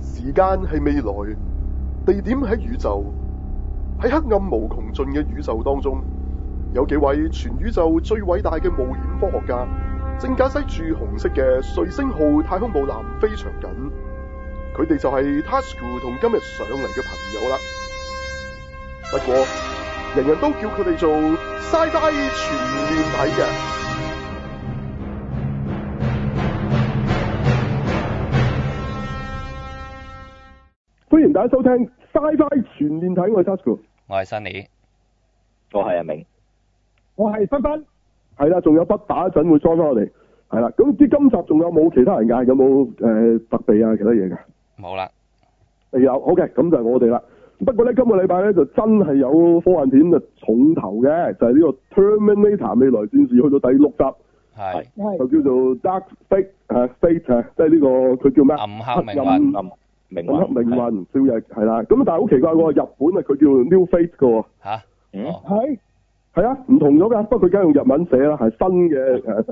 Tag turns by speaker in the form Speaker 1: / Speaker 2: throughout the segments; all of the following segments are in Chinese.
Speaker 1: 時間係未來，地點喺宇宙，喺黑暗無窮盡嘅宇宙當中，有幾位全宇宙最偉大嘅冒險科學家，正駕駛住紅色嘅瑞星號太空母艦非常緊。佢哋就係 Tasuku 同今日上嚟嘅朋友啦。不過，人人都叫佢哋做 Sci-Fi 全面睇嘅。
Speaker 2: 歡迎大家收聽《Sci-Fi 全面睇》，我係 Tasuku，
Speaker 3: 我係 Sunny，
Speaker 4: 我係阿明，
Speaker 2: 我係芬芬，係啦，仲有不打一陣會 join 翻我哋，係啦，咁啲今集仲有冇其他人㗎？有冇誒、呃特備啊？其他嘢㗎？
Speaker 3: 冇啦，
Speaker 2: 有，OK，咁就係我哋啦。不過咧，今個禮拜咧就真係有科幻片就重頭嘅，就係、呢個 Terminator 未來戰士去到第六集，
Speaker 3: 係
Speaker 2: 就叫做 Dark Fate 啊 Fate 啊，即係呢個佢叫咩？
Speaker 3: 暗黑命
Speaker 2: 暗
Speaker 3: 運，
Speaker 4: 暗明雲，
Speaker 2: 暗黑命運少日係啦，咁但係好奇怪喎，日本啊佢叫 New Fate 嘅喎。
Speaker 3: 吓，
Speaker 4: 嗯
Speaker 3: 哦
Speaker 2: 係係啊，唔同咗㗎，不過佢梗係用日文寫啦，係新嘅誒，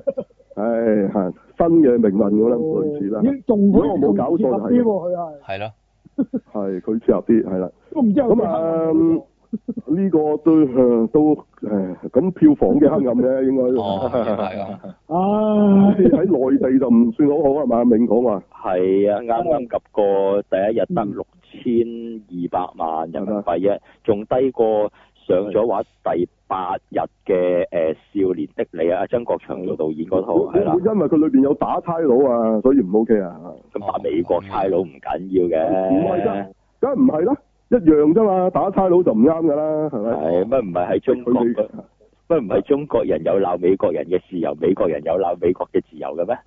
Speaker 2: 係係新嘅命運咁啦，類似啦，
Speaker 5: 咦仲可以
Speaker 2: 如果我冇搞錯就
Speaker 5: 仲貼
Speaker 2: 係
Speaker 5: 合啲喎，佢係
Speaker 3: 係咯，
Speaker 2: 係佢切合啲係啦。
Speaker 5: 都唔知係咪
Speaker 2: 咁啊，呢個都誒都誒咁票房嘅黑暗嘅應該。
Speaker 3: 哦，原來係咁，
Speaker 2: 好似
Speaker 5: 唉，
Speaker 2: 喺內地就唔算好好啊係嘛？阿明講話
Speaker 4: 係啊，啱啱及過第一日得六千二百萬人民幣啫，仲低過上咗畫第八日嘅誒、呃少年的你啊，曾國祥做導演嗰套係啦，
Speaker 2: 因為佢裏邊有打差佬啊，所以唔 OK 啊。
Speaker 4: 咁打美國差佬唔緊要
Speaker 2: 唔係㗎
Speaker 4: 嘅，，
Speaker 2: 梗係唔係啦，一樣啫嘛，打差佬就唔啱㗎啦，係咪？
Speaker 4: 係乜唔係喺中國嘅
Speaker 2: 佢哋？
Speaker 4: 乜唔係中國人有鬧美國人嘅自由，美國人有鬧美國嘅自由嘅咩？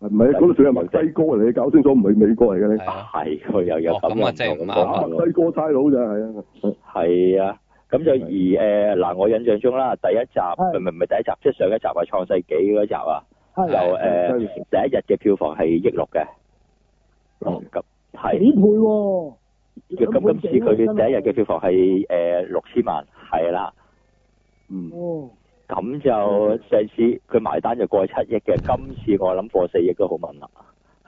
Speaker 2: 唔係嗰度仲有墨西哥嚟，你搞清楚唔係美國嚟嘅你
Speaker 3: 係。咯，
Speaker 4: 係佢又有
Speaker 3: 哦
Speaker 4: 咁
Speaker 3: 咁啊
Speaker 4: 樣
Speaker 3: 真係唔啱
Speaker 4: 咁講
Speaker 3: 啊
Speaker 4: 法
Speaker 2: 打
Speaker 4: 喎
Speaker 2: 墨西哥差佬就係啊。
Speaker 4: 係啊，咁就而誒嗱、我印象中啦，第一集
Speaker 5: 係
Speaker 4: 唔係唔係第一集，即係上一集係創世紀嗰集啊，就
Speaker 5: 係
Speaker 4: 誒、
Speaker 2: 係
Speaker 4: 第一日嘅票房係億六嘅，
Speaker 2: 哦
Speaker 4: 咁
Speaker 5: 幾
Speaker 4: 係
Speaker 5: 倍喎？
Speaker 4: 咁今次佢第一日嘅票房係誒六千萬，係啦，
Speaker 2: 嗯，
Speaker 5: 哦，
Speaker 4: 咁就上次佢埋單就過七億嘅，今次我諗過四億都好問啦，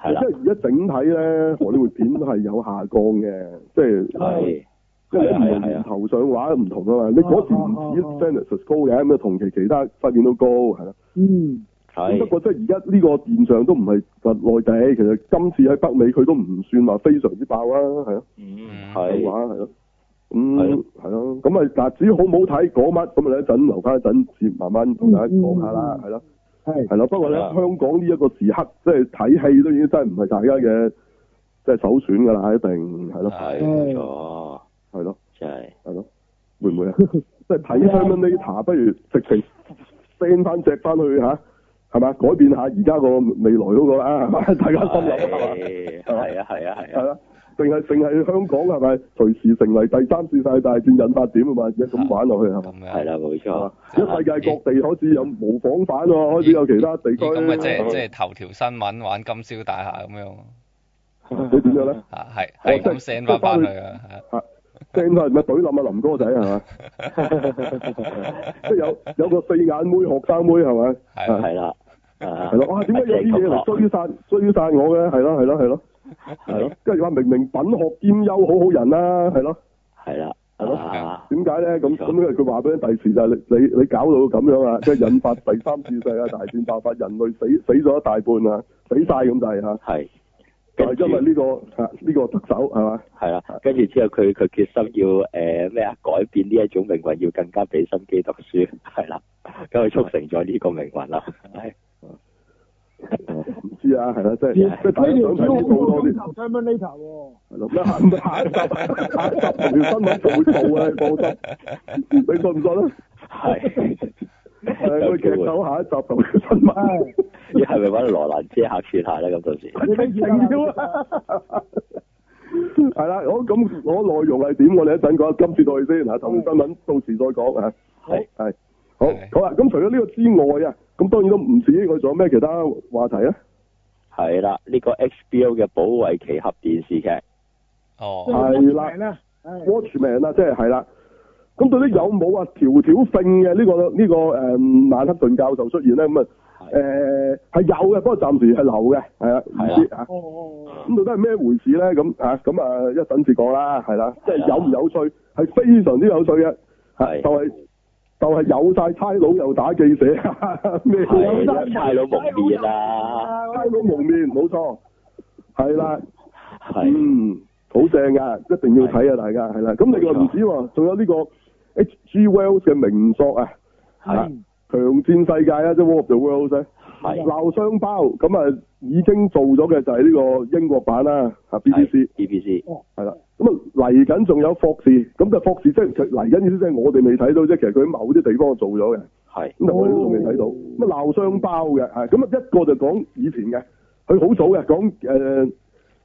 Speaker 4: 係啦
Speaker 2: 即，係而家整體 咧，荷里活片係有下降嘅，即係
Speaker 4: 係
Speaker 2: 因為你唔同
Speaker 4: 係啊係啊哦
Speaker 2: 年頭上畫唔同啊嘛。你嗰時唔止
Speaker 5: 啊啊啊
Speaker 2: Genesis 高嘅，咁啊同期其他發展都高係啦。
Speaker 5: 嗯，
Speaker 2: 咁不
Speaker 4: 係
Speaker 2: 過即係而家呢個現象都唔係話內地，其實今次喺北美佢都唔算話非常之爆啊，係咯，
Speaker 4: 嗯
Speaker 2: 上
Speaker 4: 係
Speaker 2: 畫係咯。
Speaker 4: 係
Speaker 2: 咁
Speaker 4: 咯
Speaker 2: 係咯，咁啊嗱，至於好唔好睇講乜，咁啊一陣留翻一陣先慢慢同大家講下啦
Speaker 5: 嗯，嗯嗯
Speaker 2: 係咯。
Speaker 5: 係
Speaker 2: 係啦，不過咧，
Speaker 4: 係啊
Speaker 2: 香港呢一個時刻，即係睇戲都已經真係唔係大家嘅即係首選㗎啦，一定係咯，
Speaker 4: 係
Speaker 3: 係
Speaker 4: 冇錯，
Speaker 2: 係咯，
Speaker 4: 真係
Speaker 2: 係咯，會唔會啊？ 即係睇 Terminator，不如直情 send 翻隻翻去嚇，係嘛？改變下而家個未來嗰個啦，係嘛？大家心諗
Speaker 4: 係係啊係啊係
Speaker 2: 係
Speaker 4: 啊。
Speaker 2: 啦，定係定係香港係咪隨時成為第三次世界大戰引發點啊嘛？而家咁玩落去係嘛？
Speaker 3: 咁
Speaker 4: 係啊
Speaker 3: 樣，
Speaker 4: 啦，冇
Speaker 2: 係嘛
Speaker 4: 錯，
Speaker 2: 而家世界各地開始有模仿版喎，開始有其他地區。
Speaker 3: 咦咁啊，即
Speaker 2: 係嘛
Speaker 3: 係即係頭條新聞玩金宵大廈咁樣，
Speaker 2: 你點樣咧？
Speaker 3: 嚇係係
Speaker 2: 即係
Speaker 3: 咁 send 翻翻去啊，係
Speaker 2: 正係咪懟冧阿林哥仔係嘛？即係有有個四眼妹學生妹係咪？
Speaker 3: 係啊
Speaker 4: 係啦，啊係
Speaker 2: 係咯，啊哇！點解有啲嘢嚟追殺追殺我嘅？係咯係咯係 咯係咯，跟住話明明品學兼優好好人啦，係咯，
Speaker 4: 係啦，
Speaker 2: 係咯
Speaker 4: 啊
Speaker 2: 點解咧？咁咁佢佢話俾你第時就係你你你搞到咁樣啊，即係 引發第三次世界大戰爆發，人類死死咗一大半啊，死晒咁滯嚇，
Speaker 4: 係，
Speaker 2: 就
Speaker 4: 跟
Speaker 2: 係
Speaker 4: 住
Speaker 2: 因為呢啊個嚇呢個特首係嘛？
Speaker 4: 係啦，跟住之後佢佢決心要誒咩啊，改變呢一種命運，要更加俾心機讀書， 係啦，咁佢促成咗呢個命運啦，
Speaker 2: 啊
Speaker 4: 係
Speaker 2: 唔知啊，係啦，即係即係大家
Speaker 5: 呢條
Speaker 2: 想睇呢
Speaker 5: 都
Speaker 2: 套
Speaker 5: 好
Speaker 2: 多啲。
Speaker 5: 頭 Terminator 喎，
Speaker 2: 係咯，咩下下一 集下一集同條新聞就會做啊！你放心，你信唔信 啊？
Speaker 4: 係，
Speaker 2: 誒，佢劇透下一集同條新聞，
Speaker 5: 係
Speaker 4: 你係咪揾羅蘭姐客串下咧？咁到時
Speaker 5: 你睇住啦
Speaker 2: 定要啊！ 係啦，好咁我內容係點？我哋一陣講，今次到去先嚇，頭條新聞到時再講啊。
Speaker 4: 係
Speaker 2: 係好
Speaker 3: 係
Speaker 2: 好啦，啊咁除咗呢個之外啊，咁當然都唔止呢個，仲有咩其他話題啊咧？
Speaker 4: 係啦，呢個 HBO 嘅保衞奇俠電視劇，
Speaker 2: 啊
Speaker 3: 哦，
Speaker 2: 係啦
Speaker 5: 係啦，係
Speaker 2: Watchman 啊啦，即係係啦。咁到底有冇啊條條揈嘅呢個呢、個誒、曼克頓教授出現咧？咁啊誒係有嘅，不過暫時係流嘅，係啦，唔知啊
Speaker 5: 哦哦哦，
Speaker 2: 咁到底係咩回事咧？咁啊，咁啊，一陣至講啦，係
Speaker 4: 啊
Speaker 2: 啦，即係有唔有趣係非常之有趣嘅，
Speaker 4: 係
Speaker 2: 就係就係有晒差佬又打記者， 咩都有
Speaker 4: 係
Speaker 2: 晒
Speaker 4: 啊差佬蒙面啦，
Speaker 2: 差佬蒙面，冇錯，係啦，
Speaker 4: 係
Speaker 2: 嗯，好正噶，一定要睇啊，大家係啦。咁另外唔止喎，仲有呢個 H. G. Wells 嘅名作啊，啊
Speaker 5: 嗯
Speaker 2: 強戰世界啊，即係 War of the Worlds 咧。
Speaker 4: 係
Speaker 2: 鬧雙包咁啊，已經做咗嘅就係呢個英國版啦，啊 BBC
Speaker 4: BBC
Speaker 2: 係啦。咁啊嚟緊仲有霍士，咁就霍士即係其實嚟緊意思即係我哋未睇到啫，其實佢喺某啲地方做咗嘅，
Speaker 4: 係啊
Speaker 2: 咁但我哋都仲未睇到。咁啊鬧雙包嘅，係咁啊一個就講以前嘅，佢好早嘅講誒，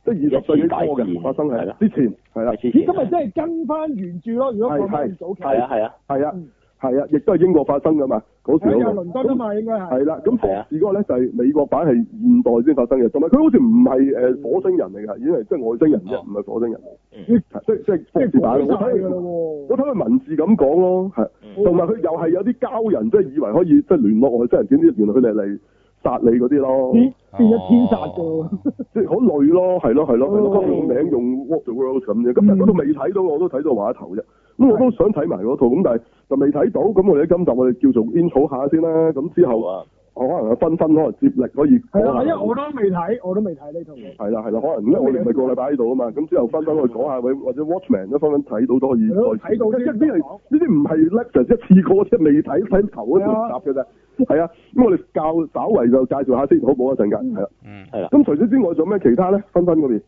Speaker 2: 即係二十世紀初
Speaker 4: 一
Speaker 2: 嘅
Speaker 4: 戰
Speaker 2: 發生
Speaker 4: 係
Speaker 2: 係
Speaker 4: 啦
Speaker 2: 之前係啦
Speaker 4: 係，之前
Speaker 5: 咦，咁咪即係跟翻原著咯？如果講翻早期，
Speaker 4: 係啊係啊
Speaker 2: 係啊
Speaker 5: 嗯
Speaker 2: 係啊，亦都係英國發生噶嘛嗰時
Speaker 5: 係啊，
Speaker 2: 嗰個
Speaker 5: 倫敦啊嘛，應該係。
Speaker 2: 係啦，咁
Speaker 4: 係啊
Speaker 2: 霍士嗰個咧就係美國版係現代先發生嘅，同埋佢好似唔係誒呃火星人嚟㗎，已經係即係外星人啫，
Speaker 3: 哦
Speaker 2: 唔係火星人。
Speaker 4: 嗯
Speaker 2: 係即係即係
Speaker 5: 即
Speaker 2: 霍
Speaker 5: 係
Speaker 2: 士版，
Speaker 5: 講
Speaker 2: 我
Speaker 5: 晒
Speaker 2: 睇
Speaker 5: 㗎啦
Speaker 2: 佢
Speaker 5: 喎
Speaker 2: 我。睇佢文字咁講咯，係
Speaker 4: 嗯
Speaker 2: 同埋佢又係有啲交人，即係以為可以即係聯絡外星人，點知原來佢哋係嚟殺你嗰啲咯，
Speaker 5: 變
Speaker 3: 哦
Speaker 5: 變咗天殺㗎喎。
Speaker 2: 即係好累咯，係咯係咯係咯，
Speaker 5: 哦嗯
Speaker 2: 個名用 What the World 咁啫。咁但係嗰度未睇到，我都睇到話頭啫。咁我都想睇埋嗰套，咁但係就未睇到。咁我哋喺今集我哋叫做 intro 下先啦。咁之後
Speaker 4: 好。啊，
Speaker 2: 我可能分分可能接力可以
Speaker 5: 係
Speaker 2: 講
Speaker 5: 啊，因為
Speaker 2: 下，
Speaker 5: 我都未睇，我都未睇呢套嘢。
Speaker 2: 係啦係啦，可能因為我哋唔係個禮拜喺度啊嘛，咁之後分分可以講下，或或者 Watchman 都分分睇到都可以
Speaker 5: 嗯係咯
Speaker 2: 再
Speaker 5: 睇到
Speaker 2: 即
Speaker 5: 先
Speaker 2: 係呢啲係呢啲唔係 lecture 一次過即係未睇睇頭嗰條集嘅啫，係啊，咁我哋教稍為就介紹下先，好唔好啊？陣間係啦，
Speaker 3: 嗯，
Speaker 4: 係啦，
Speaker 2: 咁除咗之外仲有咩其他咧？分分嗰邊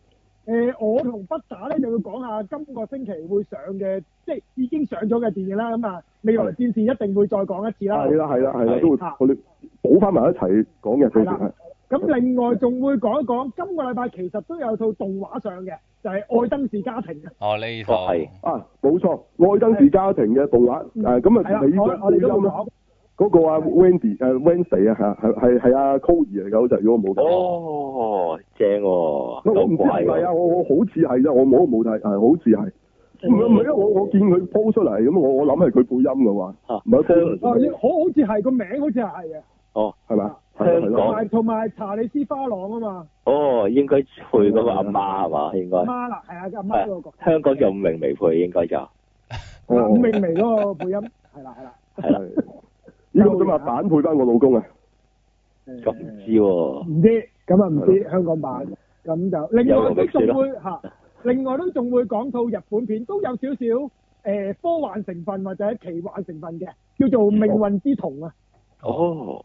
Speaker 5: 誒、我同北打咧就要講下今個星期會上嘅，即係已經上咗嘅電影啦。咁啊，未來戰士一定會再講一次啦。
Speaker 2: 係啦係啦係啦，
Speaker 4: 係
Speaker 2: 都會
Speaker 5: 啊
Speaker 2: 我哋補翻埋一齊講嘅，到
Speaker 5: 係
Speaker 2: 時
Speaker 5: 啦
Speaker 2: 係
Speaker 5: 咁另外仲會講一講，今個禮拜其實都有套動畫上嘅，就係、愛登士家庭》啊。
Speaker 3: 哦呢套
Speaker 4: 哦係
Speaker 2: 啊冇錯，愛登士家庭嘅動畫
Speaker 5: 嗯
Speaker 2: 誒咁
Speaker 5: 係
Speaker 2: 啊，
Speaker 5: 啦，
Speaker 2: 你
Speaker 5: 我我哋都
Speaker 2: 音
Speaker 5: 會
Speaker 2: 咧
Speaker 5: 講。
Speaker 2: 嗰個啊 Wendy 誒 Wednesday 啊嚇係係係啊 Cody 嚟㗎，好似如果我冇記錯。
Speaker 4: 哦，正喎，
Speaker 2: 我唔
Speaker 4: 夠
Speaker 2: 知
Speaker 4: 怪
Speaker 2: 係咪啊，
Speaker 4: 喎，
Speaker 2: 我我好似係啫，我冇冇睇，係好似係。唔係唔係，因為我我見佢 po 出嚟咁，我我諗係佢配音嘅話，
Speaker 4: 啊
Speaker 2: 唔係 po 出
Speaker 5: 哦，
Speaker 2: 嚟
Speaker 5: 好好似係個名，好似係嘅。
Speaker 4: 哦
Speaker 2: 係咪啊？係
Speaker 4: 香
Speaker 2: 咯係
Speaker 5: 同
Speaker 2: 咯
Speaker 4: 港
Speaker 5: 埋同埋查理斯花朗啊嘛，
Speaker 4: 哦，應該配嗰個阿媽係嘛？應該
Speaker 5: 阿媽啦，係啊，阿媽嗰個角色。
Speaker 4: 香港有伍明未配應該就
Speaker 5: 啊
Speaker 2: 哦
Speaker 5: 伍明薇嗰個配音，係啦係啦。
Speaker 4: 係啦，
Speaker 2: 呢個咁啊，蛋配翻我老公啊，
Speaker 4: 咁
Speaker 5: 誒
Speaker 4: 唔知喎。
Speaker 5: 唔知，咁啊唔知香港版，咁就另外都仲會嚇，另外都仲會講套日本片，都有少少誒科幻成分或者奇幻成分嘅，叫做《命運之瞳》啊，
Speaker 4: 哦，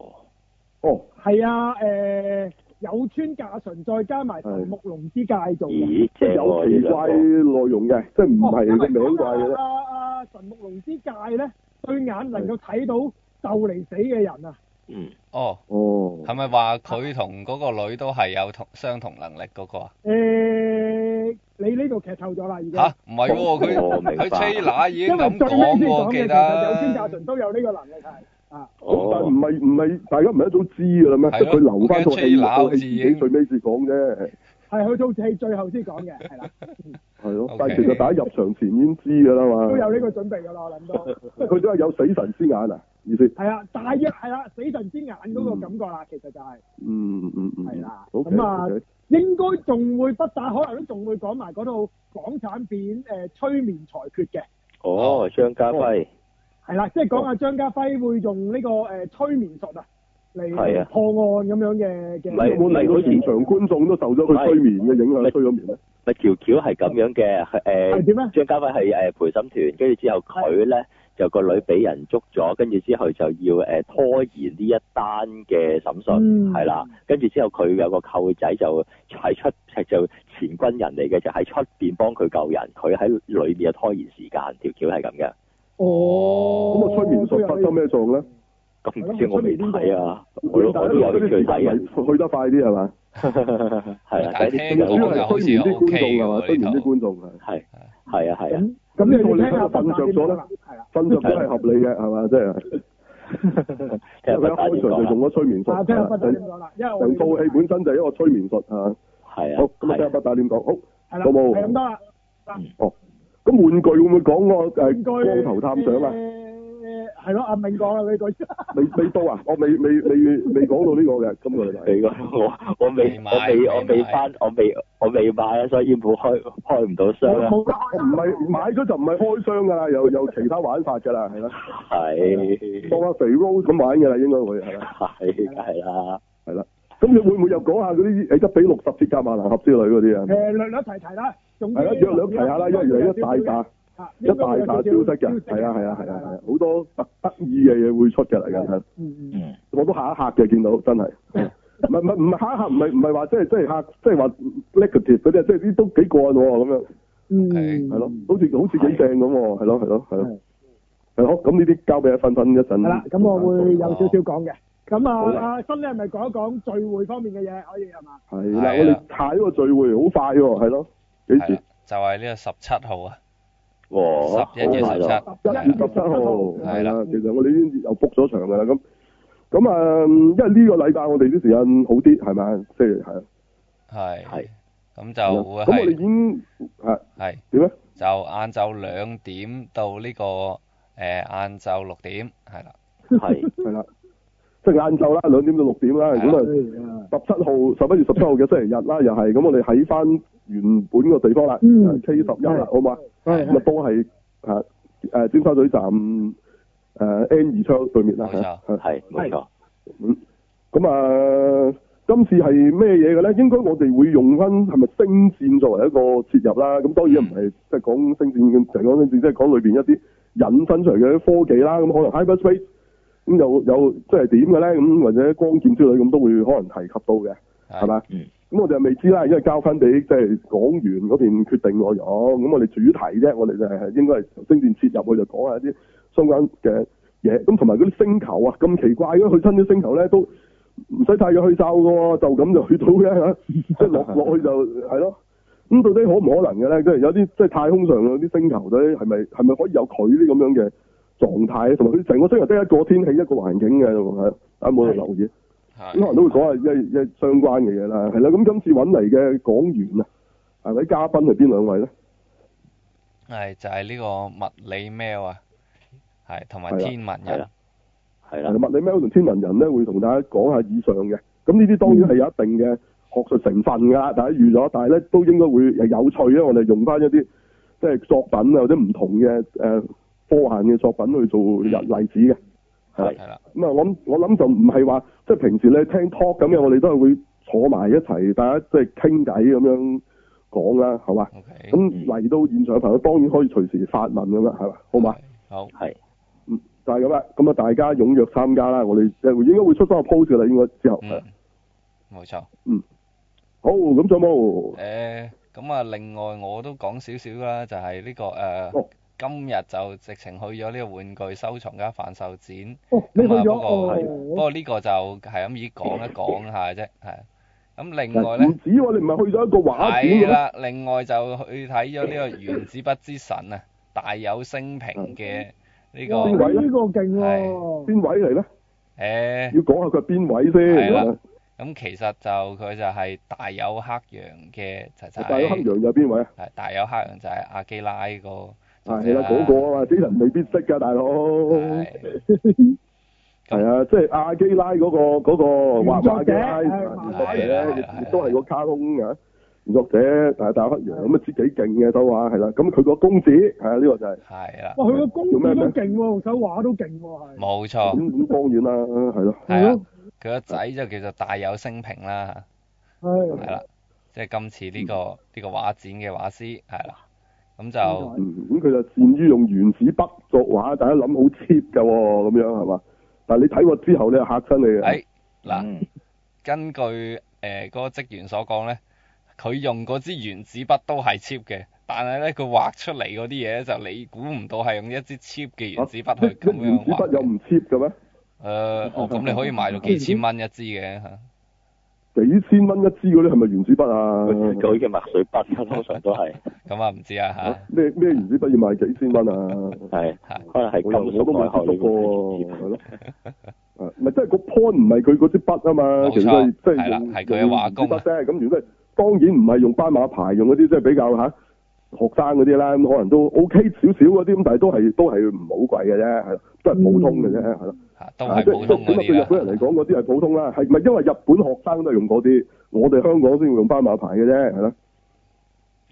Speaker 2: 哦，
Speaker 5: 係啊誒有村架純再加埋神木隆之介
Speaker 4: 嗯
Speaker 5: 做嘅，
Speaker 4: 咦，
Speaker 2: 即
Speaker 4: 正
Speaker 2: 係有
Speaker 4: 喎呢
Speaker 2: 奇
Speaker 4: 兩
Speaker 2: 怪
Speaker 4: 個，
Speaker 2: 內容嘅，即係唔係個名怪嘅
Speaker 5: 咧。
Speaker 2: 啫。
Speaker 5: 哦啊啊神木隆之介咧對眼能夠睇到就嚟死嘅人啊，
Speaker 4: 嗯，
Speaker 3: 哦，
Speaker 2: 哦，
Speaker 3: 係咪話佢同嗰個女都係有同相同能力嗰個啊？
Speaker 5: 誒你呢度劇透咗啦已經。
Speaker 3: 吓，唔係
Speaker 4: 哦
Speaker 3: 喎，佢
Speaker 4: 我明白
Speaker 3: 佢 trailer 已
Speaker 5: 因
Speaker 3: 經
Speaker 5: 為
Speaker 3: 咁
Speaker 5: 最尾
Speaker 3: 講
Speaker 5: 先
Speaker 3: 喎，
Speaker 5: 講嘅
Speaker 3: 記
Speaker 5: 其實有村架
Speaker 3: 得
Speaker 5: 純。都有呢個能力係啊。
Speaker 2: 咁但係
Speaker 4: 哦
Speaker 2: 唔，係唔係大家唔係一早知㗎啦咩？
Speaker 3: 係
Speaker 2: 即
Speaker 3: 咯
Speaker 2: 係佢留翻套
Speaker 3: 我
Speaker 2: 戲，
Speaker 3: 驚
Speaker 2: 套
Speaker 3: trailer
Speaker 2: 戲自
Speaker 3: 好
Speaker 2: 己
Speaker 3: 似
Speaker 2: 最尾至講啫。
Speaker 5: 係去到戲最後先講嘅， 係啦，
Speaker 2: 係咯，
Speaker 3: OK
Speaker 2: 但係其實大家入場前已經知㗎啦嘛。
Speaker 5: 都有呢個準備㗎啦，我諗到。
Speaker 2: 佢都係有死神之眼啊，意思。
Speaker 5: 係啊，大約係啦，死神之眼嗰個感覺啦，其實就係
Speaker 2: 嗯嗯嗯，
Speaker 5: 係啦
Speaker 2: 好
Speaker 5: 咁啊應該仲會不打，可能都仲會講埋嗰套港產片誒《催眠裁決》嘅，
Speaker 4: 哦，張家輝，
Speaker 5: 係啦，即係講下張家輝會用呢個誒催眠術啊嚟
Speaker 4: 係啊
Speaker 5: 破案咁樣嘅嘅。
Speaker 4: 唔係
Speaker 2: 有冇令到啊現場觀眾都受咗佢催眠嘅影響，催咗眠咧？
Speaker 4: 咪條橋係咁樣嘅，
Speaker 5: 係
Speaker 4: 誒，
Speaker 5: 點咧？啊
Speaker 4: 張家輝係誒陪審團，跟住之後佢咧就個女俾人捉咗，跟住之後就要誒拖延呢一單嘅審訊，
Speaker 5: 嗯
Speaker 4: 係啦，跟住之後佢有個舅仔就喺出就前軍人嚟嘅，就喺出邊幫佢救人，佢喺裏面就拖延時間，條橋係咁嘅。
Speaker 5: 哦，
Speaker 2: 咁啊，催眠術發生咩作用咧？
Speaker 4: 咁唔知我未睇啊，我都我都有興趣
Speaker 2: 啲
Speaker 4: 睇啊。
Speaker 2: 去得快啲係嘛？
Speaker 4: 係啊，
Speaker 3: 但係
Speaker 4: 睇
Speaker 2: 主
Speaker 3: 聽
Speaker 4: 啲
Speaker 3: 講
Speaker 4: 資
Speaker 2: 要
Speaker 4: 料
Speaker 2: 係催眠啲觀眾係嘛？催眠啲觀眾係
Speaker 4: 係係啊係啊，
Speaker 5: 咁咁你要聽下不
Speaker 2: 咁
Speaker 5: 打
Speaker 2: 你
Speaker 5: 點
Speaker 2: 瞓着咗
Speaker 5: 講
Speaker 2: 啦
Speaker 5: 啦，係啦，
Speaker 2: 瞓著都係合理嘅係嘛？即係
Speaker 5: 啊，聽
Speaker 4: 即係不打點講啦，
Speaker 2: 啊佢一開場就用咗催眠術，
Speaker 5: 下不打點
Speaker 2: 成
Speaker 5: 講啦，因為我哋
Speaker 2: 套戲本身就係一個催眠術係嘛？
Speaker 4: 係啊，
Speaker 2: 好咁啊，聽
Speaker 4: 係
Speaker 2: 下
Speaker 4: 啊
Speaker 2: 不打點講好。啊
Speaker 5: 係啦，
Speaker 2: 好冇
Speaker 5: 係咁多啦。
Speaker 2: 哦，咁玩具會唔會講個誒
Speaker 5: 玩具
Speaker 2: 光頭探長啊？
Speaker 5: 誒嘅係咯，阿明講啦呢句。
Speaker 2: 未未到啊，我未未未未講到呢個嘅，今個禮 拜
Speaker 4: 你個我我未
Speaker 3: 未買
Speaker 4: 我未我
Speaker 3: 未
Speaker 4: 未
Speaker 3: 買
Speaker 4: 翻我未我未買啊，所以冇開 開唔到箱啊。
Speaker 5: 冇
Speaker 2: 唔係買咗就唔係開箱㗎啦，又有其他玩法㗎啦，係啦，
Speaker 4: 係
Speaker 2: 當阿肥 Rose 咁玩㗎啦，應該會係啦。
Speaker 4: 係梗係啦，
Speaker 2: 係啦。咁你會唔會又講下嗰啲誒一比六十鐵甲萬能俠之類嗰啲啊？
Speaker 5: 誒略略提提啦，總之
Speaker 2: 係啦，約兩提下啦，因為
Speaker 5: Dạ,
Speaker 2: 原來一大把
Speaker 5: 把
Speaker 2: 一大把消息嘅，係啊係啊係啊係啊，好多特得意嘅嘢會出㗎嚟㗎，係
Speaker 5: 嗯嗯，
Speaker 4: 嗯
Speaker 2: 我都嚇一嚇嘅，見到真係。唔係唔係唔係嚇一嚇，唔係唔係話即係即係嚇，即係話 negative 嗰啲啊，即係啲都幾過癮喎咁樣，
Speaker 5: 嗯
Speaker 2: 係咯，好似好似幾正咁喎，係咯係咯係咯，係咯，咁呢啲交俾阿芬芬一陣。
Speaker 5: 係啦，咁我會有少少講嘅。咁
Speaker 2: 好
Speaker 5: 啊，
Speaker 2: 啊
Speaker 5: 阿新你係咪講一講聚會方面嘅嘢可以係嘛？
Speaker 2: 係啦，
Speaker 3: 係啊
Speaker 2: 我
Speaker 3: 啦
Speaker 2: 哋下一個聚會好快喎，係咯，幾
Speaker 3: 係
Speaker 2: 時
Speaker 3: 啦？，就係呢個十七號啊，
Speaker 4: 哇，
Speaker 3: 十一月
Speaker 4: 哦好
Speaker 3: 十
Speaker 4: 快
Speaker 3: 七，
Speaker 4: 樂
Speaker 5: 一
Speaker 2: 一月十
Speaker 3: 係啦啊
Speaker 2: 七號
Speaker 3: 係
Speaker 2: 係
Speaker 3: 啦
Speaker 2: 啦，其實我哋已經又 book 咗場㗎啦，咁咁啊，因為呢個禮拜我哋啲時間好啲係咪？即係係啊，
Speaker 3: 係
Speaker 4: 係，
Speaker 3: 咁
Speaker 2: 咁
Speaker 3: 就會
Speaker 2: 我哋已
Speaker 3: 係
Speaker 2: 經係
Speaker 3: 係
Speaker 2: 點啊咧？
Speaker 3: 就晏晝兩點到呢個誒晏晝六點，係啦，
Speaker 4: 係
Speaker 2: 係啦，即係晏晝啦，兩點到六點啦，
Speaker 3: 係啦
Speaker 2: 咁啊
Speaker 5: 嗯
Speaker 2: 十七號十一月十七號嘅星期日啦，又係咁，我哋喺翻原本個地方啦
Speaker 5: 嗯
Speaker 2: ，K 十一啦，好嘛？
Speaker 5: 係
Speaker 2: 咁啊都係啊誒尖沙咀站誒 N 二窗對面啦，
Speaker 3: 冇錯
Speaker 4: 係
Speaker 2: 係
Speaker 4: 冇錯，
Speaker 2: 嗯，咁啊，今次係咩嘢嘅咧？應該我哋會用翻係咪星戰作為一個切入啦。咁當然唔係即係講星戰嘅，成講星戰，即係講裏邊一啲引申出嚟嘅科技啦。咁可能 hyperspace 咁有有即係點嘅咧？咁或者光劍之類咁都會可能提及到嘅，係
Speaker 3: 係
Speaker 2: 嘛？
Speaker 4: 嗯
Speaker 2: 咁我哋未知啦，因為交翻俾即係講員嗰邊決定內容。咁我哋主題啫，我哋就係應該係從星戰切入去就講下一啲相關嘅嘢。咁同埋嗰啲星球啊，咁奇怪嘅，去親啲星球咧都唔使太嘅去哨嘅喎，就咁就去到嘅嚇，即係落落去就係咯。咁到底可唔可能嘅咧？即係有啲即係太空上有啲星球咧，係咪係咪可以有佢呢咁樣嘅狀態？同埋佢成個星球得一個天氣一個環境嘅，係大家冇人留意。咁可能都會講下一一相關嘅嘢啦，係啦。咁今次揾嚟嘅講員啊，係咪嘉賓係邊兩位咧？
Speaker 3: 係就係呢個物理 mail 啊，係同
Speaker 2: 係
Speaker 3: 埋
Speaker 2: 啦
Speaker 3: 天文
Speaker 4: 係
Speaker 3: 人
Speaker 4: 啦，係啊
Speaker 2: 係
Speaker 4: 啦，
Speaker 2: 物理 m e l 同天文人咧，會同大家講下以上嘅。咁呢啲當然係有一定嘅學術成分㗎啦，大家預咗。但係咧都應該會係有趣咧。我哋用翻一啲即係作品啊，或者唔同嘅誒、呃科幻嘅作品去做日例子嘅。
Speaker 4: 係
Speaker 3: 係啦，
Speaker 2: 咁啊，我諗我諗就唔係話即係平時咧聽 talk 咁嘅，我哋都係會坐埋一齊，大家即係傾偈咁樣講啦，係嘛？
Speaker 3: ，OK，
Speaker 2: 咁嚟到現場嘅朋友當然可以隨時發問咁啦，係嘛？好
Speaker 3: 係，
Speaker 2: 嘛？
Speaker 3: 好，
Speaker 4: 係
Speaker 2: 嗯，就係咁啦。咁啊，大家踴躍參加啦！我哋即係應該會出翻個 post 噶啦，應該之後係啊
Speaker 3: 嗯，冇錯。
Speaker 2: 好，咁仲有
Speaker 3: 誒，咁啊，另外我都講少少啦，就係呢個
Speaker 2: 哦
Speaker 3: 誒，今日就直情去咗呢個玩具收藏家販售展。
Speaker 5: 哦，你去
Speaker 3: 咁啊，
Speaker 5: 咗
Speaker 3: 不過不
Speaker 5: 哦，
Speaker 3: 過呢個就係咁以講一講下啫，係。咁另外
Speaker 2: 冇？唔
Speaker 3: 咧，
Speaker 2: 止喎，你唔係去咗一個畫展嘅
Speaker 3: 係
Speaker 2: 咩？
Speaker 3: 啦，另外就去睇咗呢個《原子筆之神》啊，大有升平嘅
Speaker 2: 嗯
Speaker 3: 呢個
Speaker 5: 哇
Speaker 2: 邊位咧
Speaker 5: 呢個勁
Speaker 3: 係
Speaker 5: 喎，
Speaker 2: 邊位嚟咧？
Speaker 3: 誒。
Speaker 2: 要講下佢係邊位先。
Speaker 3: 係啦
Speaker 2: 係啊
Speaker 3: 咁其實就佢就係大有黑羊嘅仔仔，
Speaker 2: 大黑羊哦有邊位啊？
Speaker 3: 係大有黑羊就係阿基拉個作
Speaker 2: 係
Speaker 3: 者
Speaker 2: 啦，
Speaker 3: 啦，
Speaker 2: 嗰個啊嘛，啲人未必識㗎，大佬。
Speaker 3: 係
Speaker 2: 係啊，即係阿基拉嗰個嗰個畫畫嘅拉
Speaker 5: 原
Speaker 3: 作者
Speaker 2: 原
Speaker 3: 係
Speaker 2: 作者
Speaker 3: 係
Speaker 2: 亦
Speaker 3: 係啊
Speaker 2: 都係個卡通嘅原作者，但係大黑羊咁啊，知幾勁嘅都話係啦。咁佢個公子係啊，呢個就係
Speaker 3: 係啦，
Speaker 5: 哇佢個公主都勁喎，手畫都勁喎，係。
Speaker 3: 冇錯，
Speaker 2: 咁咁當然啦，係咯。
Speaker 3: 哦係啊
Speaker 5: 係
Speaker 3: 啦
Speaker 5: 咯，
Speaker 3: 佢個仔就叫做大有升平啦，係
Speaker 5: 係
Speaker 3: 啦，即係今次呢個呢個畫展嘅畫師係啦，咁
Speaker 5: 冇
Speaker 3: 就
Speaker 2: 嗯，咁佢就善於用原子筆作畫，大家諗好 cheap 㗎喎，咁樣係嘛？但係你睇過之後，你就嚇親你啊嘅。
Speaker 3: 誒哎嗱，
Speaker 4: 嗯
Speaker 3: 根據呃誒嗰個職員所講咧，佢用嗰支原子筆都係 cheap 嘅。但係咧，佢畫出嚟嗰啲嘢呢就你估唔到係用一支 cheap 嘅原子筆去咁
Speaker 2: 啊原
Speaker 3: 樣
Speaker 2: 子
Speaker 3: 畫
Speaker 2: 筆。又 唔 cheap 嘅咩？
Speaker 3: 誒、哦，咁你可以賣到幾千蚊一支嘅嚇，
Speaker 2: 幾千蚊一支嗰啲係咪原子筆啊？
Speaker 4: 佢嘅墨水筆通常都係
Speaker 3: 咁啊唔知 啊
Speaker 2: 啊
Speaker 3: 嚇，
Speaker 2: 咩咩原子筆要賣幾千蚊啊？
Speaker 4: 係
Speaker 3: 係
Speaker 4: 可能係
Speaker 2: 我又
Speaker 4: 金
Speaker 2: 我都
Speaker 4: 屬
Speaker 2: 冇
Speaker 4: 外殼
Speaker 2: 接觸
Speaker 4: 裏
Speaker 2: 過喎，
Speaker 4: 邊
Speaker 2: 係咯。 啊，唔係即係個 point 唔係佢嗰支筆啊嘛，
Speaker 3: 冇
Speaker 2: 其實
Speaker 3: 錯
Speaker 2: 即係
Speaker 3: 係啦
Speaker 2: 用
Speaker 3: 係佢嘅畫工
Speaker 2: 用
Speaker 3: 啊
Speaker 2: 支筆啫。咁如果係當然唔係用斑馬牌，用嗰啲即係比較嚇學生嗰啲啦，咁可能都 OK 少少嗰啲，咁但係都係都係唔好貴嘅啫，係啦，都係普通嘅啫，係咯。
Speaker 3: 嚇嗯都
Speaker 2: 啊
Speaker 3: 係
Speaker 2: 即
Speaker 3: 普通嗰
Speaker 2: 即
Speaker 3: 啲
Speaker 2: 對日本
Speaker 3: 啦。
Speaker 2: 人嚟講，嗰啲係普通啦，係咪因為日本學生都係用嗰啲，我哋香港先會用斑馬牌嘅啫，係啦。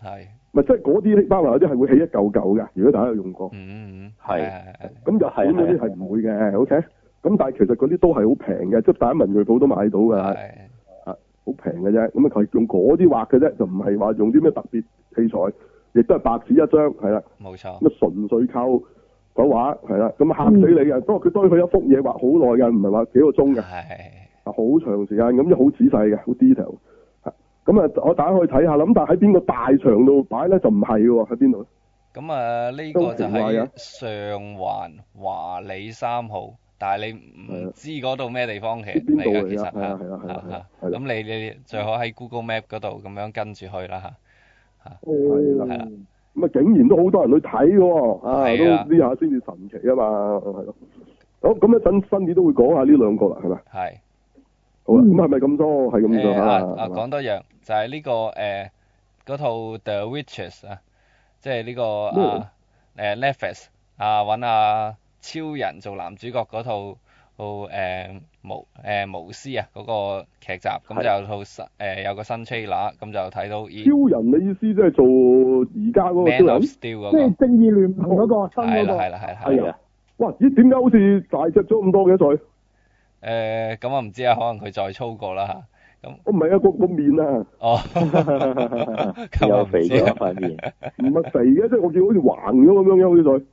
Speaker 3: 係，
Speaker 2: 咪即係嗰啲斑馬嗰啲係會起一嚿嚿嘅，如果大家有用過。
Speaker 3: 嗯嗯，
Speaker 4: 係
Speaker 3: 係係啊
Speaker 2: 咁日本嗰啲係唔會嘅，OK？咁但係其實嗰啲都係好平嘅，即係大家文具鋪都買到㗎，
Speaker 3: 係
Speaker 2: 好
Speaker 3: 係
Speaker 2: 平嘅啫。咁啊，佢係用嗰啲畫嘅啫，就唔係話用啲咩特別器材，亦都係白紙一張，係啦。
Speaker 3: 冇錯，
Speaker 2: 咁啊，純粹靠手畫，係啦。咁啊嚇死你嘅，
Speaker 3: 嗯
Speaker 2: 不過佢當然佢一幅嘢畫好耐㗎，唔係話幾個鐘㗎。
Speaker 3: 係
Speaker 2: 啊，好長時間，咁就好仔細嘅，好 detail。啊咁啊，我大家可以睇下啦。咁但係喺邊個大場度擺咧，就唔係喎，喺邊度呢？
Speaker 3: 咁啊呢個就
Speaker 2: 都奇怪
Speaker 3: 係
Speaker 2: 嘅
Speaker 3: 上環華里三號，但係你
Speaker 2: 係
Speaker 3: 唔
Speaker 2: 啊
Speaker 3: 知嗰度咩地方嘅
Speaker 2: 邊度嚟㗎
Speaker 3: 其實嚇
Speaker 2: 係啊係啊係啊係啊
Speaker 3: 嚇
Speaker 2: 係啦
Speaker 3: 咁你你最好喺 Google Map 嗰度咁樣跟住去啦嚇。
Speaker 5: 哦
Speaker 3: 係啦
Speaker 2: 咁啊，竟然都好多人去睇嘅喎，
Speaker 3: 係啊
Speaker 2: 啊，都呢下先至神奇啊嘛，係咯。好，咁一陣新年都會講下呢兩個啦，係咪？
Speaker 3: 係。
Speaker 2: 好啦，
Speaker 5: 嗯
Speaker 2: 咁係咪咁多？係咁
Speaker 3: 誒
Speaker 2: 多
Speaker 3: 啊
Speaker 2: 啊
Speaker 3: 啊，
Speaker 2: 係嘛
Speaker 3: 講多樣就係呢個誒嗰套 The Witches 啊，即係呢個
Speaker 2: 咩
Speaker 3: 啊誒 Netflix 啊揾啊超人做男主角嗰套套呃誒無誒無師啊嗰個劇集，咁
Speaker 4: 係
Speaker 3: 就有套新誒有個新 trailer，咁就睇到咦
Speaker 2: 超人嘅意思即係做而家嗰個
Speaker 3: Man
Speaker 2: 超
Speaker 3: of
Speaker 2: 人？
Speaker 3: Steel 嗰
Speaker 5: 即係
Speaker 3: 個
Speaker 5: 正義聯盟嗰個新
Speaker 3: 係
Speaker 5: 嗰個
Speaker 3: 啦係啦係啦係
Speaker 4: 係
Speaker 3: 啦
Speaker 4: 啊，
Speaker 2: 哇！咦，點解好似大隻咗咁多嘅佢？
Speaker 3: 誒咁我唔知啊，可能佢再操過啦嚇。
Speaker 2: 我唔係啊，個個面啊，
Speaker 3: 哦，咁我
Speaker 4: 又
Speaker 3: 唔
Speaker 4: 肥
Speaker 3: 知
Speaker 4: 咗
Speaker 3: 啊
Speaker 4: 塊 面，
Speaker 2: 唔係肥嘅，即係我見好似橫咗咁樣嘅，好似佢。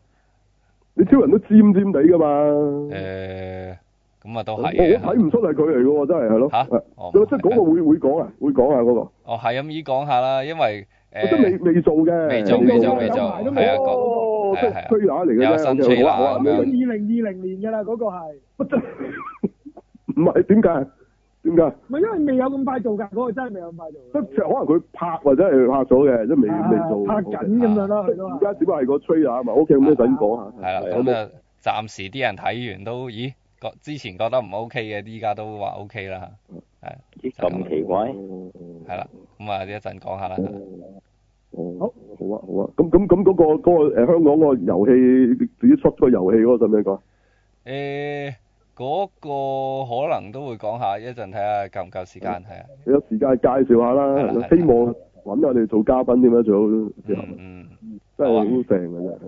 Speaker 2: 你超人都尖尖地㗎嘛？
Speaker 3: 誒，咁啊都
Speaker 2: 我我
Speaker 3: 係嘅
Speaker 2: 睇唔出係佢嚟嘅喎，真係係咯。
Speaker 3: 嚇
Speaker 2: 係
Speaker 3: 哦
Speaker 2: 即係嗰個會會講啊，會講啊嗰個。
Speaker 3: 哦，係咁依講下啦，因為
Speaker 2: 我都未
Speaker 3: 誒
Speaker 2: 未做嘅，
Speaker 3: 未做
Speaker 5: 未做未
Speaker 2: 嘅
Speaker 5: 做
Speaker 2: 哦
Speaker 5: 係啊個
Speaker 2: 哦，即
Speaker 3: 係係
Speaker 2: 係推下嚟嘅啫，
Speaker 3: 有新
Speaker 2: OK，
Speaker 3: trailer
Speaker 2: 好啊好啊
Speaker 3: 咁樣
Speaker 5: 二零二零年㗎啦，嗰個係。
Speaker 2: 唔係點解？點解？
Speaker 5: 唔係因為未有咁快做㗎，嗰個真係未有咁快做㗎。
Speaker 2: 即係可能佢拍或者係拍咗嘅，即係未
Speaker 5: 啊
Speaker 2: 未做。
Speaker 5: 拍
Speaker 2: OK
Speaker 5: 緊咁樣啦，佢都
Speaker 2: 而
Speaker 5: 係
Speaker 2: 家只不過係個 trailer 啊嘛，OK，咁你等講下。
Speaker 3: 係啦，
Speaker 4: 係
Speaker 3: 咁就暫時啲人睇完都，咦，覺之前覺得唔 OK 嘅，依家都話 OK 啦，
Speaker 4: 咦咁奇怪，
Speaker 3: 係啦，咁啊一陣講
Speaker 2: 哦
Speaker 3: 下啦，
Speaker 2: 好好啊好啊，咁咁咁嗰個嗰個誒香港嗰個遊戲自己出個遊戲嗰個使唔使講？
Speaker 3: 誒嗰個可能都會講下，一陣睇下夠唔夠時間，係啊，
Speaker 2: 你有時間介紹下
Speaker 3: 係
Speaker 2: 啦，
Speaker 3: 啦
Speaker 2: 係啦
Speaker 3: 係
Speaker 2: 希望揾我哋做嘉賓點樣最好之後。
Speaker 3: 嗯嗯，
Speaker 2: 真係好啊正嘅啫，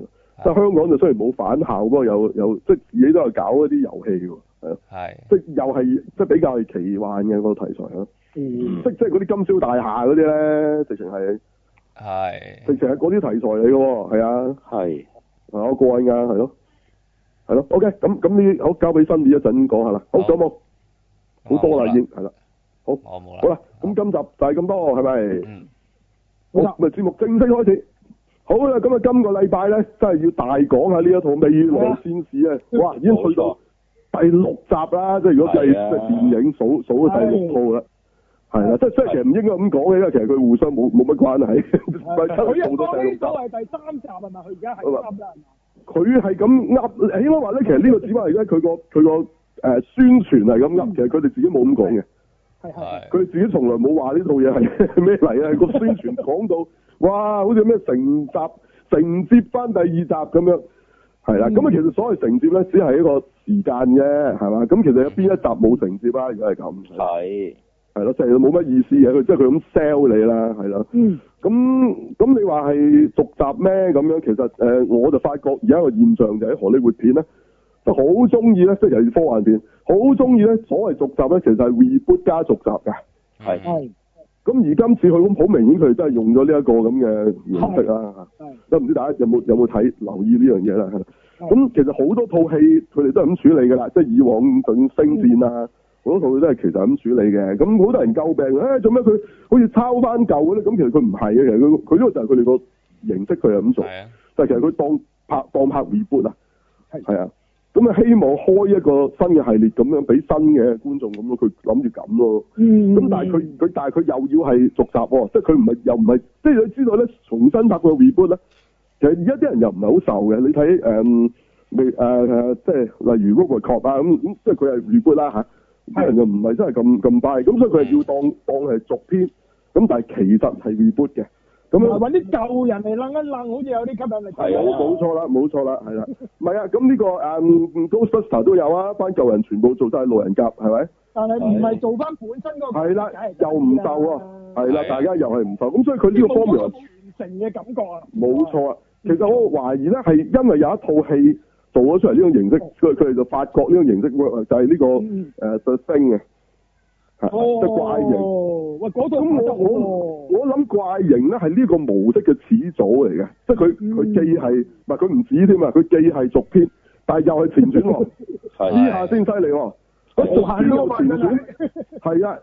Speaker 2: 即係香港就雖然冇返校，不過有有即係自己都有搞一啲遊戲喎，係啊
Speaker 3: 係
Speaker 2: 即係又係即係比較係奇幻嘅個題材咯，
Speaker 4: 嗯
Speaker 2: 即即係嗰啲金宵大廈嗰啲咧，直情係直
Speaker 3: 嗯係
Speaker 2: 情係嗰啲題材嚟嘅喎，係啊，
Speaker 4: 係
Speaker 2: 係啊，我過癮㗎，係咯，係咯，OK，咁咁呢，好交俾新年一陣講下啦，好
Speaker 3: 好
Speaker 2: 仲有冇？好多啦已經，係啦，
Speaker 3: 我冇啦，
Speaker 2: 好啦，咁今集就係咁多，係咪？
Speaker 3: 嗯
Speaker 2: 好，咪節目正式開始。好啦，咁啊，今個禮拜咧，真係要大講下呢一套《未來戰士》啊！哇，已經去到第六集啦，即係如果計
Speaker 4: 係啊
Speaker 2: 即係電影數數到第六套啦，係啦，即係即係其實唔應該咁講嘅，因為其實佢互相冇冇乜關係，咪真
Speaker 5: 佢
Speaker 2: 係
Speaker 5: 又
Speaker 2: 做到
Speaker 5: 講
Speaker 2: 第六
Speaker 5: 呢
Speaker 2: 集。
Speaker 5: 所謂第三集係咪？佢而家係啱啦，係嘛
Speaker 2: 佢係咁噏，起碼話咧，其實呢個只不過係咧佢個佢個誒宣傳係咁噏，其實佢哋自己冇咁啊講嘅。
Speaker 5: 係係。
Speaker 2: 佢
Speaker 3: 嗯係
Speaker 2: 自己從來冇話呢套嘢係 咩嚟啊！個宣傳講到，哇，好似咩承集承接翻第二集咁樣，係啦。咁啊、其實所謂承接咧，只係一個時間啫，係嘛？咁其實有邊一集冇承接啊？如果係咁，
Speaker 4: 係
Speaker 2: 係咯，即係冇乜意思嘅。佢即係佢咁 sell 你啦，係啦。
Speaker 5: 嗯，
Speaker 2: 咁咁你話係續集咩咁樣？其實誒、呃我就發覺而家個現象就喺荷里活片咧，都好中意咧，即係尤其是科幻片，好中意咧所謂續集咧，其實係 reboot 加續集㗎。
Speaker 3: 係
Speaker 5: 係
Speaker 2: 咁而今次佢咁好明顯，佢真係用咗呢一個咁嘅形式啦。
Speaker 5: 係
Speaker 2: 都唔知大家有冇有冇睇留意呢樣嘢啦？
Speaker 5: 係
Speaker 2: 咁其實好多套戲佢哋都係咁處理㗎啦，即係以往咁星戰啊，好多套都係其實係咁處理嘅。咁好多人詬病，誒做咩佢好似抄翻舊嘅咧？咁其實佢唔係嘅，其實佢佢呢個就係佢哋個形式，佢係咁做。
Speaker 3: 係啊，
Speaker 2: 但係其實佢當拍當拍 reboot 啊，
Speaker 5: 係
Speaker 2: 係啊。咁啊，希望開一個新嘅系列咁樣俾新嘅觀眾咁咯，佢諗住咁咯。
Speaker 5: 嗯，
Speaker 2: 咁但係佢佢但係佢又要係續集喎，即係佢唔係又唔係，即係你知道咧，重新拍個 reboot 咧，其實而家啲人又唔係好受嘅。你睇誒未誒誒，即係例如 Robocop 啊咁，咁即係佢係 reboot 啦嚇，啲人就唔
Speaker 4: 嗯
Speaker 2: 係真係咁咁 buy，咁所以佢係要當當係續篇，咁但係其實係 reboot 嘅。咁樣
Speaker 5: 揾啲舊人嚟楞一楞，好似有啲吸引力。
Speaker 4: 嗯係啊
Speaker 2: 冇冇錯啦，冇錯啦，係啦，唔係啊，咁呢、個誒 Ghostbuster 都有啊，班舊人全部做晒路人甲，係咪？
Speaker 5: 但係唔係做翻本身嗰個
Speaker 2: 係啦，又唔受啊，係啦
Speaker 3: 係啊，
Speaker 2: 大家又係唔受，咁所以佢呢
Speaker 5: 呢
Speaker 2: 個
Speaker 5: 個
Speaker 2: formula
Speaker 5: 傳承嘅感覺啊，
Speaker 2: 冇錯啊。其實我懷疑咧係因為有一套戲做咗出嚟呢種形式，佢佢哋就發覺呢種形式 work 啊就係呢、個誒
Speaker 5: 嗯
Speaker 2: The Thing 啊，係即係怪形。
Speaker 5: 哦，喂，嗰套
Speaker 2: 咁我哦我我諗怪形咧係呢個模式嘅始祖嚟嘅，即係佢
Speaker 5: 嗯
Speaker 2: 佢既係唔係佢唔止添啊，佢既係續篇，但係又係前傳喎，
Speaker 5: 哎
Speaker 2: 呢
Speaker 3: 係
Speaker 2: 下先哎犀利喎。
Speaker 5: 我
Speaker 2: 佢續篇又前傳，係啊，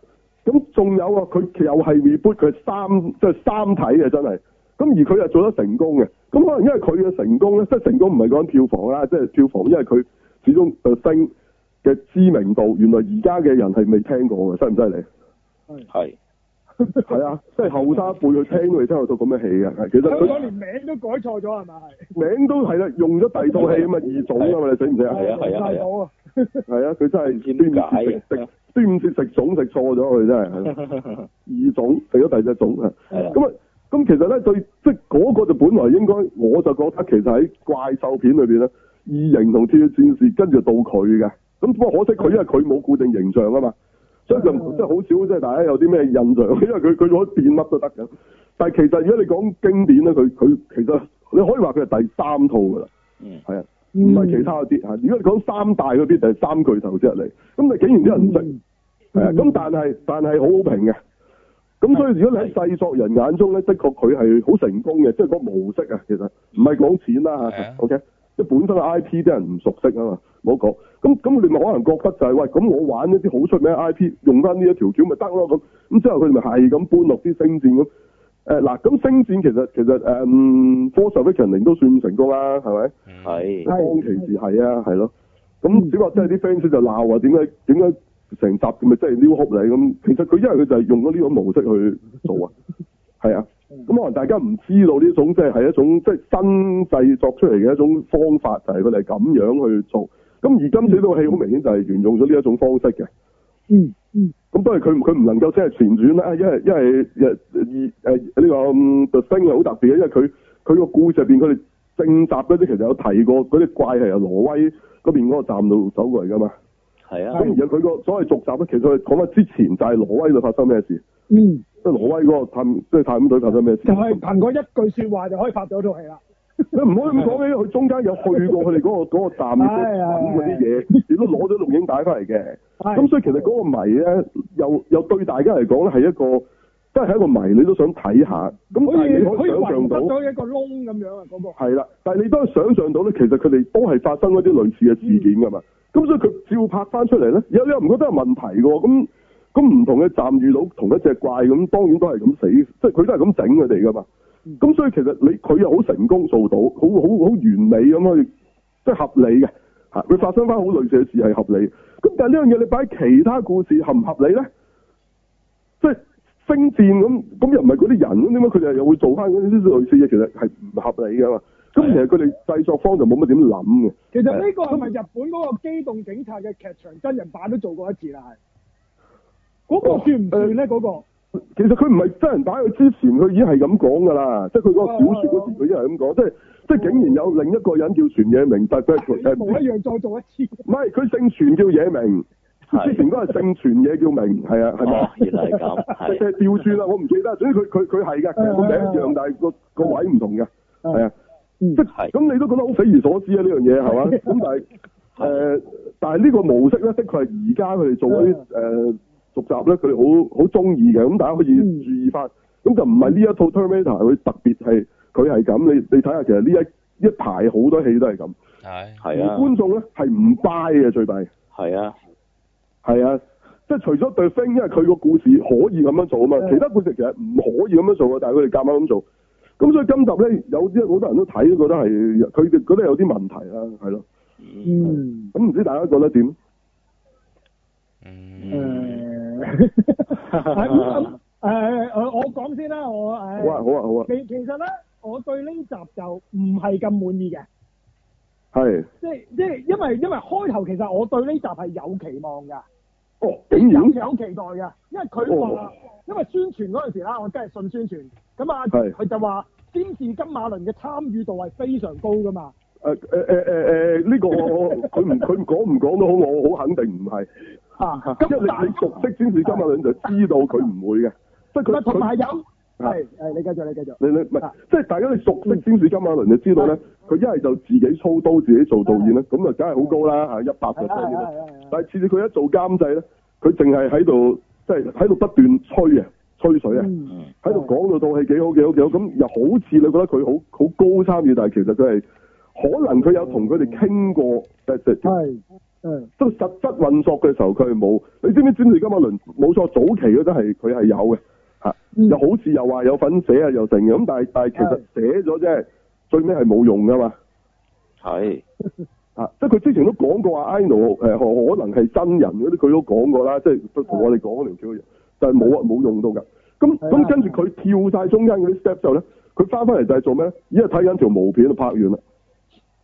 Speaker 2: 咁仲有啊，佢又係 reboot 佢係三即係三體嘅真係，咁而佢又做得成功嘅，咁可能因為佢嘅成功咧，即係成功唔係講票房啦，即係票房，因為佢始終誒星嘅知名度，原來而家嘅人係未聽過嘅，犀唔犀利？
Speaker 4: 係
Speaker 2: 係啊，即係後生一輩去聽都未聽過套咁嘅戲嘅，係其實
Speaker 5: 香港
Speaker 2: 佢
Speaker 5: 連名都改錯咗係咪？係
Speaker 2: 名都係啦，用咗第二套戲啊嘛，二種啊嘛，你死唔死啊？
Speaker 4: 係啊係啊
Speaker 5: 大佬啊，
Speaker 2: 係啊，佢真係
Speaker 4: 唔知點解
Speaker 2: 端午節食食端午節食粽食錯咗，佢真係 係啦二種食咗第二隻粽啊！
Speaker 4: 係啦
Speaker 2: 咁啊，咁其實咧對，即係嗰個就本來應該，我就覺得其實喺怪獸片裏邊咧，異形同鐵血戰士跟住到佢嘅，咁不過可惜佢因為佢冇固定形象啊嘛，所以就
Speaker 5: 嗯
Speaker 2: 即係好少即係大家有啲咩印象，因為佢 佢可以變乜都得嘅。但係其實如果你講經典咧，佢佢其實你可以話佢係第三套㗎啦，
Speaker 4: 嗯
Speaker 2: 係啊。唔係其他嗰啲嚇。如果你講三大嗰啲，就係三巨頭之一嚟。咁你竟然啲人唔識，係啊
Speaker 5: 嗯
Speaker 2: 咁但係但係好好評嘅。咁所以如果你喺製作人眼中咧，的確佢係好成功嘅，即係個模式啊，其實唔係講錢啦
Speaker 3: 係啊
Speaker 2: 嚇。OK，即係本身嘅 I P 啲人唔熟悉啊嘛，冇講。咁咁你咪可能覺得就係、喂，咁我玩一啲好出名嘅 I P，用翻呢一條橋咪得咯咁。咁之後佢哋咪係咁搬落啲星戰咁。誒嗱，咁星戰其實其實誒、嗯、Force Awakening 都算成功啦，係咪？
Speaker 3: 嗯
Speaker 4: 係
Speaker 2: 當
Speaker 5: 係
Speaker 2: 其時係啊，係
Speaker 5: 嗯
Speaker 2: 咯。咁只不過即係啲 fans 就鬧啊，點解點解成集咁咪真係 new hope 嚟咁？其實佢因為佢就係用咗呢個模式去做啊，係啊。
Speaker 5: 嗯
Speaker 2: 咁可能大家唔知道呢種即係係一種即係新製作出嚟嘅一種方法，就係佢哋咁樣去做。咁而今次呢套戲好明顯就係沿用咗呢一種方式嘅。
Speaker 5: 嗯嗯
Speaker 2: 咁當然佢唔佢唔能夠即係旋轉啦，因為因為誒二誒呢個嗯 The Thing 係好特別嘅，因為佢佢個故事入邊佢哋正集嗰啲其實有提過嗰啲怪係由挪威嗰邊嗰個站度走過嚟噶嘛。
Speaker 4: 係
Speaker 2: 咁
Speaker 4: 啊
Speaker 2: 而家佢個所謂續集咧，其實佢講翻之前就係挪威度發生咩事，
Speaker 5: 嗯，
Speaker 2: 即係挪威嗰個探即係探險隊發生咩事。
Speaker 5: 就係憑嗰一句説話就可以拍到套戲啦。
Speaker 2: 你唔可以咁講嘅，佢中間有去過佢哋嗰個嗰個站
Speaker 5: 係
Speaker 2: 揾嗰啲嘢，亦都攞咗錄影帶翻嚟嘅。
Speaker 5: 係
Speaker 2: 咁所以其實嗰個謎咧，又又對大家嚟講咧係一個，真係一個謎，你都想睇下。咁但
Speaker 5: 好
Speaker 2: 係
Speaker 5: 似
Speaker 2: 你
Speaker 5: 好
Speaker 2: 可以
Speaker 5: 似
Speaker 2: 想
Speaker 5: 混
Speaker 2: 像
Speaker 5: 得
Speaker 2: 到，
Speaker 5: 咗一個窿咁樣啊！嗰個
Speaker 2: 係啦，但係你都係想像到咧，其實佢哋都係發生嗰啲類似嘅事件噶嘛。咁、所以佢照拍翻出嚟咧，有你又唔覺得有問題嘅喎。咁咁唔同嘅站遇到同一隻怪咁，當然都係咁死，即係佢都係咁整佢哋噶嘛。咁所以其實你佢又好成功做到，好好好完美咁去，即係合理嘅嚇。佢發生翻好類似嘅事係合理嘅。咁但係呢樣嘢你擺喺其他故事合唔合理咧？即係星戰咁，咁又唔係嗰啲人咁，點解佢哋又會做翻嗰啲類似嘢？其實係唔合理噶嘛。咁其實佢哋製作方就冇乜點諗嘅。
Speaker 5: 其實呢個係咪日本嗰個機動警察嘅劇場真人版都做過一次啦？係嗰個算唔算咧？嗰個
Speaker 2: 其實佢唔係真人擺佢之前，佢已經係咁講㗎啦。即係佢嗰個小説嗰時，佢已經係咁講，即係即係竟然有另一個人叫全野明，但係佢
Speaker 5: 一模
Speaker 2: 誒
Speaker 5: 一樣再做一次。
Speaker 2: 唔係佢姓全叫野明，
Speaker 4: 係
Speaker 2: 之前嗰個姓全野叫明，係啊係咪
Speaker 4: 哦
Speaker 2: 啊？，
Speaker 4: 原來係咁，
Speaker 2: 即係
Speaker 4: 係
Speaker 2: 調轉啦，我唔記得，所以佢佢佢係㗎，其實個名一樣，但係個個位唔同嘅，係啊。
Speaker 5: 嗯
Speaker 2: 即
Speaker 4: 係
Speaker 2: 咁你都覺得好匪夷所思啊呢樣嘢係嘛？咁但係誒，但係呢個模式咧，的確係而家佢哋做嗰啲誒續集咧，佢哋好好中意嘅。咁大家可以
Speaker 5: 嗯
Speaker 2: 注意翻，咁就唔係呢一套 Terminator 佢特別係佢係咁。你你睇下，其實呢一一排好多戲都係咁，
Speaker 3: 係
Speaker 2: 而
Speaker 4: 係啊
Speaker 2: 觀眾咧係唔 buy 嘅最弊，
Speaker 4: 係啊
Speaker 2: 係啊。即係除咗對 t 因為佢個故事可以咁樣做啊嘛，
Speaker 5: 嗯
Speaker 2: 其他故事其實唔可以咁樣做嘅，但係佢哋夾硬咁做。咁所以今集咧有啲好多人都睇，覺得係佢哋覺得有啲問題啦，係咯。
Speaker 5: 嗯
Speaker 2: 咁唔知大家覺得點？
Speaker 5: 誒，
Speaker 3: 嗯
Speaker 5: 係咁誒誒，我講先啦，我誒
Speaker 2: 好啊，。好啊，好啊，
Speaker 5: 其其實咧，我對呢集就唔係咁滿意嘅，
Speaker 2: 係
Speaker 5: 即係即係因為因為開頭其實我對呢集係有期望㗎，
Speaker 2: 哦，竟然
Speaker 5: 有有期待嘅，因為佢
Speaker 2: 哦
Speaker 5: 話，因為宣傳嗰陣時啦，我真係信宣傳，咁啊，
Speaker 2: 係
Speaker 5: 佢就話詹士金馬倫嘅參與度係非常高噶嘛，
Speaker 2: 誒誒誒誒誒呢個我我佢 唔佢唔講唔講都好，我好肯定唔係，
Speaker 5: 嚇、
Speaker 2: 因為
Speaker 5: 啊咁
Speaker 2: 你你熟悉詹士金馬倫就知道佢唔會嘅，即
Speaker 5: 但
Speaker 2: 係佢
Speaker 5: 係啊同埋
Speaker 2: 佢
Speaker 5: 有，係係你繼續你繼續，
Speaker 2: 你你唔係
Speaker 5: 啊
Speaker 2: 即係大家你熟悉詹士金馬倫就知道咧，佢一係就自己操刀自己做導演咧，咁就梗係好高啦嚇，一百
Speaker 5: 啊係
Speaker 2: p
Speaker 5: 啊
Speaker 2: e
Speaker 5: 係啊係啊係啊
Speaker 2: 但係次次佢一做監製咧，佢淨係喺度即係喺度不斷吹啊吹水啊。
Speaker 5: 嗯
Speaker 2: 喺度講到套戲幾好幾好幾好，咁又好似你覺得佢好好高參與，但係其實佢係可能佢有同佢哋傾過，但係即
Speaker 5: 係嗯
Speaker 2: 係實質運作嘅時候佢係冇。你知唔知詹士金馬倫冇錯，早期嗰陣係佢係有嘅，嚇、
Speaker 5: 嗯
Speaker 2: 又好似又話有份寫啊又成嘅，咁但係但係其實
Speaker 5: 係
Speaker 2: 寫咗啫，最尾係冇用噶嘛。
Speaker 4: 係
Speaker 2: 啊！即係佢之前都講過話 Ino 誒、可能係真人嗰啲，佢都講過啦，即係都同我哋講嗰條橋嘅嘢，但係冇啊冇用到㗎。咁
Speaker 5: 係啊
Speaker 2: 咁跟住佢跳晒中間嗰啲 step 之後咧，佢翻返嚟就係做咩咧？而家睇緊條毛片就拍完啦。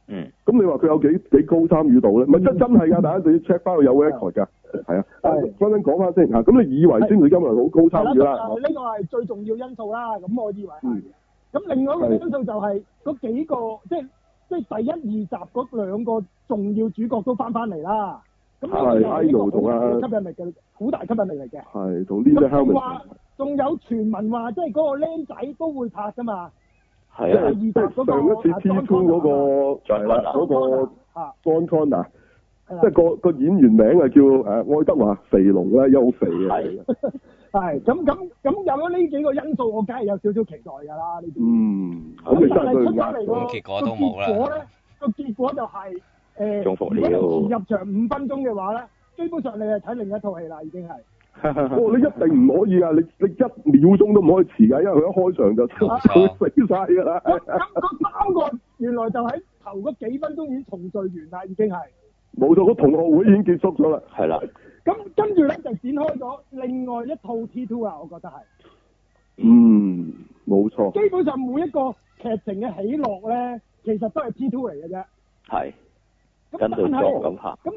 Speaker 4: 嗯
Speaker 2: 咁你話佢有幾幾高參與度咧？咪真真係㗎，大家就要 check 翻佢有 record 㗎，嗯係啊。
Speaker 5: 係
Speaker 2: 分分講翻先嚇，啊咁你以為詹士金人好高
Speaker 5: 係
Speaker 2: 參與啦？
Speaker 5: 咁啊呢個係最重要因素啦，咁我以為係
Speaker 2: 嗯。
Speaker 5: 咁另外一個因素就係嗰幾個即係即係第一二集嗰兩個重要主角都翻翻嚟啦。咁呢個
Speaker 2: 係
Speaker 5: 就係一個
Speaker 2: Idol 同啊
Speaker 5: 好大嘅吸引力嘅，好大吸引力嚟嘅。
Speaker 2: 係同呢啲 h e
Speaker 5: 咁
Speaker 2: l
Speaker 5: 仲
Speaker 2: m
Speaker 5: 話仲有傳聞話，即係嗰個僆仔都會拍噶嘛？
Speaker 2: 即
Speaker 4: 係
Speaker 2: 係
Speaker 4: 啊，
Speaker 2: 即係上一次 T Two 嗰個
Speaker 4: John
Speaker 2: 係啦
Speaker 4: Connor
Speaker 2: 嗰個
Speaker 5: 嚇
Speaker 2: John Connor。
Speaker 5: 係
Speaker 2: 即係
Speaker 5: 啦
Speaker 2: 個個演員名係叫誒、呃、愛德華肥龍啦，又好肥嘅
Speaker 4: 係。
Speaker 5: 係咁咁咁有咗呢幾個因素，我梗係有少少期待㗎啦呢啲。
Speaker 2: 嗯，咁你真係
Speaker 5: 咁但係出翻
Speaker 2: 佢
Speaker 5: 嚟
Speaker 2: 呃
Speaker 5: 個
Speaker 2: 咗
Speaker 3: 咁結果都冇啦
Speaker 5: 個結果咧，個結果就係誒，
Speaker 4: 中伏了
Speaker 5: 如果你入場五分鐘嘅話咧，基本上你係睇另一套戲啦，已經係。
Speaker 2: 哦，你一定唔可以㗎，你你一秒鐘都唔可以遲㗎，因為佢一開場 就
Speaker 3: 冇錯
Speaker 2: 佢死晒㗎啦。
Speaker 5: 咁咁嗰三個原來就喺頭嗰幾分鐘已經重聚完啦，已經係。
Speaker 2: 冇錯，個同學會已經結束咗啦。
Speaker 4: 係啦，
Speaker 5: 咁跟住咧就展開咗另外一套 T two 啊啦，我覺得係。
Speaker 2: 嗯，冇錯。
Speaker 5: 基本上每一個劇情嘅起落咧，其實都係 T two 嚟嘅啫。
Speaker 4: 係
Speaker 5: 咁但
Speaker 4: 跟到作
Speaker 5: 係
Speaker 4: 咁嚇，
Speaker 5: 咁，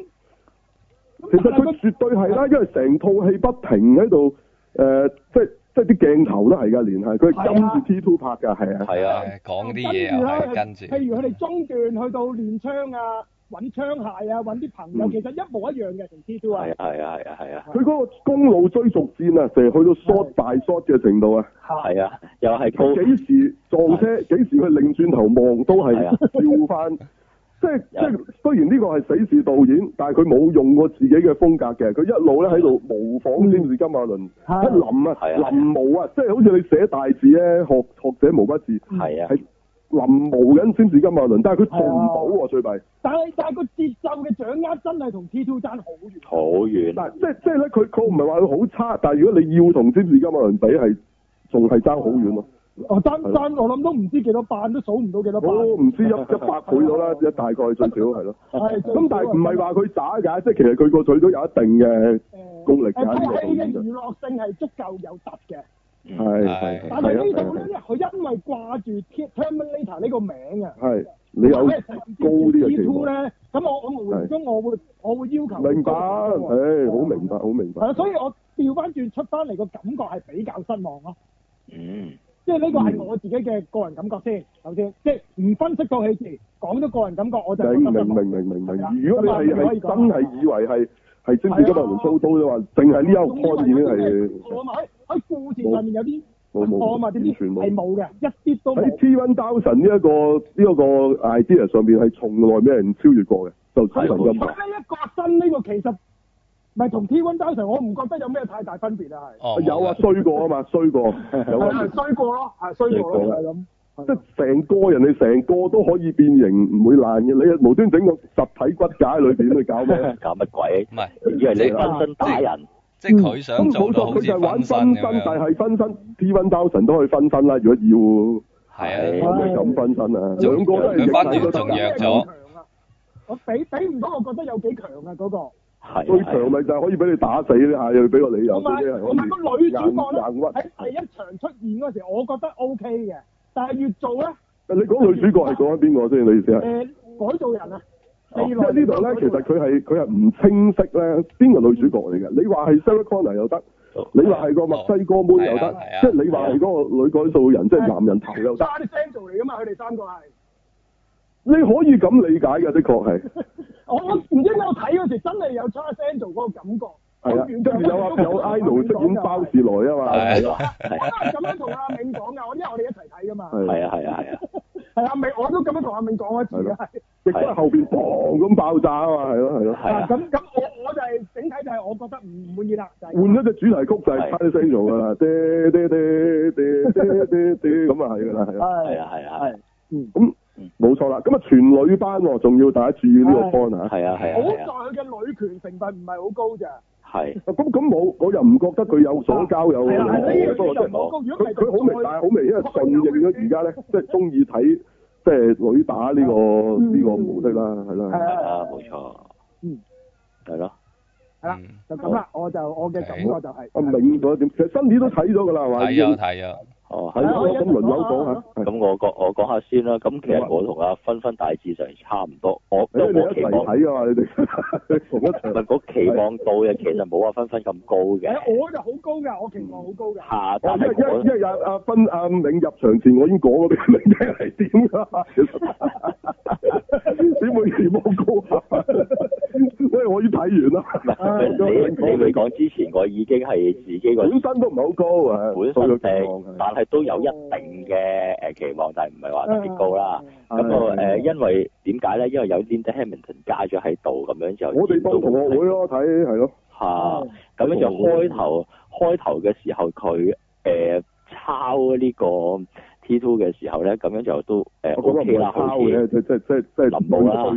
Speaker 5: 咁
Speaker 2: 其實
Speaker 5: 但係
Speaker 2: 佢絕對係啦，因為成套戲不停喺度誒，即係即係啲鏡頭都係㗎，連係佢係跟住 T Two 拍㗎，係啊。
Speaker 4: 係啊，
Speaker 3: 誒講啲嘢又係跟住，
Speaker 5: 譬如佢哋中段去到練槍啊、揾槍械啊、揾啲朋友，
Speaker 2: 嗯
Speaker 5: 其實一模一樣嘅同 T two
Speaker 4: 係
Speaker 5: 係
Speaker 4: 啊，。係啊，係啊，係啊，
Speaker 2: 佢嗰個公路追逐戰啊，成日去到 shot by shot 嘅程度啊。
Speaker 4: 係啊，又係高
Speaker 2: 幾時撞車，幾時佢擰轉頭望都係
Speaker 4: 係啊
Speaker 2: 照翻。即係即
Speaker 4: 有
Speaker 2: 係，雖然呢個係死侍導演，但係佢冇用過自己嘅風格嘅，佢一路咧喺度模仿詹士金馬倫，
Speaker 5: 係
Speaker 2: 一
Speaker 4: 係
Speaker 2: 臨啊
Speaker 4: 啊
Speaker 2: 臨摹啊，即係好似你寫大字咧，學學者毛筆字，
Speaker 4: 係啊
Speaker 2: 係，臨摹緊詹士金馬倫，但係佢做唔到喎最弊。
Speaker 5: 但係但係個節奏嘅掌握真係同 T two 爭好遠。
Speaker 4: 好遠，
Speaker 2: 嗱，即係即係咧，佢佢唔係話佢好差，但係如果你要同詹士金馬倫比，係仲係爭好遠咯。
Speaker 5: 哦，爭
Speaker 2: 係咯
Speaker 5: 爭我諗都唔知幾多版，都數唔到幾多版。
Speaker 2: 我唔 知一一百倍到啦，一大概最少係咯。
Speaker 5: 係最
Speaker 2: 咁但係唔係話佢渣㗎，即係其實佢個嘴都有一定嘅
Speaker 5: 誒
Speaker 2: 功力
Speaker 5: 誒
Speaker 2: 㗎，呢個導
Speaker 5: 套戲嘅
Speaker 2: 演就
Speaker 5: 娛樂性係足夠有突嘅，
Speaker 3: 係
Speaker 2: 係係
Speaker 5: 但係呢
Speaker 2: 係
Speaker 5: 套
Speaker 2: 啊
Speaker 5: 咧，佢因為掛住 Ter- Terminator 呢個名啊，
Speaker 2: 係係你有高啲嘅期
Speaker 5: T2
Speaker 2: 望，
Speaker 5: 咧，咁我我無形中我會我會要求
Speaker 2: 明白，
Speaker 5: 高啲喎
Speaker 2: 誒好明白，好明
Speaker 5: 係
Speaker 2: 白
Speaker 5: 啊，，所以我調翻轉出翻嚟個感覺係比較失望咯，
Speaker 4: 嗯，
Speaker 5: 即係呢個係我自己嘅個人感覺先，首先即係唔分析套戲時講咗個人感覺，我就係
Speaker 2: 明
Speaker 5: 覺
Speaker 2: 明
Speaker 5: 得失
Speaker 2: 明
Speaker 5: 望
Speaker 2: 明明明
Speaker 5: 係啊
Speaker 2: 明，如果你係係真係以為係係詹士金馬倫操刀嘅話，淨係呢一個
Speaker 5: 我
Speaker 2: 概念係
Speaker 5: 我咪喺喺故事上面有啲
Speaker 2: 冇冇
Speaker 5: 我咪啊點
Speaker 2: 完
Speaker 5: 知
Speaker 2: 全
Speaker 5: 係
Speaker 2: 冇。
Speaker 5: 冇啊嘅，一啲都冇
Speaker 2: 喺。T One Thousand 呢一個呢一個 idea 上邊係從來咩人超越過嘅，就
Speaker 5: 佢
Speaker 2: 詹士
Speaker 5: 呢
Speaker 2: 金
Speaker 5: 一個新呢個其實咪同 T One 單場，我唔覺得有咩太大分別啊，係。
Speaker 3: 哦，
Speaker 2: 有啊，
Speaker 3: 冇
Speaker 2: 衰過啊嘛，衰過有啊。
Speaker 5: 係衰過咯，係衰過咯，就係咁。
Speaker 2: 即係成個人哋成個都可以變形，唔會爛嘅。你無端整個實體骨架喺裏邊，你搞 咩？
Speaker 4: 搞乜鬼？
Speaker 3: 唔係，
Speaker 4: 以為你分身打人，
Speaker 3: 即係佢
Speaker 2: 嗯咁
Speaker 3: 想
Speaker 2: 冇
Speaker 3: 做到
Speaker 2: 錯，
Speaker 3: 好
Speaker 2: 佢
Speaker 3: 似
Speaker 2: 就係玩
Speaker 3: 分
Speaker 2: 分
Speaker 3: 身
Speaker 2: 身，
Speaker 3: 咁樣，
Speaker 2: 但係分身 T One Thousand 都可以分身啦。如果
Speaker 3: 係
Speaker 2: 要
Speaker 3: 啊，
Speaker 2: 咁咪咁分身啊，
Speaker 3: 仲
Speaker 2: 兩個都係
Speaker 3: 兩
Speaker 2: 逆
Speaker 3: 班
Speaker 2: 勢都
Speaker 3: 完仲弱
Speaker 5: 啊
Speaker 2: 得。
Speaker 3: 咗。
Speaker 5: 我比比唔到，我覺得有幾強啊嗰個。
Speaker 4: 係
Speaker 2: 嗯最強咪就係可以俾你打死呢下，又要俾個理由，
Speaker 5: 同埋
Speaker 2: 嗰啲係
Speaker 5: 同埋個女主角咧
Speaker 2: 硬硬屈
Speaker 5: 喺第一場出現嗰時，我覺得 O K 嘅，但係越做咧
Speaker 2: 呃你講女主角係講緊邊個先？你意思係？
Speaker 5: 誒改造人啊，
Speaker 2: 哦因為呢度咧，其實佢係佢係唔清晰咧，邊個女主角嚟嘅？你話係 Sarah Connor 又得，你話係個墨西哥妹又
Speaker 3: 係
Speaker 2: 得
Speaker 3: 啊係啊，
Speaker 2: 即係你話係嗰個女改數人，即係男人頭又得。
Speaker 5: Star Sandal 嚟噶嘛，佢哋三個係。
Speaker 2: 你可以咁理解嘅，的確係。
Speaker 5: 我我唔知點解我睇嗰時真係有 Star Sandal 嗰個感覺。
Speaker 2: 係啊，跟住有 啊有 idol 飾演包士來啊嘛，
Speaker 3: 係
Speaker 2: 係
Speaker 3: 啊
Speaker 2: 啊，
Speaker 5: 我係咁樣同阿銘講㗎，我因為我哋一齊睇㗎嘛。
Speaker 2: 係
Speaker 4: 係啊係啊係啊，
Speaker 5: 係阿銘，我都咁樣同阿銘講一次啊嘅。係
Speaker 2: 亦都係後邊砰咁爆炸啊嘛，係咯係咯，
Speaker 4: 係啊
Speaker 5: 咁咁，我我就係整體就係我覺得唔滿意啦，就係
Speaker 2: 換咗隻主題曲就係 Charlie s a n g e 噶啦，喋喋喋喋喋喋喋咁啊係噶啦係啊，
Speaker 4: 係
Speaker 5: 係
Speaker 4: 啊係啊
Speaker 2: 咁冇錯啦，咁啊全女班喎，仲要大家注意呢個 point 啊，
Speaker 4: 係啊係
Speaker 5: 好
Speaker 4: 啊
Speaker 5: 在佢嘅女權成分唔係好高咋。
Speaker 4: 係啊，
Speaker 2: 咁咁冇，我又唔覺得佢有所交友
Speaker 5: 係啦，啊係呢
Speaker 2: 嘅，
Speaker 5: 樣
Speaker 2: 不
Speaker 5: 嘢就
Speaker 2: 過即係
Speaker 5: 唔好高。如果唔
Speaker 2: 佢
Speaker 5: 係
Speaker 2: 佢好明，但係好明顯係順應咗而家咧，即係中意睇即係女打呢個呢個模式啦，係啦。
Speaker 4: 係啊冇錯，
Speaker 5: 嗯，
Speaker 4: 係咯，
Speaker 5: 係啦，
Speaker 3: 嗯
Speaker 5: 就咁啦。我就我嘅感覺就係。
Speaker 2: 我啊明咗點，其實新年都睇咗㗎啦，係啊嘛？
Speaker 3: 睇
Speaker 2: 已經
Speaker 3: 咗睇咗，
Speaker 4: 哦
Speaker 2: 係
Speaker 4: 係
Speaker 2: 咯，咁輪流講下。係
Speaker 4: 咁我講我講下先啦。咁其
Speaker 2: 好
Speaker 4: 實
Speaker 2: 啊
Speaker 4: 我同阿芬芬大致上差唔多，我因
Speaker 2: 因為你
Speaker 4: 為我期
Speaker 2: 一齊
Speaker 4: 望
Speaker 2: 睇啊嘛，你哋 同一
Speaker 4: 唔
Speaker 2: 場。
Speaker 4: 係我期望到嘅，其實冇阿芬芬咁高
Speaker 2: 哎
Speaker 4: 嘅
Speaker 5: 係啊，我就好高㗎，我期望好高㗎。
Speaker 4: 下，
Speaker 2: 哦
Speaker 4: 但
Speaker 2: 因為因為
Speaker 4: 係
Speaker 2: 因為阿阿芬阿銘入場前，我已經講咗俾佢聽係點 㗎啦。其實點會期望高啊？ 喂，我已經睇完啦。
Speaker 4: 我你你 未講之前，我已經係自己個
Speaker 2: 本身都唔啊係好高啊，
Speaker 4: 本
Speaker 2: 對
Speaker 4: 身
Speaker 2: 佢
Speaker 4: 定，
Speaker 2: 期望係
Speaker 4: 但係都有一定嘅誒期望，但係唔係話特別高啦。
Speaker 5: 嗯
Speaker 4: 咁
Speaker 2: 啊係
Speaker 4: 啊誒，因為點解咧？因為有 Linda Hamilton 加咗喺度，咁樣就
Speaker 2: 我哋當同學會
Speaker 4: 咯
Speaker 2: 咯，嗯睇係咯，
Speaker 5: 啊嗯
Speaker 4: 嚇。咁樣就開頭開頭嘅時候，佢誒抄呢個 T two 嘅時候咧，咁樣就都誒
Speaker 2: 我覺
Speaker 4: O
Speaker 2: 得
Speaker 4: K
Speaker 2: 唔
Speaker 4: 啦，
Speaker 2: 係
Speaker 4: 好
Speaker 2: 抄
Speaker 4: 似。
Speaker 2: 嘅，即即即即
Speaker 4: 林寶啦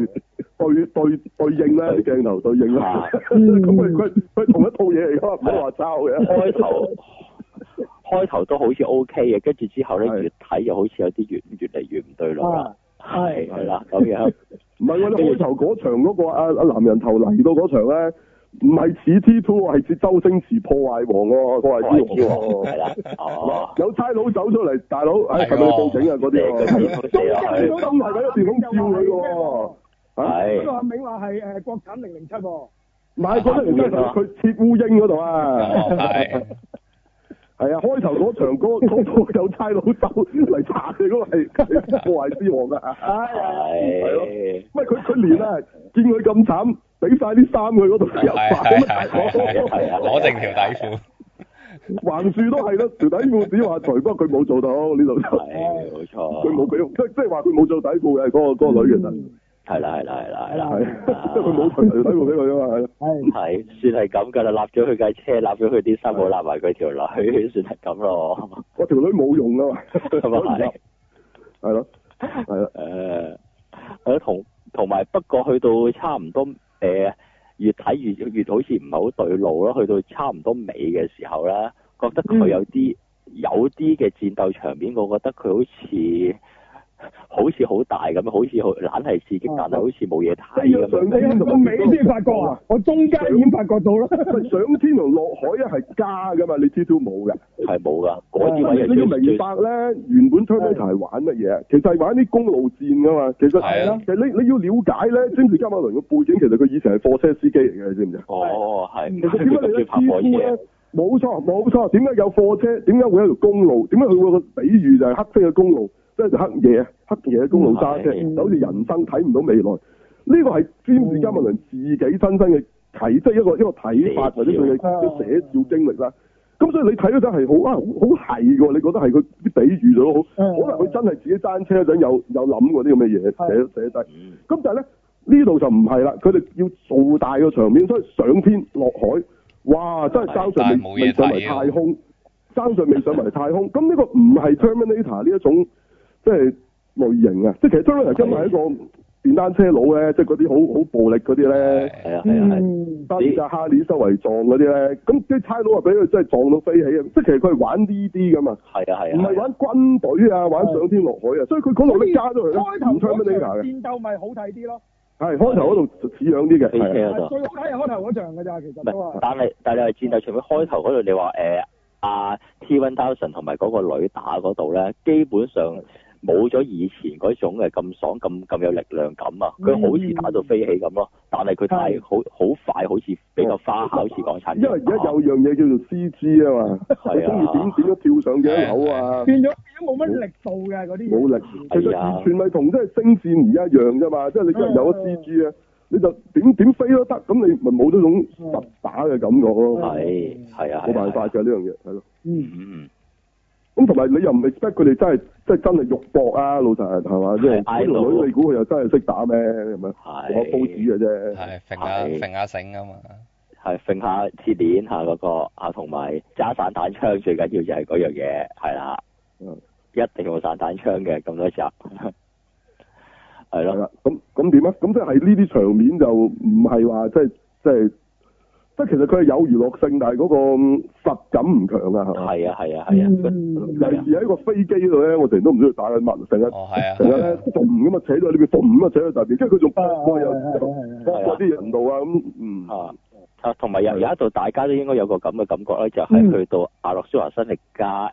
Speaker 2: 對對對應啦，啲鏡頭對應啦，
Speaker 4: 啊
Speaker 2: 咁佢佢佢同一套嘢嚟噶，唔好話抄嘅。
Speaker 4: 開頭開頭都好似 O K 嘅，跟住之後咧
Speaker 2: 係
Speaker 4: 越睇就好似有啲越越嚟越唔對路
Speaker 5: 啊
Speaker 4: 啦，
Speaker 5: 係
Speaker 4: 係啦咁樣，
Speaker 2: 唔係喎，你開頭嗰場嗰個阿阿男人頭嚟到嗰場咧，唔係似 T Two，係似周星馳破壞王喎，破
Speaker 4: 我
Speaker 2: 壞
Speaker 4: 係
Speaker 2: 之
Speaker 4: 知
Speaker 2: 王
Speaker 4: 喎，係
Speaker 2: 喎。
Speaker 4: 啦， 哦，
Speaker 2: 啊有差佬走出嚟，大佬，唉，
Speaker 3: 啊係喎
Speaker 2: 係咪你報警啊？嗰
Speaker 4: 即係佢
Speaker 2: 啲喎
Speaker 4: 點死落去，
Speaker 2: 咁係咪有電筒照佢喎？啊，
Speaker 5: 嗰個
Speaker 4: 係
Speaker 5: 阿銘話係誒國產零零七喎，
Speaker 2: 買嗰陣時
Speaker 3: 啊
Speaker 2: 佢切烏蠅嗰度啊！
Speaker 3: 哦係
Speaker 2: 係
Speaker 3: 哦
Speaker 2: 啊，開頭嗰場嗰 嗰度有差佬走嚟查你嗰個係破壞之王啊！
Speaker 4: 係
Speaker 2: 喂，佢佢連啊，見佢咁慘，俾晒啲衫佢嗰度
Speaker 3: 啊係
Speaker 2: 入
Speaker 3: 係
Speaker 2: 飯
Speaker 3: 係
Speaker 2: 大
Speaker 3: 係係係
Speaker 4: 啊
Speaker 2: 佬，
Speaker 3: 攞定條底褲，
Speaker 2: 橫豎都係啦，條底褲只話除，不過佢冇做到呢度，
Speaker 4: 係冇
Speaker 2: 佢冇
Speaker 4: 錯，
Speaker 2: 俾，即即係話佢冇做底褲嘅嗰個嗰個女其實
Speaker 4: 係啦係啦係啦係啦
Speaker 2: 係，即係佢冇除條底褲俾佢啊嘛，係咯
Speaker 5: 係
Speaker 4: 係算係咁㗎啦，立咗佢架車，立咗佢啲衫，冇立埋佢條女， 算係咁 咯，
Speaker 2: 我條女冇用啊嘛，
Speaker 4: 係 咪？
Speaker 2: 係咯，係啦，
Speaker 4: 誒，係咯，呃同同埋不過去到差唔多誒、呃越睇越越好似唔係好對路咯。去到差唔多尾嘅時候啦，覺得
Speaker 2: 嗯
Speaker 4: 佢有啲、有啲嘅戰鬥場面，我覺得佢好似好似好大咁，好似好懶係刺激，
Speaker 5: 啊
Speaker 4: 但係好似冇嘢
Speaker 2: 哦即
Speaker 4: 睇
Speaker 2: 係
Speaker 4: 咁
Speaker 2: 上
Speaker 4: 樣。
Speaker 2: 天
Speaker 5: 你
Speaker 2: 同
Speaker 5: 到尾先發覺啊！我中間已經發覺到啦，
Speaker 2: 喂上天同落海一係加噶嘛，你 T two 冇嘅。
Speaker 4: 係冇㗎，嗰啲位
Speaker 2: 你要
Speaker 4: 係最
Speaker 2: 明白咧，原本 Terminator 係玩乜嘢？其實係玩啲公路戰噶嘛。其實
Speaker 3: 係啊
Speaker 2: 其實你你要了解咧，詹姆士加馬倫嘅背景，其實佢以前係貨車司機嚟嘅，你知唔啊知？
Speaker 4: 哦，係
Speaker 2: 其實點 解
Speaker 4: 佢
Speaker 2: 你
Speaker 4: 最
Speaker 2: 咧
Speaker 4: 怕火
Speaker 2: T 咧
Speaker 4: 嘢，？
Speaker 2: 冇錯冇錯，點解有貨車？點解會有條公路？點解佢會有個比喻就係黑色嘅公路，即係黑夜啊黑夜公路揸車，
Speaker 4: 嗯
Speaker 2: 就好似人生睇唔到未來。呢個係詹姆士加馬倫自己親身嘅睇，即係一個一個睇法或者佢嘅
Speaker 5: 啊
Speaker 2: 嘅寫照經歷啦。咁所以你睇嗰陣係好啊，好好係喎，你覺得係佢啲比喻咗好，
Speaker 5: 嗯
Speaker 2: 可能佢真係自己單車嗰陣有有諗過啲咁嘅嘢寫
Speaker 5: 係
Speaker 2: 寫低。
Speaker 4: 嗯
Speaker 2: 咁但係咧呢度就唔係啦，佢哋要做大個場面，所以上天落海，哇！真係爭上
Speaker 3: 但係冇
Speaker 2: 未
Speaker 3: 嘢
Speaker 2: 未上埋
Speaker 3: 睇啊
Speaker 2: 太空，爭上未上埋太空。咁呢個唔係 Terminator 呢一種即係類型啊，即係其實 Terminator 根本係一個電單車佬咧，即係嗰啲好好暴力嗰啲咧。
Speaker 4: 係啊係啊係。
Speaker 5: 嗯，
Speaker 2: 揸住架哈利周圍撞嗰啲咧，咁啲差佬啊俾佢真係撞到飛起啊！即係其實佢係玩呢啲噶嘛，
Speaker 4: 係啊係啊，
Speaker 2: 唔係玩軍隊啊，玩上天落海啊，所以佢嗰度咧加咗佢咧，
Speaker 5: 開頭
Speaker 2: 唔
Speaker 5: 嗰
Speaker 2: Terminator 嘅
Speaker 5: 場。戰鬥咪好睇啲咯，
Speaker 2: 係開頭嗰度似樣啲嘅，
Speaker 4: 飛車
Speaker 2: 係啊
Speaker 4: 嗰度
Speaker 5: 係。最好睇係開頭嗰場㗎咋，其
Speaker 4: 唔
Speaker 5: 實都
Speaker 2: 啊
Speaker 4: 係
Speaker 5: 係，。
Speaker 4: 但係但係你係戰鬥場面開頭嗰
Speaker 2: 嗯
Speaker 4: 度，你話誒阿 T One Thousand 同埋嗰個女打嗰度咧，基本上冇咗以前嗰種誒咁爽咁咁有力量感啊！
Speaker 2: 嗯
Speaker 4: 佢好似打到飛起咁咯，但係佢太
Speaker 5: 係
Speaker 4: 好好快，好似比較花巧，好似港產片。
Speaker 2: 哦啊因為而家有樣嘢叫做 C G 啊嘛，你
Speaker 4: 係
Speaker 2: 中意點
Speaker 4: 啊，
Speaker 2: 點都跳上幾多樓啊，
Speaker 5: 變咗變咗冇乜力度嘅嗰啲嘢。
Speaker 2: 冇力。其實完全咪同即係星戰而家一樣啫嘛，即係你一有咗 C G 啊，你就點點飛都得，咁你咪冇咗種實打嘅感覺咯，
Speaker 4: 係係啊，
Speaker 2: 哦冇辦法
Speaker 4: 係啊。
Speaker 2: 㗎呢樣嘢，係咯。
Speaker 5: 嗯，
Speaker 4: 嗯，
Speaker 2: 咁同埋你又唔 expect 佢哋真係即係真係肉搏啊，老實係嘛？即
Speaker 4: 係
Speaker 2: 係
Speaker 4: 挨
Speaker 2: 嗰條
Speaker 4: 到
Speaker 2: 女你估佢又真係識打咩？咁樣
Speaker 4: 係
Speaker 2: 攞報紙嘅啫。
Speaker 3: 係揈下
Speaker 4: 係
Speaker 3: 揈下繩啊嘛，
Speaker 4: 係揈下鐵鏈下嗰個啊，同埋揸散彈槍最緊要就係嗰樣嘢，係啦，
Speaker 2: 嗯
Speaker 4: 一定用散彈槍嘅咁多集， 係
Speaker 2: 係
Speaker 4: 咯，
Speaker 2: 啦，咁咁點啊？咁即係呢啲場面就唔係話即係即係即係其實佢係有娛樂性，但係嗰個嗯實感唔強啊，係嘛？
Speaker 4: 係啊係啊係啊，
Speaker 5: 嗯
Speaker 2: 尤其是喺個飛機度咧，我成日都唔知佢打緊乜，成日
Speaker 3: 哦係啊
Speaker 2: 成日
Speaker 3: 係啊
Speaker 2: 咧，嘣咁啊扯咗喺呢邊，嘣咁啊扯咗喺第邊，跟住佢仲
Speaker 5: 啊
Speaker 2: 搏又
Speaker 5: 係係係係
Speaker 2: 搏嗰啲人度啊咁，嗯，
Speaker 4: 啊啊，同埋有有一度大家都應該有個咁嘅感覺咧，就係、去到阿諾舒華辛力加誒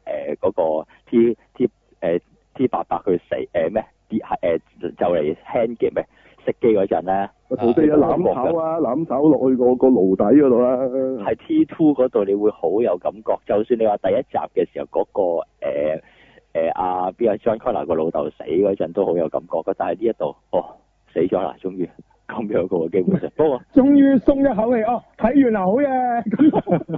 Speaker 4: 嗰、個 T T 誒、T 八八佢死誒咩跌誒、就嚟 hand 嘅咩熄機嗰陣咧，
Speaker 2: 逃避啊攬炒啊攬炒落去個個爐底嗰度啊啦，
Speaker 4: 喺 T two 嗰度你會好有感覺，就算你話第一集嘅時候嗰、個誒誒阿邊個 John Connor 個老豆死嗰陣都好有感覺嘅，但係呢一度哦死咗啦，終於咁樣嘅喎，基本上不過
Speaker 5: 終於鬆一口氣，哦，睇完啦，好嘢。咁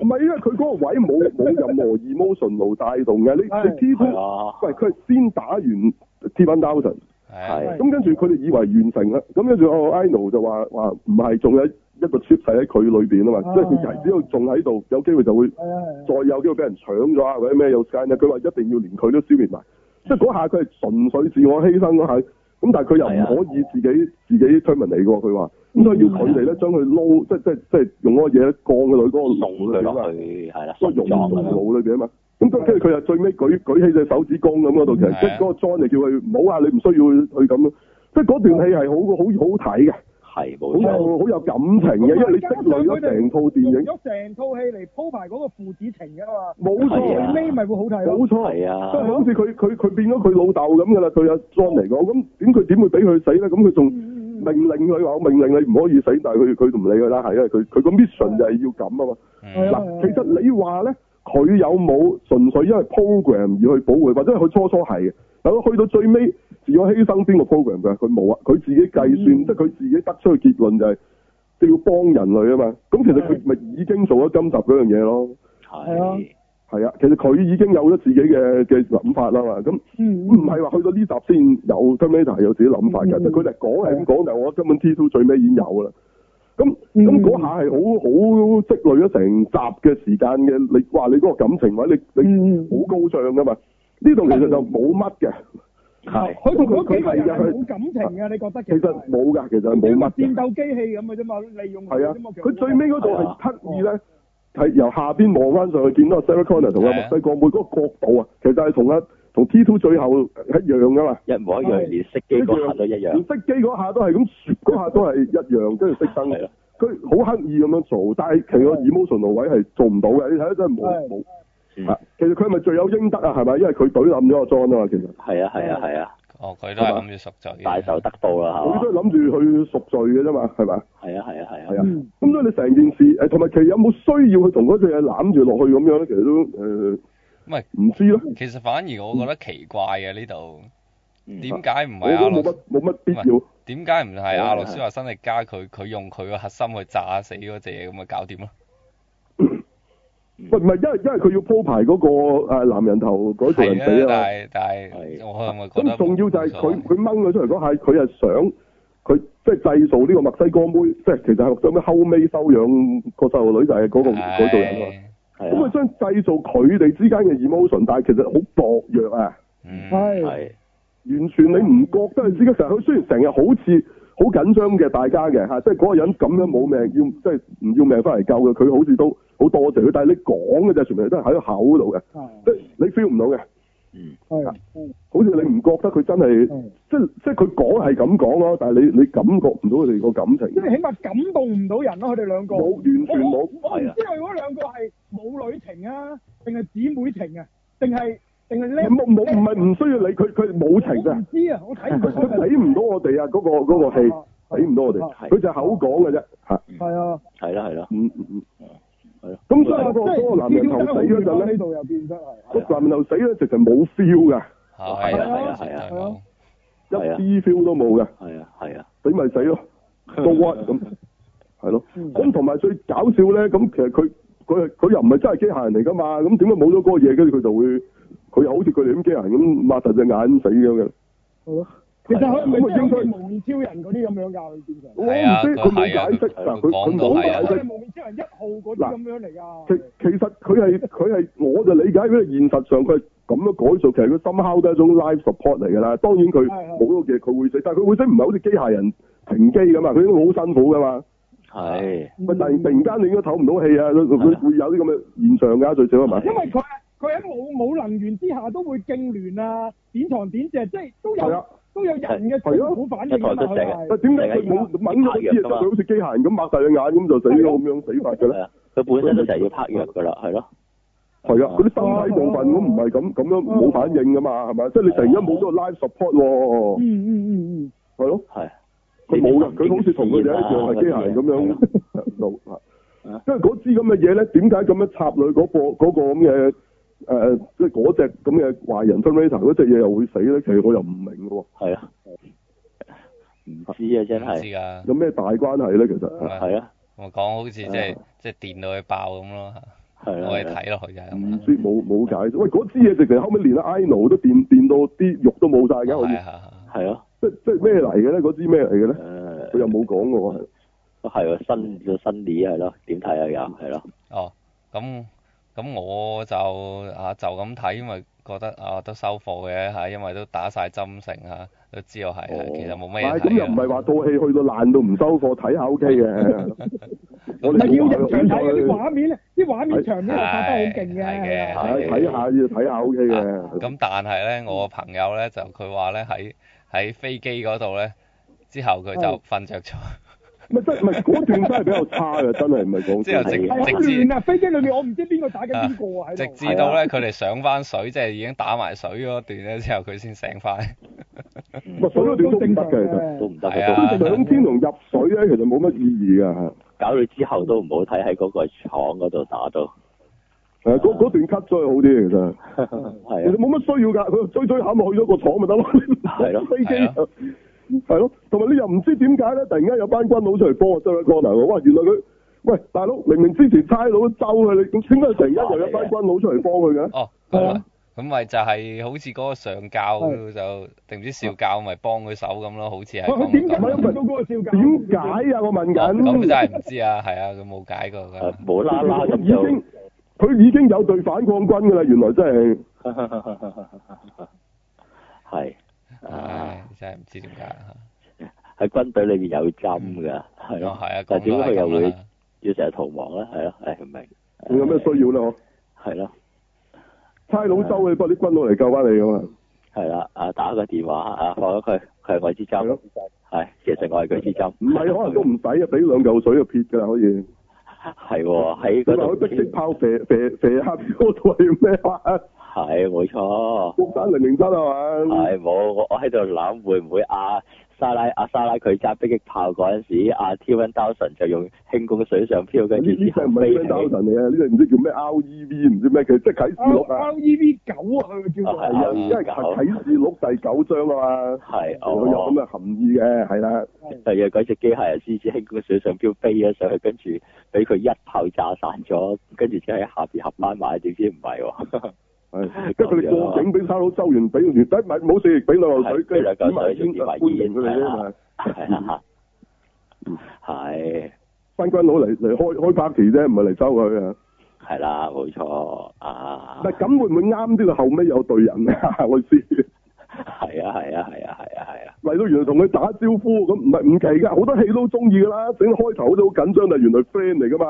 Speaker 2: 唔係因為佢嗰個位冇冇任何 emotional 帶動嘅，你
Speaker 5: 係
Speaker 2: 你 T
Speaker 4: 係
Speaker 2: two
Speaker 4: 啊，
Speaker 2: 喂佢係先打完 T one thousand。
Speaker 3: 係啊
Speaker 5: 係
Speaker 2: 咁跟住佢哋以為完成啦，咁跟住我 Ino 就話話唔係，仲有一個 chip 係喺佢裏邊啊嘛，
Speaker 5: 啊
Speaker 2: 即係
Speaker 4: 哦
Speaker 2: 佢人只要仲喺度，有機會就會
Speaker 5: 係啊
Speaker 2: 再有機會俾人搶咗啊，或者咩有 scan 佢話一定要連佢都消滅埋，即係嗰下佢係純粹自我犧牲嗰下，咁但係佢又
Speaker 4: 係啊
Speaker 2: 唔可以自己自己 terminate 喎，佢話，咁所以要佢
Speaker 4: 嗯
Speaker 2: 哋
Speaker 4: 啊
Speaker 2: 咧將佢撈，即係即係即係用嗰個嘢咧降佢落去嗰個
Speaker 4: 送佢
Speaker 2: 爐裏邊
Speaker 4: 落
Speaker 2: 啊嘛，
Speaker 4: 去係啦，
Speaker 2: 所
Speaker 4: 送
Speaker 2: 以熔
Speaker 4: 葬咁
Speaker 2: 到
Speaker 4: 樣，
Speaker 2: 腦裏邊啊嘛。咁跟跟住佢又最尾舉舉起隻手指公咁嗰度，其實
Speaker 3: 係啊
Speaker 2: 即係嗰個 John 就叫佢唔好啊，你唔需要去咁咯。即係嗰段戲係好好好睇嘅，
Speaker 4: 係
Speaker 2: 好
Speaker 4: 冇錯，
Speaker 2: 有好有感情嘅，因為你積累咗成套電
Speaker 5: 用
Speaker 2: 影，
Speaker 5: 咗成套戲嚟鋪排嗰個父子情噶嘛，
Speaker 2: 冇
Speaker 4: 係啊
Speaker 2: 錯，
Speaker 5: 最尾咪會好睇咯。
Speaker 2: 冇錯，
Speaker 4: 係
Speaker 2: 即係
Speaker 4: 啊，
Speaker 2: 好似佢佢佢變咗佢老豆咁噶啦，對阿 John 嚟講，咁點佢點會俾佢死咧？咁佢仲
Speaker 5: 嗯嗯
Speaker 2: 命
Speaker 5: 嗯
Speaker 2: 令佢話我命令你唔可以死，但係佢佢唔理佢啦，係因為佢佢個 mission 就係要咁啊嘛。
Speaker 3: 嗯
Speaker 5: 係啊
Speaker 2: 嗱，其實你話咧，佢有冇純粹因為 program 而去保護，或者佢初初係嘅，但佢去到最尾自我犧牲邊個 program 嘅？佢冇啊，佢自己計算，
Speaker 5: 嗯
Speaker 2: 即係佢自己得出嘅結論就係、要幫人類啊嘛。咁其實
Speaker 5: 嗯
Speaker 2: 佢咪已經做咗今集嗰樣嘢咯。
Speaker 4: 係
Speaker 2: 係啊，其實佢已經有咗自己嘅嘅諗法啦嘛。咁
Speaker 5: 嗯，
Speaker 2: 唔係話去到呢集先有 Terminator 係有自己諗法嘅，
Speaker 5: 嗯
Speaker 2: 即係佢哋講係咁講，但係我覺得根本 T two 最尾已經有啦。咁咁
Speaker 5: 嗯
Speaker 2: 嗰下係好好積累咗成集嘅時間嘅，你話你嗰個感情位你你
Speaker 5: 嗯
Speaker 2: 好高尚噶嘛？呢度其實就冇乜嘅，
Speaker 4: 係
Speaker 5: 佢同嗰幾個人係冇感情嘅，你覺得
Speaker 2: 其實冇㗎，其實係冇乜
Speaker 5: 戰。
Speaker 2: 嘅
Speaker 5: 鬥機器咁嘅啫嘛，利用
Speaker 2: 係啊
Speaker 5: 啫嘛，其實
Speaker 2: 佢最尾嗰度
Speaker 4: 係啊
Speaker 2: 係刻意咧，係由下邊望翻上去，見到阿 Sarah Connor 同阿墨西哥妹嗰個角度啊，其實係同阿同 T two 最後一樣噶嘛。
Speaker 4: 一模一樣，連熄機嗰下都一
Speaker 2: 連
Speaker 4: 樣，
Speaker 2: 熄機嗰下都係咁，嗰下都係一樣，跟住熄燈
Speaker 4: 係啦。
Speaker 2: 佢好刻意咁樣做，但係其實個 emotional 位係做唔到嘅。你睇得真係
Speaker 5: 係
Speaker 2: 冇
Speaker 4: 嗯
Speaker 2: 冇。啊其實佢係咪罪有應得啊？係咪？因為佢懟冧咗個 John 啊嘛，其實
Speaker 4: 係啊係啊係啊，
Speaker 3: 哦佢都係諗住贖罪嘅，
Speaker 2: 啊
Speaker 4: 大仇得報啦係
Speaker 2: 佢
Speaker 4: 嘛
Speaker 2: 都係諗住去贖罪嘅啫嘛，係咪？
Speaker 4: 係啊係啊係
Speaker 2: 係
Speaker 4: 啊，
Speaker 2: 啊。
Speaker 5: 嗯
Speaker 2: 咁所以你成件事呃誒，同埋其實有冇需要去同嗰隻嘢攬住落去咁樣咧？其實都誒，
Speaker 3: 唔係
Speaker 2: 唔知咯。
Speaker 3: 其實反而我覺得奇怪嘅呢度，
Speaker 4: 嗯
Speaker 3: 點解唔
Speaker 2: 我
Speaker 3: 係阿
Speaker 2: 覺得冇
Speaker 3: 諾
Speaker 2: 乜冇乜必要。
Speaker 3: 點解唔係阿
Speaker 4: 係啊
Speaker 3: 諾舒華辛力加佢佢用佢個核心去炸死嗰隻嘢咁咪搞掂咯？
Speaker 2: 喂，唔係因為因為佢要鋪排嗰個誒男人頭嗰條人
Speaker 3: 係
Speaker 2: 死
Speaker 3: 啊，
Speaker 2: 啊嘛
Speaker 3: 但。係但係
Speaker 4: 係
Speaker 3: 我係咪覺得
Speaker 2: 咁重要就係佢
Speaker 3: 冇所謂
Speaker 2: 佢掹佢出嚟嗰下，佢係想佢即係製造呢個墨西哥妹，即係其實係想咩後尾收養個細路女就係嗰、個
Speaker 3: 唉
Speaker 2: 嗰度人啊嘛。咁
Speaker 4: 係
Speaker 2: 佢
Speaker 4: 啊
Speaker 2: 想製造佢哋之間嘅 emotion，但係其實好薄弱啊！
Speaker 3: 嗯
Speaker 5: 係
Speaker 4: 係
Speaker 2: 完全你唔覺得佢自己成日佢雖然成日好似好緊張嘅大家嘅嚇，即係嗰個人咁樣冇命要即係唔要命翻嚟救嘅，佢好似都好多謝佢，但係你講嘅就全部都係喺個口度嘅，即係你 feel 唔到嘅，
Speaker 4: 嗯
Speaker 5: 係
Speaker 2: 好似你唔覺得佢真係。
Speaker 5: 係，
Speaker 2: 即即係佢講係咁講咯，但係你你感覺唔到佢哋個感
Speaker 5: 即係
Speaker 2: 情，
Speaker 5: 起碼感動唔到人咯，佢哋兩個
Speaker 2: 冇完全
Speaker 5: 我
Speaker 2: 冇。
Speaker 5: 我唔知佢嗰兩個係母女情啊，定係姊妹情啊，定係定係叻
Speaker 2: 冇冇唔係唔需要理佢，佢冇情
Speaker 5: 我
Speaker 2: 嘅
Speaker 5: 唔，知啊，我睇唔
Speaker 2: 佢佢
Speaker 5: 到。
Speaker 2: 睇唔到我哋啊！嗰個嗰個戲睇唔到我哋，
Speaker 5: 係
Speaker 2: 佢就係口講嘅啫嚇。
Speaker 5: 係啊，
Speaker 4: 係啦係啦，
Speaker 2: 嗯嗯嗯。
Speaker 4: 係咯。
Speaker 2: 咁
Speaker 5: 即
Speaker 2: 所以嗰個嗰個男人頭死嗰陣
Speaker 5: 啊呢
Speaker 2: 咧，
Speaker 5: 度又變得係。
Speaker 2: 個男人頭死咧直情冇 feel 㗎，
Speaker 4: 係啊係啊
Speaker 3: 絕
Speaker 4: 係啊
Speaker 3: 對冇
Speaker 4: 係啊
Speaker 2: 一啲 feel 都冇嘅，
Speaker 4: 係啊係啊，
Speaker 2: 死咪死咯，so what 咁係咯。
Speaker 5: 嗯
Speaker 2: 咁同埋最搞笑咧，咁其實佢佢佢又唔係真係機械人嚟㗎嘛，咁點解冇咗嗰個嘢，跟住佢就會佢又好似佢哋咁機械人咁擘大隻眼死咁嘅？
Speaker 5: 係咯其實佢唔
Speaker 2: 啊咁啊
Speaker 5: 係
Speaker 2: 應
Speaker 5: 即
Speaker 2: 該
Speaker 5: 係模擬超人嗰啲咁樣㗎，佢變成。
Speaker 2: 我唔
Speaker 3: 係啊
Speaker 2: 知佢
Speaker 3: 佢
Speaker 2: 冇
Speaker 3: 係啊
Speaker 2: 解釋
Speaker 3: 佢佢
Speaker 2: 嗱，佢
Speaker 3: 講
Speaker 2: 佢
Speaker 3: 到
Speaker 2: 冇
Speaker 3: 係啊
Speaker 2: 解
Speaker 5: 我
Speaker 2: 釋
Speaker 5: 係。模擬超人一號嗰啲咁樣嚟
Speaker 2: 其
Speaker 5: 㗎。
Speaker 2: 其實佢 係佢係我就理解，因為現實上佢係咁樣改造，其實佢深烤都係一種 life support 嚟㗎啦。當然
Speaker 5: 係
Speaker 2: 佢
Speaker 5: 係
Speaker 2: 冇咗嘢佢會死，但係佢會死唔係好似機械人停機咁啊，佢應該好辛苦㗎嘛。
Speaker 4: 係
Speaker 5: 嗯
Speaker 2: 咪突然突然間你應該唞唔到氣啊，佢
Speaker 4: 係
Speaker 2: 佢
Speaker 4: 啊
Speaker 2: 會有啲咁嘅現象㗎，最少係咪？
Speaker 5: 因為佢佢喺冇冇能源之下都會痙攣啊、點床點石，即係都
Speaker 2: 係啊
Speaker 5: 有都有人嘅
Speaker 2: 係啊
Speaker 5: 痛苦反應啊嘛，
Speaker 4: 一台都
Speaker 5: 佢
Speaker 4: 成
Speaker 2: 但
Speaker 5: 係。
Speaker 2: 點解佢
Speaker 4: 係啊
Speaker 2: 冇掹咗啲嘢就佢好似機械人咁擘大隻眼咁就死咗咁樣死法嘅
Speaker 4: 係
Speaker 2: 咧？
Speaker 4: 啊，佢本身都成日要拍藥㗎啦，係咯，
Speaker 2: 係啊，嗰啲身體部分咁唔係咁咁樣冇反應㗎嘛，係咪？即係你突然間冇咗個 life support
Speaker 5: 嗯
Speaker 2: 喎，
Speaker 5: 嗯嗯嗯。
Speaker 2: 係咯。
Speaker 4: 係。
Speaker 2: 佢冇嘅，佢好似同佢哋一樣係機械人咁樣 做嚇。
Speaker 4: 啊
Speaker 2: 因為嗰支咁嘅嘢咧，點解咁樣插女嗰、個嗰、個咁嘅誒，即係嗰只咁嘅壞人 t e r m i n a 嗰只嘢又會死咧？其實我又唔明嘅喎，
Speaker 4: 係啊，唔知啊，真
Speaker 3: 唔知
Speaker 4: 係
Speaker 3: 㗎。
Speaker 2: 有咩大關係咧？其實
Speaker 3: 係
Speaker 4: 係啊，
Speaker 3: 咪講好似即係
Speaker 4: 啊
Speaker 3: 即係電到佢爆咁咯，
Speaker 4: 係啊啦，
Speaker 3: 我哋睇落去就係咁
Speaker 2: 唔
Speaker 3: 啦。
Speaker 2: 知啊冇冇解釋。喂，嗰支嘢直情後尾連阿 Ino 都電電到啲肉都冇晒嘅，好似
Speaker 3: 係啊
Speaker 4: 係咯，
Speaker 2: 即即係咩嚟嘅咧？嗰支咩嚟嘅咧？
Speaker 4: 誒
Speaker 2: 佢又冇講嘅喎，係
Speaker 4: 係啊，新咗新年係咯，點睇啊又係咯，
Speaker 3: 係啊哦，咁咁我就啊就咁睇，因為覺得啊都收貨嘅嚇，因為都打晒針成嚇，都知道係啊
Speaker 4: 哦
Speaker 3: 其實冇咩
Speaker 2: 但
Speaker 3: 嘢
Speaker 2: 係咁又唔係
Speaker 3: 睇
Speaker 2: 話套戲去到爛到唔收貨睇下 OK 嘅。我
Speaker 5: 唔
Speaker 2: 哋
Speaker 5: 係要
Speaker 2: 冇
Speaker 5: 入場睇啊
Speaker 2: 話
Speaker 5: 嗰啲
Speaker 2: 佢
Speaker 5: 畫面咧，啲畫面
Speaker 2: 係
Speaker 5: 場面係拍得好勁嘅。
Speaker 3: 係嘅
Speaker 5: 係啊
Speaker 2: 係睇下要睇下 O K
Speaker 3: 啊。
Speaker 2: 嘅，
Speaker 3: 咁但係咧，我朋友咧就佢話咧喺喺飛機嗰度咧，之後佢就
Speaker 5: 係
Speaker 3: 瞓着咗，
Speaker 2: 咪真咪嗰段真係比較差嘅，真係唔係講
Speaker 3: 之後直
Speaker 2: 笑。
Speaker 5: 係好
Speaker 3: 直至
Speaker 5: 亂啊！飛機裏面我唔知邊個打緊邊個啊喺度。
Speaker 3: 直至到咧佢哋上翻水，即係已經打埋水嗰段咧之後，佢先醒 翻。
Speaker 2: 咪所有段都唔得嘅，其實
Speaker 4: 都唔得
Speaker 3: 係啊
Speaker 4: 嘅，都
Speaker 2: 上天同入水咧，其實冇乜意義嘅。係啊
Speaker 4: 搞到之後都唔好睇喺嗰個廠嗰度打 到，
Speaker 2: 誒嗰嗰段 cut 咗係好啲嘅，其實其
Speaker 4: 係啊
Speaker 2: 實冇乜需要㗎，佢追追下咪去咗個廠咪得咯，
Speaker 4: 係咯
Speaker 2: 飛
Speaker 3: 係咯
Speaker 2: 機係咯，同埋你又唔知點解咧，突然間有班軍佬出嚟幫我周一 corner 喎，哇！原來佢喂大佬明明之前差佬都周佢，你咁點解突然間又有班軍佬出嚟幫佢嘅？
Speaker 3: 哦，
Speaker 5: 係
Speaker 3: 咁
Speaker 5: 啊
Speaker 3: 咪咁咪就係好似嗰個上教
Speaker 5: 係
Speaker 3: 就定唔知少教咪幫佢手咁咯，好似係
Speaker 5: 佢
Speaker 3: 講
Speaker 5: 佢點解
Speaker 3: 咁
Speaker 5: 揾到嗰個笑架？
Speaker 2: 點解啊？我問
Speaker 3: 哦
Speaker 2: 緊。
Speaker 3: 咁真係唔知啊，係啊，佢冇解過
Speaker 4: 係
Speaker 3: 㗎。
Speaker 4: 無啦啦
Speaker 2: 佢
Speaker 4: 咁
Speaker 2: 已
Speaker 4: 就
Speaker 2: 經佢已經有對反抗軍㗎啦，原來真係
Speaker 4: 係啊
Speaker 3: 唉，真係唔知點解啊。
Speaker 4: 喺軍隊裏面有針㗎，係
Speaker 3: 哦
Speaker 4: 咯，
Speaker 3: 係啊，
Speaker 4: 但
Speaker 3: 講
Speaker 4: 係點
Speaker 3: 到
Speaker 4: 解佢
Speaker 3: 係
Speaker 4: 又
Speaker 3: 咁
Speaker 4: 會
Speaker 3: 啦。
Speaker 4: 要成日逃亡咧？係咯，誒唔明，
Speaker 2: 你有咩需要咧？嗬，
Speaker 4: 係咯。
Speaker 2: 差佬周你，不過啲軍佬嚟救翻你㗎嘛。
Speaker 4: 系啦，啊打個電話啊，放咗佢，佢係我支
Speaker 2: 係
Speaker 4: 針
Speaker 2: 咯，，
Speaker 4: 係其實我係佢支針，
Speaker 2: 唔係可能都唔使啊，俾兩嚿水就撇㗎啦，可以。
Speaker 4: 係喎，喺
Speaker 2: 你
Speaker 4: 嗰
Speaker 2: 話佢
Speaker 4: 度
Speaker 2: 迫擊炮射射射下邊嗰度係咩話？
Speaker 4: 係冇錯，
Speaker 2: 國產零零七啊係嘛？
Speaker 4: 係冇我我喺度諗會唔會阿沙拉阿沙拉佢揸迫擊炮嗰啊阵时，阿 T One Thousand 就用輕功水上漂，跟
Speaker 2: 呢
Speaker 4: 住
Speaker 2: 呢
Speaker 4: 之
Speaker 2: 隻
Speaker 4: 後
Speaker 2: 唔係
Speaker 4: 飛
Speaker 2: Grand
Speaker 4: 起
Speaker 2: Thousand 嚟啊！呢隻唔知叫咩 REV 唔知咩，佢即係啟示錄啊！
Speaker 5: R E V 九啊，佢叫做
Speaker 4: 啊
Speaker 2: 係啊，
Speaker 4: REV
Speaker 2: 因為啟示錄第九章啊嘛，
Speaker 4: 係
Speaker 2: 有有咁
Speaker 4: 哦，
Speaker 2: 嘅含義嘅，係啦。
Speaker 4: 係啊，嗰只機械人獅子輕功水上漂飛咗上去，跟住俾佢一炮炸散咗，跟住之後喺下边合翻埋，點知唔係
Speaker 2: 嗯
Speaker 4: 喎，
Speaker 2: 係，跟住佢哋過境俾差佬收完，俾完得唔係冇事，俾兩嚿水，跟住點埋煙啊，歡迎佢哋啫嘛。
Speaker 4: 係啊，係。
Speaker 2: 班軍佬嚟嚟開開 party 啫，唔係嚟收佢啊。
Speaker 4: 系啦，冇錯啊，
Speaker 2: 但係咁會唔會啱啲？佢後尾有隊人啊， 我知
Speaker 4: 係啊，係啊，係啊，係啊，係啊，
Speaker 2: 嚟到原來同佢打招呼，咁唔係唔奇㗎，好多戲都中意㗎啦。整開頭好似好緊張，但係原來 friend 嚟㗎嘛，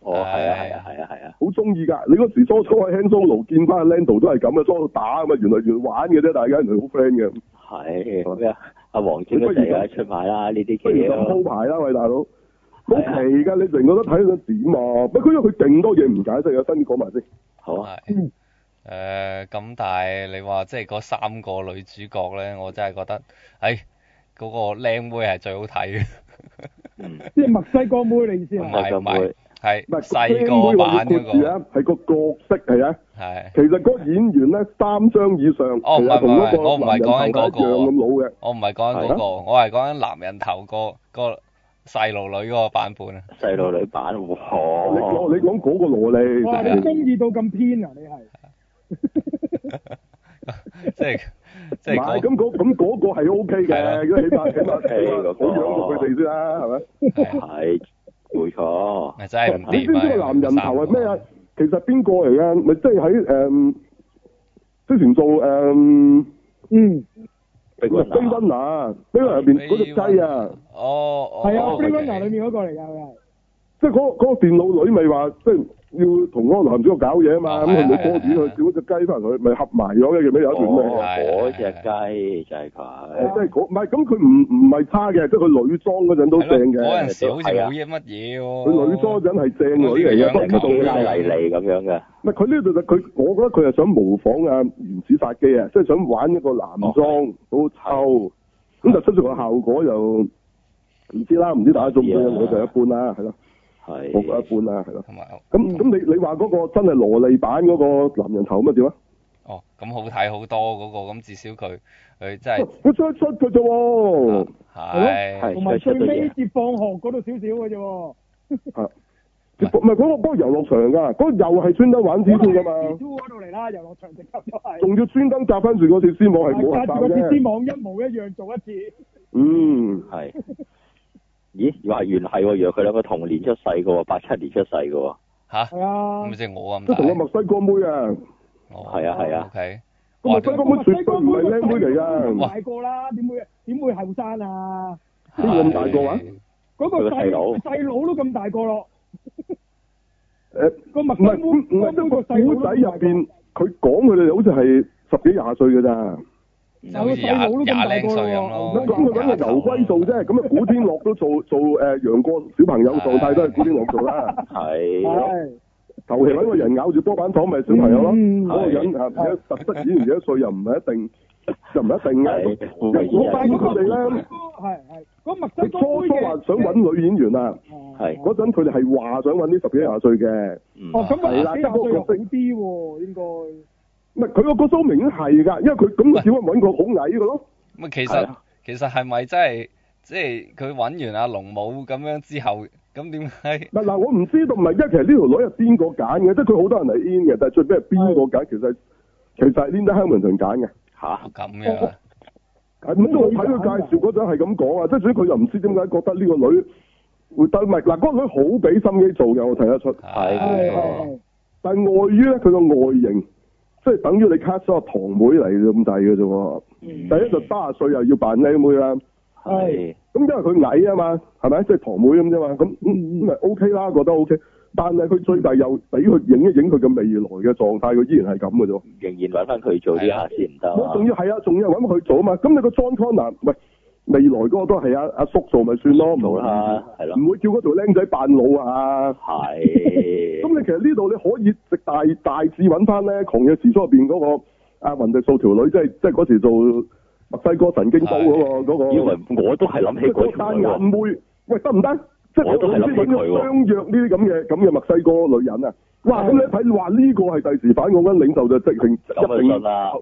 Speaker 4: 哦，係啊，係啊，係啊，係啊，
Speaker 2: 好中意㗎。你嗰時初初喺 Han Solo 見翻阿 Lando 都係咁嘅，初初打咁啊，原來原來玩嘅啫，大家原來好 friend 嘅。
Speaker 4: 係咩啊？阿黃晶都成日出賣啦，呢啲
Speaker 2: 不如咁
Speaker 4: 嘢
Speaker 2: 鋪排啦，喂大佬，好奇㗎，你成個都睇到點啊？不過因為佢勁多嘢唔解釋嘅，新講埋先。
Speaker 4: 好啊，
Speaker 3: 係誒咁，但係你話即係嗰三個女主角咧，我真係覺得，誒嗰個靚妹係最好睇嘅，
Speaker 4: 嗯，
Speaker 5: 即係墨西哥妹你意思
Speaker 3: 唔
Speaker 5: 啊？
Speaker 4: 係
Speaker 3: 係
Speaker 4: 咁
Speaker 3: 唔係
Speaker 4: 會，
Speaker 3: 係
Speaker 2: 唔係
Speaker 3: 細
Speaker 2: 個
Speaker 3: 個版嗰
Speaker 2: 故事
Speaker 3: 個，
Speaker 2: 啊，係個角色係啊。
Speaker 3: 係
Speaker 2: 其實嗰個演員咧三張以上，
Speaker 3: 哦唔係
Speaker 2: 其實同嗰
Speaker 3: 唔係我唔係
Speaker 2: 個男人頭
Speaker 3: 講緊嗰
Speaker 2: 髮一
Speaker 3: 個啊
Speaker 2: 樣咁老嘅。
Speaker 3: 我唔係講緊嗰
Speaker 2: 係
Speaker 3: 個，我係講緊男人頭個個細路女嗰個版本啊，
Speaker 4: 細路女版
Speaker 2: 你講
Speaker 3: 哦
Speaker 4: 喎，
Speaker 2: 你講嗰個蘿莉，
Speaker 5: 哇！
Speaker 3: 係啊
Speaker 5: 你中意到咁偏啊？你係
Speaker 3: 即係即
Speaker 2: 唔
Speaker 3: 係嗰
Speaker 2: 係咁嗰咁嗰個係 O K
Speaker 3: 係啊啦
Speaker 2: 嘅，如果起碼起碼起
Speaker 4: 係嗰
Speaker 2: 碼
Speaker 4: 個
Speaker 2: 好養過佢哋先啦，係咪？
Speaker 3: 係
Speaker 4: 係冇錯，
Speaker 3: 咪真係唔
Speaker 2: 你
Speaker 3: 掂
Speaker 2: 知唔
Speaker 3: 啊！
Speaker 2: 知個男人頭係咩啊
Speaker 3: 三個？？
Speaker 2: 其實邊個嚟㗎？咪即係喺誒嗯之前做誒
Speaker 5: 嗯，
Speaker 4: 碧
Speaker 2: 《飛
Speaker 4: 君
Speaker 2: 温拿》，飛温拿入邊嗰隻雞啊，
Speaker 3: 哦，哦
Speaker 5: 係啊，《
Speaker 4: 哦
Speaker 5: Blade
Speaker 4: Blade
Speaker 5: Runner》裏面嗰個嚟㗎，佢係
Speaker 2: 即係嗰嗰個電腦女咪話即係。要同嗰個男主角搞嘢啊嘛，
Speaker 3: 哦
Speaker 2: 咁佢
Speaker 3: 係
Speaker 2: 冇
Speaker 3: 係
Speaker 2: 波點
Speaker 3: 係哦
Speaker 2: 去
Speaker 3: 係
Speaker 2: 照嗰隻雞翻嚟，咪合埋咗嘅，記唔記得有一段咩？
Speaker 4: 嗰只雞就係
Speaker 2: 誒
Speaker 4: 佢，
Speaker 2: 即係嗰唔係咁佢唔唔係差嘅，即係佢女裝嗰陣都
Speaker 3: 係咯
Speaker 2: 正
Speaker 3: 嗰
Speaker 2: 嘅啊
Speaker 3: 陣，時好似冇乜嘢喎，
Speaker 2: 佢女裝嗰陣係正
Speaker 3: 哦
Speaker 2: 女嚟嘅，不過呢
Speaker 4: 成
Speaker 2: 度
Speaker 4: 個基拉
Speaker 2: 嘅
Speaker 4: 黎利咁樣嘅，
Speaker 2: 唔係啊佢呢度就佢，我覺得佢係想模仿啊原始殺機啊，即係想玩一個男
Speaker 3: 哦
Speaker 2: 裝好臭，咁就出咗個效果又唔知啦，唔知大家中唔中
Speaker 4: 唔
Speaker 2: 意，
Speaker 4: 知啊
Speaker 2: 我就一般啦，係咯，我覺得
Speaker 4: 係
Speaker 2: 一般啦，係咯。
Speaker 3: 同埋
Speaker 2: 咁咁你你話嗰個真係蘿莉版嗰個男人頭乜點啊？
Speaker 3: 哦咁好睇好多嗰個，咁至少佢佢真係
Speaker 2: 哦
Speaker 3: 啊
Speaker 2: 佢出一出嘅啫喎，
Speaker 3: 係
Speaker 4: 係
Speaker 5: 同埋最
Speaker 4: 出咗
Speaker 5: 尾
Speaker 4: 嘢
Speaker 5: 接放學嗰度少少嘅啫喎。
Speaker 2: 唔係嗰個嗰個遊樂場㗎，嗰個又係專登玩蜘蛛㗎嘛。
Speaker 5: E Two 嗰度嚟啦，遊樂場直頭都係。
Speaker 2: 仲要專登夾翻住嗰條絲網係冇人
Speaker 5: 隔
Speaker 2: 爆
Speaker 5: 住個鐵絲
Speaker 2: 啫。
Speaker 5: 網一模一樣做一次，
Speaker 2: 嗯，
Speaker 4: 係。咦？話原來係喎，原來佢兩個同年出世嘅喎，八七年出世嘅喎，
Speaker 3: 嚇
Speaker 5: 係啊
Speaker 3: 咁。即係我咁
Speaker 2: 即
Speaker 3: 大
Speaker 2: 係同個墨西哥妹啊，
Speaker 3: 哦
Speaker 4: 係啊係啊
Speaker 3: O K
Speaker 2: 個墨西哥妹絕對唔係靚妹嚟
Speaker 3: 哇
Speaker 2: 㗎。
Speaker 5: 大個啦，點會點會後生啊？
Speaker 2: 邊個咁大個啊
Speaker 5: 嗰個
Speaker 4: 佢個
Speaker 5: 細
Speaker 4: 細佬
Speaker 5: 細佬都咁大個咯，
Speaker 2: 誒，
Speaker 5: 個墨
Speaker 2: 唔
Speaker 5: 西
Speaker 2: 係
Speaker 5: 哥
Speaker 2: 唔係，即
Speaker 5: 個
Speaker 2: 個
Speaker 5: 細佬
Speaker 2: 古
Speaker 5: 都
Speaker 2: 仔
Speaker 5: 咁
Speaker 2: 入
Speaker 5: 大個
Speaker 2: 邊，佢講佢哋好似係十幾廿歲㗎咋。
Speaker 3: 就好似廿廿零歲咁咯，
Speaker 2: 咁佢揾個牛龜做啫，咁啊古天樂都做做誒楊過小朋友狀態都係古天樂做啦。
Speaker 4: 係咯，
Speaker 5: 係
Speaker 2: 求其揾個人咬住波板糖咪小朋友咯。
Speaker 5: 嗯
Speaker 2: 嗰個人啊，而家特質演員幾多歲又唔係一定，又唔係一定嘅。
Speaker 4: 係
Speaker 2: 因為我發現佢哋咧，
Speaker 5: 係係嗰墨西
Speaker 2: 佢
Speaker 5: 哥
Speaker 2: 初初
Speaker 5: 杯
Speaker 2: 話
Speaker 5: 嘅
Speaker 2: 想揾女演員啊。
Speaker 4: 係
Speaker 2: 嗰陣佢哋係話想揾啲十幾廿歲嘅，
Speaker 4: 嗯
Speaker 5: 哦，咁
Speaker 2: 係
Speaker 5: 啊
Speaker 2: 啦
Speaker 5: 幾廿歲又好啲喎，應該
Speaker 2: 唔係佢個個蘇明都係㗎，因為佢咁佢只可以揾個好矮嘅咯。
Speaker 3: 咁啊其
Speaker 4: 係
Speaker 3: 實
Speaker 4: 啊
Speaker 3: 其實係咪真係即係佢揾完阿龍母咁樣之後，咁點解？
Speaker 2: 嗱嗱，我唔知道，唔係因為其實呢條女係邊個揀嘅，即係佢好多人係 in 嘅，但係最尾係邊個揀，其實係其實係 Linda Hamilton 揀嘅。
Speaker 4: 嚇
Speaker 3: 咁樣啊
Speaker 2: 係咁都我睇佢介紹嗰陣係咁講啊，即係所以佢又唔知點解覺得呢個女會得，唔係嗱嗰個女好俾心機做嘅，我睇得出。
Speaker 3: 啊
Speaker 4: 係
Speaker 5: 係
Speaker 4: 哦
Speaker 5: 係
Speaker 2: 但係礙於咧佢個外形，即係等於你 cast 咗個堂妹嚟咁滯嘅啫喎。
Speaker 4: 嗯
Speaker 2: 第一就三十歲又要扮靚妹啦。啊
Speaker 4: 係
Speaker 2: 咁因為佢矮啊嘛，係咪？即係堂妹咁啫嘛，咁咁咁咪 O K 啦，覺得 O、k 但係佢最大又俾佢影一影佢嘅未來嘅狀態，佢依然係咁嘅啫喎。
Speaker 4: 仍然揾翻佢做啲下先唔得
Speaker 2: 我仲
Speaker 4: 啊！
Speaker 2: 要係啊，仲要揾佢做啊嘛。咁你個 John Connor 喂未來嗰個都係啊阿阿叔做咪算咯，
Speaker 4: 好
Speaker 2: 唔
Speaker 4: 啦，係咯，
Speaker 2: 唔會叫嗰條僆仔扮老啊。
Speaker 4: 係
Speaker 2: 咁你其實呢度你可以直大大致揾翻咧《狂野時速》入邊嗰個阿雲迪素條女，即係即係嗰時做墨西哥神經刀嗰、個嗰、個。
Speaker 4: 以為我都係諗起嗰條
Speaker 2: 單
Speaker 4: 女
Speaker 2: 眼
Speaker 4: 喎，
Speaker 2: 妹，喂得唔得？即係
Speaker 4: 我都係諗起佢喎
Speaker 2: 相約呢啲咁嘅咁嘅墨西哥女人啊！哇！咁你一睇話呢個係第時反抗軍領袖就即定
Speaker 4: 咁
Speaker 2: 一
Speaker 4: 就
Speaker 2: 定
Speaker 4: 信啦，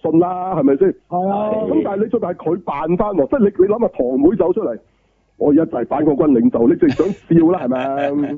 Speaker 2: 信啦，係咪先？
Speaker 5: 係啊
Speaker 4: 係
Speaker 2: 咁但係你最大係佢扮翻喎，即係你你諗下堂妹走出嚟，我而家就係反抗軍領袖，你淨係想笑啦 係咪？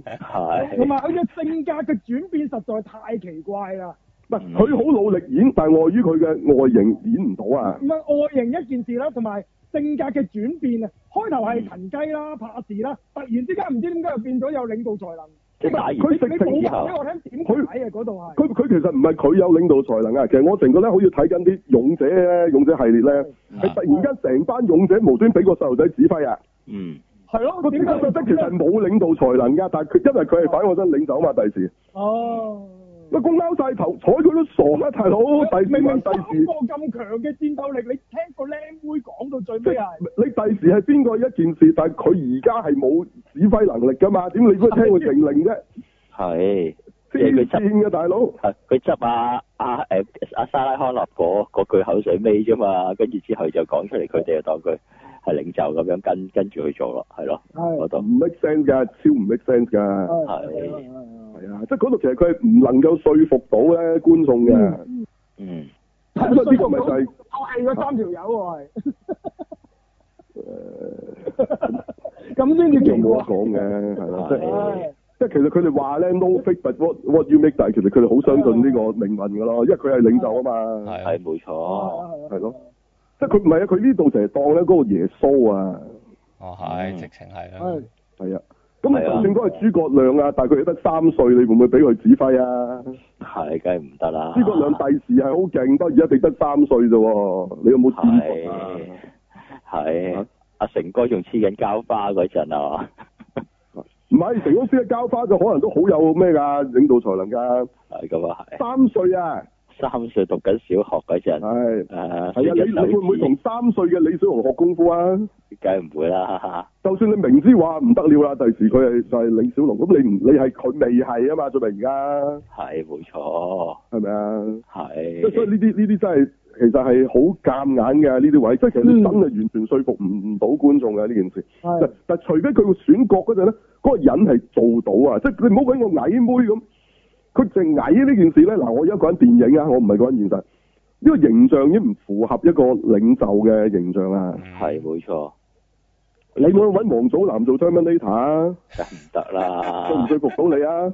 Speaker 5: 同
Speaker 4: 係
Speaker 5: 埋佢嘅性格嘅轉變實在太奇怪啦！
Speaker 2: 唔係佢好努力演，但係礙於佢嘅外形演唔到啊
Speaker 5: 唔！係外形一件事啦，同埋性格嘅轉變啊！開頭
Speaker 3: 嗯
Speaker 5: 係騰雞啦、怕事啦，突然之間唔知點解又變咗有領導才能。
Speaker 4: 即係打完
Speaker 5: 你
Speaker 2: 佢
Speaker 5: 你
Speaker 2: 直情
Speaker 5: 冇
Speaker 4: 以
Speaker 5: 話
Speaker 4: 後
Speaker 5: 俾我聽點解啊？嗰度係
Speaker 2: 佢佢其實唔係佢有領導才能啊，其實我成個咧好似睇緊啲勇者咧，勇者系列咧，
Speaker 5: 啊
Speaker 2: 係突然間成班勇者無端俾個細路仔指揮啊！
Speaker 4: 嗯
Speaker 5: 係
Speaker 2: 個
Speaker 5: 咯？
Speaker 2: 小
Speaker 5: 點解
Speaker 2: 細路仔其實係冇領導才能㗎，但係佢因為佢係反抗軍領袖啊嘛，第時
Speaker 5: 哦，
Speaker 2: 喂公撈晒頭，睬佢都傻啦，啊大佬，第
Speaker 5: 明
Speaker 2: 時
Speaker 5: 明
Speaker 2: 還
Speaker 5: 三
Speaker 2: 第時
Speaker 5: 個。咁強嘅戰鬥力，你聽個靚妹講到最
Speaker 2: 即
Speaker 5: 尾
Speaker 2: 係啊
Speaker 5: 係
Speaker 2: 你第時係邊個一件事，但係啊 佢而家係冇指揮能力㗎嘛？點你都聽佢命令啫？
Speaker 4: 係
Speaker 2: 黐線嘅大佬，
Speaker 4: 係佢執啊啊誒阿沙拉康納嗰嗰句口水尾啫嘛，跟住之後就講出嚟，佢哋就當佢係領袖咁樣跟跟住去做咯，係咯，嗰
Speaker 2: 唔
Speaker 4: 度
Speaker 2: make sense 㗎，超唔 make sense 㗎。
Speaker 5: 係，係，係，係，係，係。
Speaker 2: 係啊，即係嗰度其實佢係唔能夠說服到咧觀眾嘅。
Speaker 4: 嗯
Speaker 2: 咁啊呢個咪就係
Speaker 5: 我係嗰三條友喎，係。
Speaker 2: 啲
Speaker 5: 咁先至勁喎。
Speaker 2: 人冇得講嘅，係啦，即嗯係啊
Speaker 5: 係。
Speaker 2: 即係其實佢哋話咧 no fake but what what you make，但係其實佢哋好相信呢個命運㗎咯，因為佢係領袖啊嘛，
Speaker 3: 係
Speaker 4: 係冇錯，
Speaker 5: 係，係，係。
Speaker 2: 係咯。即係佢唔係啊，佢呢度成日當咧嗰個耶穌啊，
Speaker 3: 哦係，
Speaker 4: 嗯
Speaker 3: 直情係啦，
Speaker 5: 係，係，
Speaker 2: 係啊。咁
Speaker 4: 係啊
Speaker 2: 啊，正都係諸葛亮啊，但係佢哋得三歲，你會唔會俾佢指揮啊？
Speaker 4: 係梗係唔得啦。
Speaker 2: 諸葛亮第時係好勁，不過而家淨得三歲啫喎，你有冇智慧啊？
Speaker 4: 係係阿成哥仲黐緊膠花嗰陣啊嘛，
Speaker 2: 唔係，成公司嘅交花就可能都好有咩㗎，領導才能㗎。
Speaker 4: 係咁啊係。
Speaker 2: 三歲啊，
Speaker 4: 三歲讀緊小學嗰陣，誒
Speaker 2: 係係啊，你你會唔會同三歲嘅李小龍學功夫啊？
Speaker 4: 梗係唔會啦，
Speaker 2: 就算你明知話唔得了啦，第時佢係就係李小龍，咁你唔你係佢未係啊嘛？最明而家
Speaker 4: 係冇錯，
Speaker 2: 係咪啊？即係所以
Speaker 4: 係
Speaker 2: 呢啲呢啲真係其實係好夾硬嘅呢啲位，即係其實你真係完全說服唔唔到觀眾嘅呢件事。
Speaker 3: 嗯
Speaker 2: 但但除非佢個選角嗰陣咧，嗰、個人係做到啊！即係你唔好揾個矮妹咁，佢淨矮呢件事咧。嗱，我而家講緊電影啊，我唔係講緊現實。呢個形象已經唔符合一個領袖嘅形象啊！
Speaker 3: 嗯
Speaker 4: 係冇錯，
Speaker 2: 你冇去揾王祖藍做 Terminator 啊，
Speaker 4: 梗係唔得
Speaker 2: 佢唔
Speaker 4: 啦，
Speaker 2: 說服到你啊，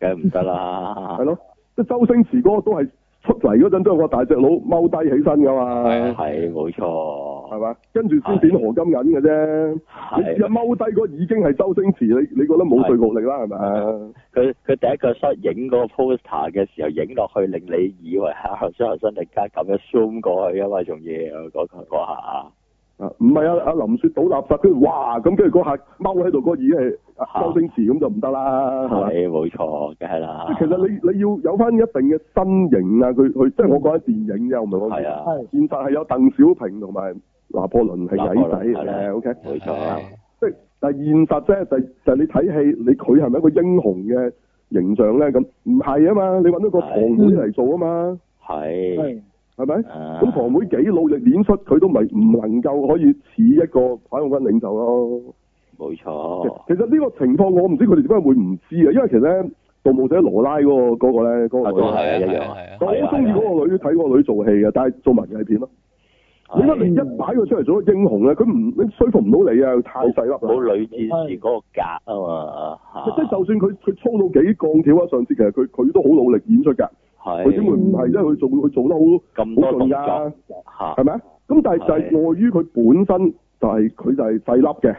Speaker 4: 梗係唔得啦
Speaker 3: 啊
Speaker 2: 係，咯？即係周星馳嗰個都係出嚟嗰陣都有個大隻佬踎低起身噶
Speaker 3: 係
Speaker 2: 嘛
Speaker 3: 啊，
Speaker 4: 係冇
Speaker 2: 係
Speaker 4: 錯，
Speaker 2: 嘛？跟住先變何金銀嘅啫。你試下
Speaker 4: 係
Speaker 2: 踎低嗰個已經係周星馳，你你覺得冇說服力啦，係咪啊？
Speaker 4: 佢佢第一個 shot 影嗰個 poster 嘅時候影落去，令你以為係後生後生，突然間咁樣 zoom 過去啊嘛，仲要嗰嗰下，
Speaker 2: 啊，唔係啊，阿林雪倒垃圾，跟住哇咁，跟住嗰下踎喺度嗰個已經係啊
Speaker 4: 嚇
Speaker 2: 周星馳咁就唔得啦，係嘛？
Speaker 4: 係冇錯，梗係啦
Speaker 2: 即，係其實你你要有翻一定嘅身形啊，佢佢即係我講緊電影啫，我唔係講
Speaker 4: 嗯係啊，
Speaker 2: 現實係有鄧小平同埋拿破崙係矮仔
Speaker 4: 拿破崙係啦
Speaker 2: 嘅，OK，
Speaker 3: 啊
Speaker 2: 啊
Speaker 4: 冇錯
Speaker 3: 係，
Speaker 2: 即係但係現實啫，就就係你睇戲，你佢係咪一個英雄嘅形象咧？咁唔係啊嘛，你揾咗個堂妹嚟做啊嘛，
Speaker 4: 係，
Speaker 5: 係，係，
Speaker 2: 係咪？
Speaker 4: 啊
Speaker 2: 咁堂妹幾努力演出，佢都咪唔能夠可以似一個反恐軍領袖咯。
Speaker 4: 冇錯，
Speaker 2: 其實呢個情況我唔知佢哋點解會唔知啊，因為其實咧《盜墓者羅拉》嗰、個嗰、個咧嗰、
Speaker 4: 啊
Speaker 2: 個
Speaker 4: 都
Speaker 2: 女，
Speaker 4: 係啊一樣
Speaker 3: 係啊
Speaker 2: 我
Speaker 4: 係啊
Speaker 2: 好中意嗰個女睇嗰個女做戲嘅，但係做文藝片咯。你乜你一擺佢出嚟做個英雄咧，佢唔你說服唔到你啊，太細粒啦。
Speaker 4: 冇女戰士嗰個格啊嘛，
Speaker 2: 即係就算佢佢操到幾鋼條啊，上次其實佢佢都好努力演出㗎，佢點會
Speaker 4: 係
Speaker 2: 唔係啫？佢做佢做得好
Speaker 4: 咁多
Speaker 2: 好盡
Speaker 4: 動
Speaker 2: 㗎
Speaker 4: 作。嚇
Speaker 2: 係，咪啊？咁但係就係
Speaker 4: 係
Speaker 2: 礙於佢本身就係佢就係細粒嘅，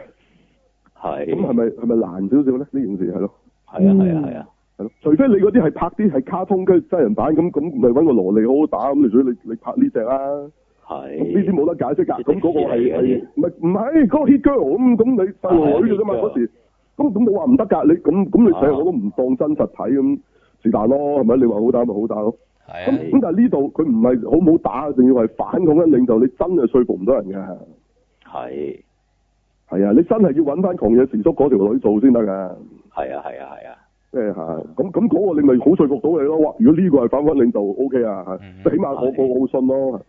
Speaker 4: 係
Speaker 2: 咁係咪嗯係咪難少少咧？呢件事係咯，
Speaker 4: 係啊係啊係啊，
Speaker 2: 係咯。除非你嗰啲係拍啲係卡通跟住真人版咁，咁咪揾個羅莉好好打咁，你最你你拍呢只啦。
Speaker 4: 係
Speaker 2: 咁呢啲冇得解釋㗎。咁嗰個
Speaker 4: 呢
Speaker 2: 係
Speaker 4: 啲
Speaker 2: 係唔係唔係嗰個 hit girl 咁咁你細路女嘅啫嘛
Speaker 4: 係
Speaker 2: 嗰時，咁咁冇話唔得㗎。你咁咁你
Speaker 4: 啊
Speaker 2: 細我都唔當真實睇咁。是但咯，係咪？你話好打咪好打咯。咁
Speaker 3: 係啊
Speaker 4: 係
Speaker 2: 咁但係呢度佢唔係好唔好打，仲要係反恐嘅領袖，你真係說服唔到人㗎。
Speaker 4: 係
Speaker 2: 係啊，你真係要揾翻狂野時速嗰條女做先得㗎，
Speaker 4: 係啊係啊係啊，
Speaker 2: 即係嚇呃咁咁嗰個你咪好說服到你咯。哇！如果呢個係反翻領就 O K 啊，
Speaker 3: 嗯
Speaker 2: 嚇起碼我
Speaker 4: 係
Speaker 2: 我我會信咯。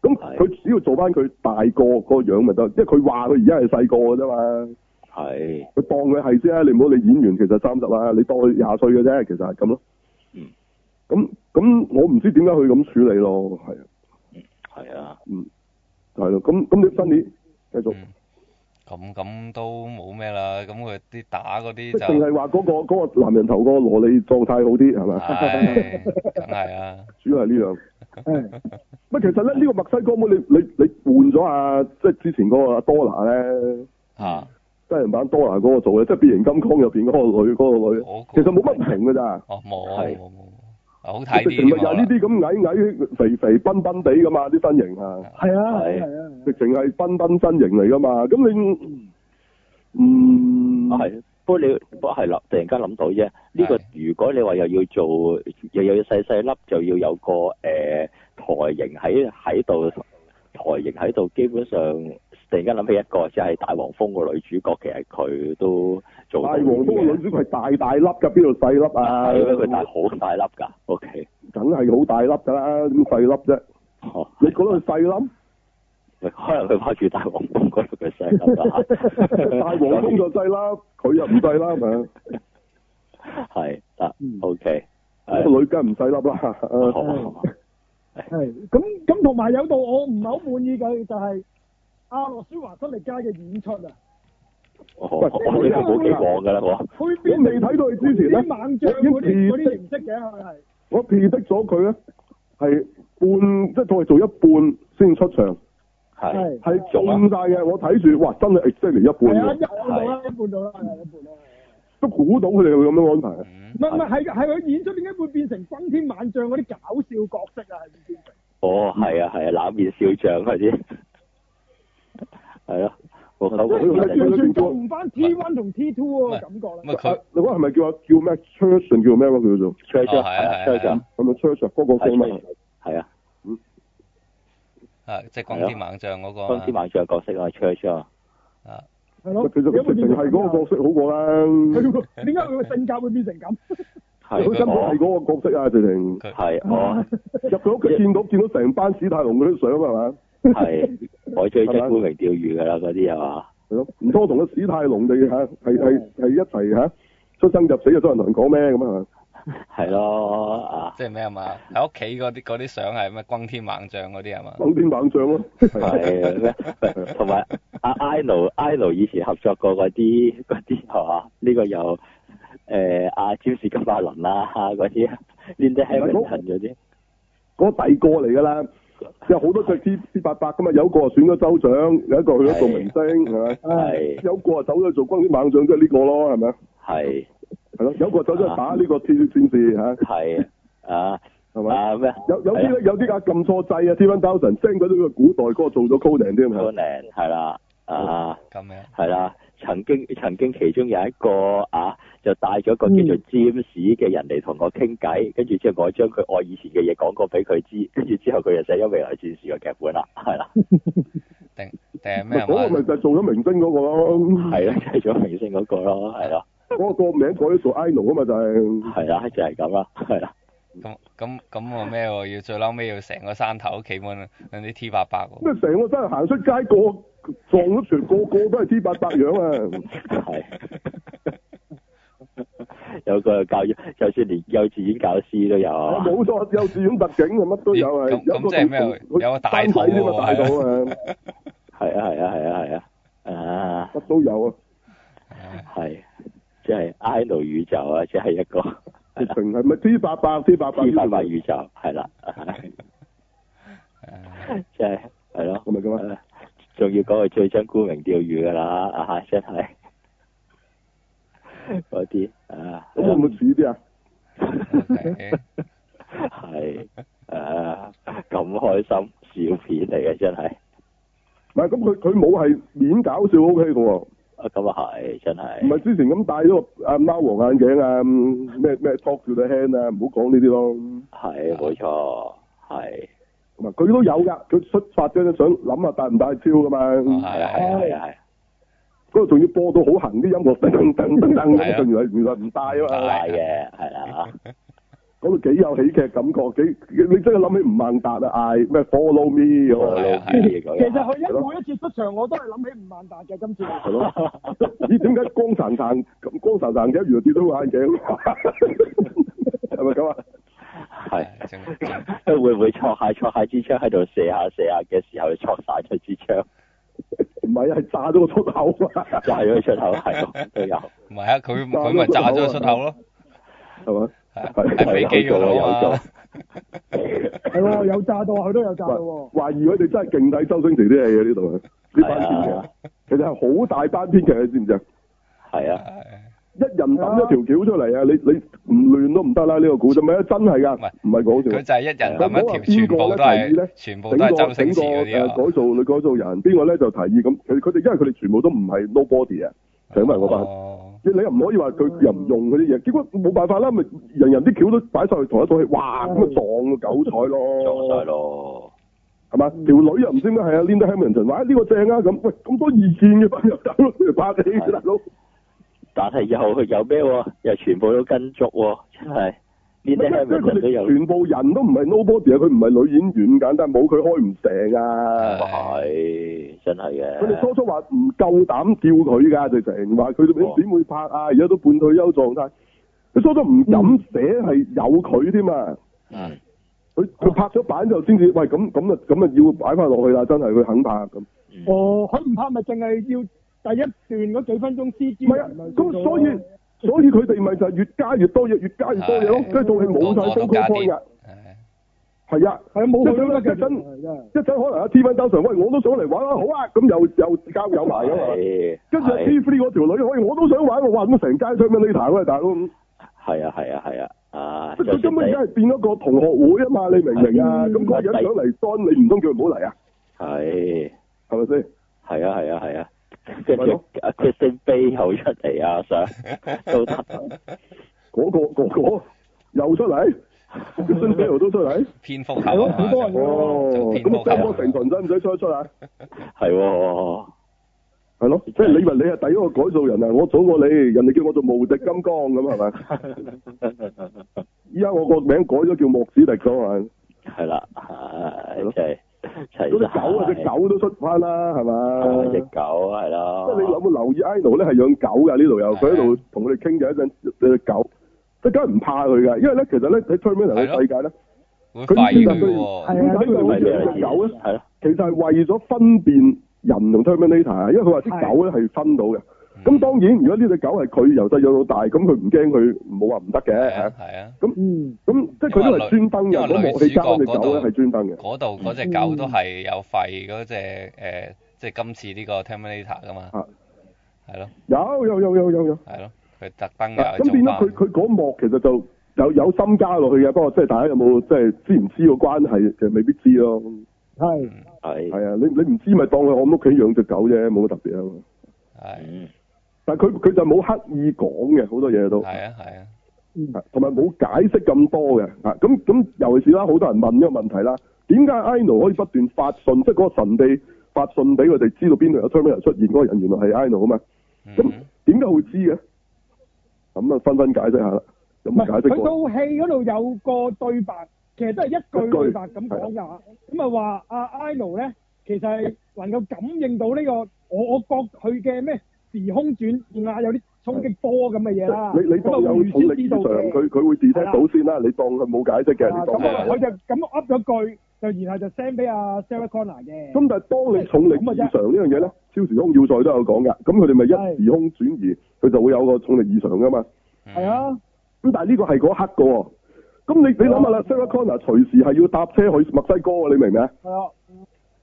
Speaker 2: 咁
Speaker 4: 係
Speaker 2: 佢只要做翻佢大個嗰個樣咪得，因為佢話佢而家係細個嘅啫嘛。
Speaker 4: 係
Speaker 2: 佢當佢係啫，你唔好你演員其實三十啦，你當佢廿歲嘅啫，其實係咁咯。
Speaker 4: 嗯。
Speaker 2: 咁咁，我唔知點解佢咁處理咯，係啊，
Speaker 4: 係啊，
Speaker 2: 嗯，係咯。咁咁你新年繼續，
Speaker 3: 嗯咁咁都冇咩啦，咁佢啲打嗰啲
Speaker 2: 即係淨
Speaker 3: 就
Speaker 2: 係話嗰個嗰個男人頭嗰個羅莉狀態好啲係咪？
Speaker 3: 係梗係啊，
Speaker 2: 主要係呢樣。乜其實咧，呢、個墨西哥妹你你你換咗啊，即係之前嗰個阿多拿咧，
Speaker 3: 嚇
Speaker 2: 真人版多拿嗰個做嘅，即係變形金剛入邊嗰個女嗰、個女，
Speaker 3: 我
Speaker 2: 其實冇乜唔同㗎咋，
Speaker 3: 哦冇
Speaker 4: 係
Speaker 3: 冇冇，啊好睇
Speaker 2: 直情
Speaker 3: 啲
Speaker 2: 咪
Speaker 3: 啊
Speaker 2: 就係呢啲咁矮矮肥肥賓賓地㗎嘛，啲身形啊，
Speaker 5: 係啊，係啊，
Speaker 2: 直情係賓賓身形嚟㗎嘛，咁你嗯
Speaker 4: 啊係。不過你不過係啦，突然間諗到啫。呢個
Speaker 3: 係
Speaker 4: 如果你話又要做，又又要細細粒，就要有呃個誒台型喺喺度，台型喺度，基本上突然間諗起一個，就係、大黃蜂》個女主角，其實佢都做
Speaker 2: 大
Speaker 4: 到
Speaker 2: 黃蜂個女
Speaker 4: 嘅
Speaker 2: 主角係大大粒㗎，邊度細粒啊？
Speaker 4: 係佢大好大粒㗎。O K，
Speaker 2: 梗係好大粒㗎啦，點細粒啫？
Speaker 4: 哦，
Speaker 2: 你覺得佢細粒？
Speaker 4: 可能佢拍住大黃蜂嗰度佢細粒啦。
Speaker 2: 大黃蜂就細粒，佢又唔細粒，係咪？
Speaker 4: 係得
Speaker 5: 嗯
Speaker 4: O K，
Speaker 2: 個女梗係唔細粒啦。啊
Speaker 4: 好
Speaker 5: 係咁咁，同埋有度我唔係好滿意嘅就係阿洛舒華辛力加嘅演出啊，
Speaker 4: 我我我呢個冇期望㗎啦，我
Speaker 5: 佢
Speaker 2: 我
Speaker 5: 變
Speaker 2: 未睇到佢之前
Speaker 5: 啲
Speaker 2: 咧，
Speaker 5: 猛將嗰
Speaker 2: 我已經
Speaker 5: 啲嗰啲形式嘅佢係
Speaker 2: 我 P 的咗佢咧，係半即係佢係做一半先出場，
Speaker 4: 係
Speaker 5: 係
Speaker 2: 係
Speaker 4: 做啊
Speaker 2: 中晒嘅。我睇住，哇！真係 exactly 一
Speaker 5: 係啊
Speaker 2: 半
Speaker 5: 一
Speaker 2: 喎，
Speaker 5: 半到啦，一半到啦，係一半到啦。
Speaker 2: 都估到佢哋會咁樣安排嘅。啊
Speaker 3: 嗯
Speaker 5: 唔係唔係，係係佢演出點解會變成軍天猛將嗰啲搞笑角色啊？係變成
Speaker 4: 哦係啊係啊，冷面笑匠嗰啲係咯，我
Speaker 2: 即係
Speaker 5: 完全
Speaker 2: 佢
Speaker 5: 完全救唔翻 T one 同 T two 嗰個感覺
Speaker 3: 咪
Speaker 5: 啦。
Speaker 3: 佢
Speaker 2: 啊你話係咪叫啊叫咩 Church 定叫咩話叫做？
Speaker 4: 吹
Speaker 3: 哦
Speaker 4: 咗
Speaker 3: 係啊
Speaker 4: 吹
Speaker 3: 係啊
Speaker 4: 咗
Speaker 2: 係咪 Church 啊嗰個叫咩？
Speaker 4: 係啊。
Speaker 3: 啊，即係光天猛將嗰個
Speaker 4: 光之
Speaker 3: 啊，
Speaker 4: 猛將角色啊，Church 啊，
Speaker 5: 係咯，
Speaker 2: 其實佢直情係嗰 個角色好過啦，
Speaker 5: 佢個點解佢個性格會變成咁？
Speaker 4: 係
Speaker 2: 佢根本係嗰個角色啊！直情
Speaker 3: 佢
Speaker 4: 係我
Speaker 2: 入佢屋企見到見到成班史泰龍嗰啲相啊係嘛？
Speaker 4: 係我最憎沽名釣譽㗎啦，嗰啲係嘛？
Speaker 2: 係咯，唔通同個史泰龍哋嚇係係係一齊嚇出生入死就多人同人講咩咁啊？
Speaker 4: 係咯啊，
Speaker 3: 即係咩啊嘛？喺屋企嗰啲嗰啲相係咩光天猛將嗰啲係嘛？
Speaker 2: 猛天猛將咯，係啊
Speaker 4: 係咩？喂同埋阿 Ino Ino 以前合作過嗰啲嗰啲係嘛？呢個又誒阿詹士金馬倫啦嗰啲，Linda Hamilton 嗰啲
Speaker 2: 嗰個第二個嚟㗎啦。有好多隻 T T 八八㗎嘛，有一個啊選咗州長，有一個去咗做明星，係咪？
Speaker 4: 係
Speaker 2: 有一個啊走咗去做軍天猛將，即係呢個咯，係咪？
Speaker 4: 係
Speaker 2: 係咯，有一個走咗去打呢個鐵血戰士嚇，
Speaker 4: 係啊
Speaker 2: 係咪？
Speaker 4: 啊咩？
Speaker 2: 有有啲咧，有啲啊撳錯掣啊，T1 Thousand send 咗呢個古代嗰個做咗 coding 添係
Speaker 4: Conan 係啦啊。
Speaker 3: 咁樣
Speaker 4: 係啦，曾經曾經其中有一個啊，就帶咗
Speaker 2: 嗯
Speaker 4: 個叫做詹士嘅人嚟同我傾偈，跟住之後我將佢我以前嘅嘢講過俾佢知，跟住之後佢就寫咗未來戰士嘅劇本啦，係啦，
Speaker 3: 定定係
Speaker 2: 咪
Speaker 3: 咩啊
Speaker 2: 嗰個
Speaker 3: 嘛？
Speaker 2: 咪就係做咗明星嗰個咯，
Speaker 4: 係啦，就係咗明星嗰個咯，係咯，
Speaker 2: 嗰個個名改咗做 Ino 啊嘛，就係
Speaker 4: 係啦，就係咁啦，係啊啦，
Speaker 3: 咁咁咁我咩喎？要最嬲尾要成個山頭企滿人啲 T 八八 喎，
Speaker 2: 咩啊成個真係行出街個撞咗全個個都係 T 八八樣啊！
Speaker 4: 係。有個教，就算連幼稚園教師都有啊，
Speaker 2: 冇錯，幼稚園特警啊，乜都有啊，
Speaker 3: 咦咁
Speaker 2: 有一個
Speaker 3: 咁即係咩
Speaker 2: 同同
Speaker 3: 有個大肚
Speaker 2: 單仔添啊，大
Speaker 3: 喎
Speaker 2: 肚啊，
Speaker 4: 係啊係啊係啊係啊，啊
Speaker 2: 乜都有啊，
Speaker 4: 係，即係 idol 宇宙啊，即係一 個
Speaker 2: 直情係咪 T 八八 T 八八
Speaker 4: 天八八
Speaker 2: 係
Speaker 4: 宇宙，係啦。 即係係咯，
Speaker 2: 咪咁啊？
Speaker 4: 誒仲要講佢最憎沽名釣譽㗎啦，啊真係嗰啲啊，
Speaker 2: 咁會唔會似啲啊？
Speaker 3: 哦誒
Speaker 4: 係誒咁開心笑片嚟嘅真係，
Speaker 2: 唔係咁，佢佢冇係面搞笑 O K 嘅喎。
Speaker 4: 啊咁啊係真
Speaker 2: 唔係
Speaker 4: 係，
Speaker 2: 之前咁戴咗個啊貓王眼鏡啊，嗯咩咩 talk to the hand 啊，唔好講呢啲咯。
Speaker 4: 係冇錯，係
Speaker 2: 同埋佢都有㗎，佢出發嗰陣想諗下戴唔戴超㗎嘛。
Speaker 4: 係啊係啊係啊係啊，
Speaker 2: 嗰度仲要播到好行啲音樂，噔噔噔噔噔
Speaker 3: 係啊
Speaker 2: 咁，原來原來唔戴啊嘛。
Speaker 4: 大嘅係啦，
Speaker 2: 嗰度幾有喜劇感覺，幾你真係諗起吳孟達啊，嗌咩 follow me 咁
Speaker 4: 我
Speaker 2: 啊
Speaker 3: 係
Speaker 4: 老
Speaker 3: 啊
Speaker 4: 啲嘅
Speaker 5: 其實
Speaker 4: 咁
Speaker 5: 佢一每一次出場我都係諗起吳萬達嘅今次。
Speaker 2: 係咯。 咦？點解光潺潺咁光潺潺嘅，原來跌到個眼鏡？係咪咁啊？啊
Speaker 4: 係。
Speaker 3: 仲
Speaker 4: 會唔會戳下戳下支槍喺度射下射下嘅時候，戳散咗支槍，
Speaker 2: 唔係啊，係炸咗個出口啊，
Speaker 4: 就係咗出口，係都有。
Speaker 3: 唔係啊？佢佢咪炸咗出口咯，
Speaker 2: 係咪？
Speaker 3: 係
Speaker 2: 係
Speaker 3: 喺飛機嗰度
Speaker 4: 有做有
Speaker 3: 啊
Speaker 4: 做
Speaker 5: 係喎，有炸到啊，佢都有炸到喎。
Speaker 2: 懷疑佢哋真係勁睇周星馳啲戲嘅呢度啊！呢班編
Speaker 4: 係
Speaker 2: 劇
Speaker 4: 啊
Speaker 2: 其實係好大班編劇，你知唔知啊？
Speaker 4: 係啊，
Speaker 3: 嘛，係
Speaker 2: 一人抌一條橋出嚟啊！你你唔亂都唔得啦！呢個古仔咪真係㗎
Speaker 3: 唔係，
Speaker 2: 唔係講
Speaker 3: 佢
Speaker 2: 笑。
Speaker 3: 就係一人抌
Speaker 2: 佢講話
Speaker 3: 一條，全部
Speaker 2: 邊
Speaker 3: 都係全
Speaker 2: 個咧提議咧整
Speaker 3: 部
Speaker 2: 個
Speaker 3: 都係周星
Speaker 2: 整個
Speaker 3: 馳嗰
Speaker 2: 誒
Speaker 3: 啲啊。
Speaker 2: 改造女改造人，邊個咧就提議咁？佢佢哋因為佢哋全部都唔係 nobody 啊，就因為嗰班。
Speaker 3: 哦
Speaker 2: 你你又唔可以話佢又唔用嗰啲嘢，結果冇辦法啦，咪 人人啲橋都擺晒去同一套戲，哇咁咪撞到九彩咯，
Speaker 4: 撞晒咯，
Speaker 2: 係嘛？條女又唔知咩係啊，Linda Hamilton 話哎呢個正啊咁，喂咁多意見嘅 班友大佬，不如拍戲
Speaker 4: 係
Speaker 2: 大佬。
Speaker 4: 但係又有咩喎？又全部都跟足喎，真係呢
Speaker 2: 即
Speaker 4: 啲
Speaker 2: 係
Speaker 4: Hamilton 都
Speaker 2: 佢
Speaker 4: 有
Speaker 2: 哋全部人都唔係 nobody 啊，佢唔係女演員咁簡單，冇佢開唔成啊！
Speaker 4: 係真係嘅。
Speaker 2: 佢哋初初話唔夠膽叫佢㗎，就成話佢
Speaker 4: 哦
Speaker 2: 哋點會拍啊？而家都半退休狀態，佢初初唔敢寫係有佢添啊！
Speaker 3: 嗯，
Speaker 2: 佢佢拍咗版就先至，喂咁咁啊咁啊要擺翻落去啦，真係佢肯拍啊咁。
Speaker 4: 嗯
Speaker 5: 哦，佢唔拍咪淨係要第一段嗰幾分鐘 C G
Speaker 2: 唔係啊，咁所以所以佢哋咪就係越加越多嘢，越加越多嘢咯
Speaker 3: 係，
Speaker 2: 跟住套戲冇
Speaker 3: 個
Speaker 2: 晒
Speaker 3: 個都
Speaker 2: focal
Speaker 3: 加啲
Speaker 2: point 㗎，，
Speaker 3: 係
Speaker 2: 係啊。
Speaker 5: 係啊冇去啦，其
Speaker 2: 即係
Speaker 5: 實
Speaker 2: 真
Speaker 5: 真係
Speaker 2: 一陣可能阿 T 翻周常，喂我都想嚟玩啊，好啊，咁又又交友埋啊嘛。
Speaker 4: 係
Speaker 2: 跟住 T
Speaker 4: 係
Speaker 2: three 嗰條女，喂我都想玩喎，哇咁成街 Terminator 喂大佬咁，
Speaker 4: 係啊係啊係啊啊！
Speaker 2: 即係佢
Speaker 4: 就
Speaker 2: 根本而家
Speaker 4: 算
Speaker 2: 係變咗個同學會啊嘛，你明唔明啊？
Speaker 5: 嗯
Speaker 2: 咁嗰個人想嚟 join 你唔通叫佢唔好嚟啊？
Speaker 4: 你係
Speaker 2: 係咪先？
Speaker 4: 係啊係啊係啊，跟
Speaker 2: 咪咯
Speaker 4: 住阿 Kristen Bay 又出嚟啊， 想都得
Speaker 2: 嗰個嗰個又出嚟 k i s t 都出嚟，
Speaker 3: 蝙蝠
Speaker 4: 係
Speaker 3: 俠
Speaker 4: 咯
Speaker 3: 啊嘛
Speaker 5: 好多人
Speaker 2: 哦，
Speaker 3: 做蝙
Speaker 2: 咁
Speaker 3: 蝠
Speaker 2: 啊 Sam 成
Speaker 3: 俠
Speaker 2: 群使唔使出一出啊？
Speaker 4: 係喎，
Speaker 2: 係咯，即係你以為你係第一個改造人啊？我早過你，人哋叫我做無敵金剛咁啊係咪？依家我個名改咗叫莫子迪咗嘛？
Speaker 4: 係啦，係
Speaker 2: 咯
Speaker 4: 即係齊
Speaker 2: 嗰只狗啊，只狗都出翻啦，係
Speaker 4: 啊只
Speaker 2: 咪？
Speaker 4: 狗係
Speaker 3: 啊
Speaker 4: 啦，
Speaker 2: 即係你有冇留意 Idol 咧係養狗㗎？呢度又佢喺度同我哋傾嘅一陣，有隻狗，即係梗係唔怕佢㗎，因為咧其實咧喺 Terminator 嘅世界咧，
Speaker 3: 會
Speaker 2: 佢
Speaker 3: 吠
Speaker 2: 其
Speaker 3: 嘅
Speaker 2: 實
Speaker 3: 喎，
Speaker 2: 佢點解佢會
Speaker 4: 係啊
Speaker 2: 養隻狗咧？啊
Speaker 4: 係咯，
Speaker 2: 其實係為咗分辨人同 Terminator，啊因為佢話啲狗咧係分到嘅。
Speaker 3: 嗯
Speaker 2: 咁當然，如果呢只狗係佢由細養到大，咁佢唔驚佢冇話唔得
Speaker 3: 係
Speaker 2: 嘅
Speaker 3: 啊。係啊，
Speaker 5: 嗯
Speaker 2: 咁即係佢都係專登嘅，
Speaker 3: 因為女
Speaker 2: 嗰幕戲加翻只狗
Speaker 3: 因為
Speaker 2: 咧
Speaker 3: 女
Speaker 2: 係專登嘅。
Speaker 3: 嗰度嗰只狗都係有吠嗰只誒，即係今次呢個 Terminator 噶嘛
Speaker 2: 啊，
Speaker 3: 係咯
Speaker 2: 有有有有有有。
Speaker 3: 係咯，佢特登又
Speaker 2: 啊咁
Speaker 3: 啊做
Speaker 2: 變咗
Speaker 3: 翻
Speaker 2: 佢，佢嗰幕其實就有有心加落去嘅，不過即係大家有冇即係知唔知個關係，其實未必知咯。
Speaker 5: 係
Speaker 4: 係
Speaker 2: 係啊，你你唔知咪當佢我屋企養只狗啫，冇乜特別啊。
Speaker 3: 係
Speaker 4: 嗯
Speaker 2: 但係佢佢就冇刻意講嘅，好多嘢都。
Speaker 3: 係啊係啊，
Speaker 2: 係同埋冇解釋咁多嘅，啊咁咁尤其是啦，好多人問呢個問題啦，點解 Ino 可以不斷發信，即係嗰個神秘發信俾佢哋知道邊度有 Terminator 出現嗰個人原來係 Ino 啊嘛？咁
Speaker 3: 嗯
Speaker 2: 點解會知嘅？咁啊，分分解釋下啦，有
Speaker 5: 唔係
Speaker 2: 冇解釋
Speaker 5: 佢
Speaker 2: 過？
Speaker 5: 套戲嗰度有個對白，其實都係一句對白咁講㗎嚇。咁啊話阿 Ino 咧，其實係能夠感應到呢個我我覺佢嘅咩時空轉變啊，有啲衝擊波咁嘅嘢啦。
Speaker 2: 你你
Speaker 5: 咁啊
Speaker 2: 當有重力
Speaker 5: 預先
Speaker 2: 之
Speaker 5: 知道
Speaker 2: 上，
Speaker 5: 嘅
Speaker 2: 佢佢會 detect 到先啦。你當佢冇解釋嘅，
Speaker 5: 啊
Speaker 2: 你當
Speaker 5: 咁啊，
Speaker 3: 係
Speaker 2: 佢
Speaker 5: 佢就咁噏咗句，就然後就 send 俾阿 à, Sarah Connor 嘅。
Speaker 2: 咁但係當你重力
Speaker 5: 咁啊
Speaker 2: 異
Speaker 5: 啫
Speaker 2: 常呢樣嘢咧，超時空要塞都有講㗎。咁佢哋咪一時空轉移，佢就會有個重力異常㗎嘛。
Speaker 3: 嗯
Speaker 5: 係，啊，
Speaker 2: 咁但係呢個係嗰刻嘅喎。咁你你諗下啦，Sarah Connor 隨時係要搭車去墨西哥喎，你明唔明啊？
Speaker 5: 係啊，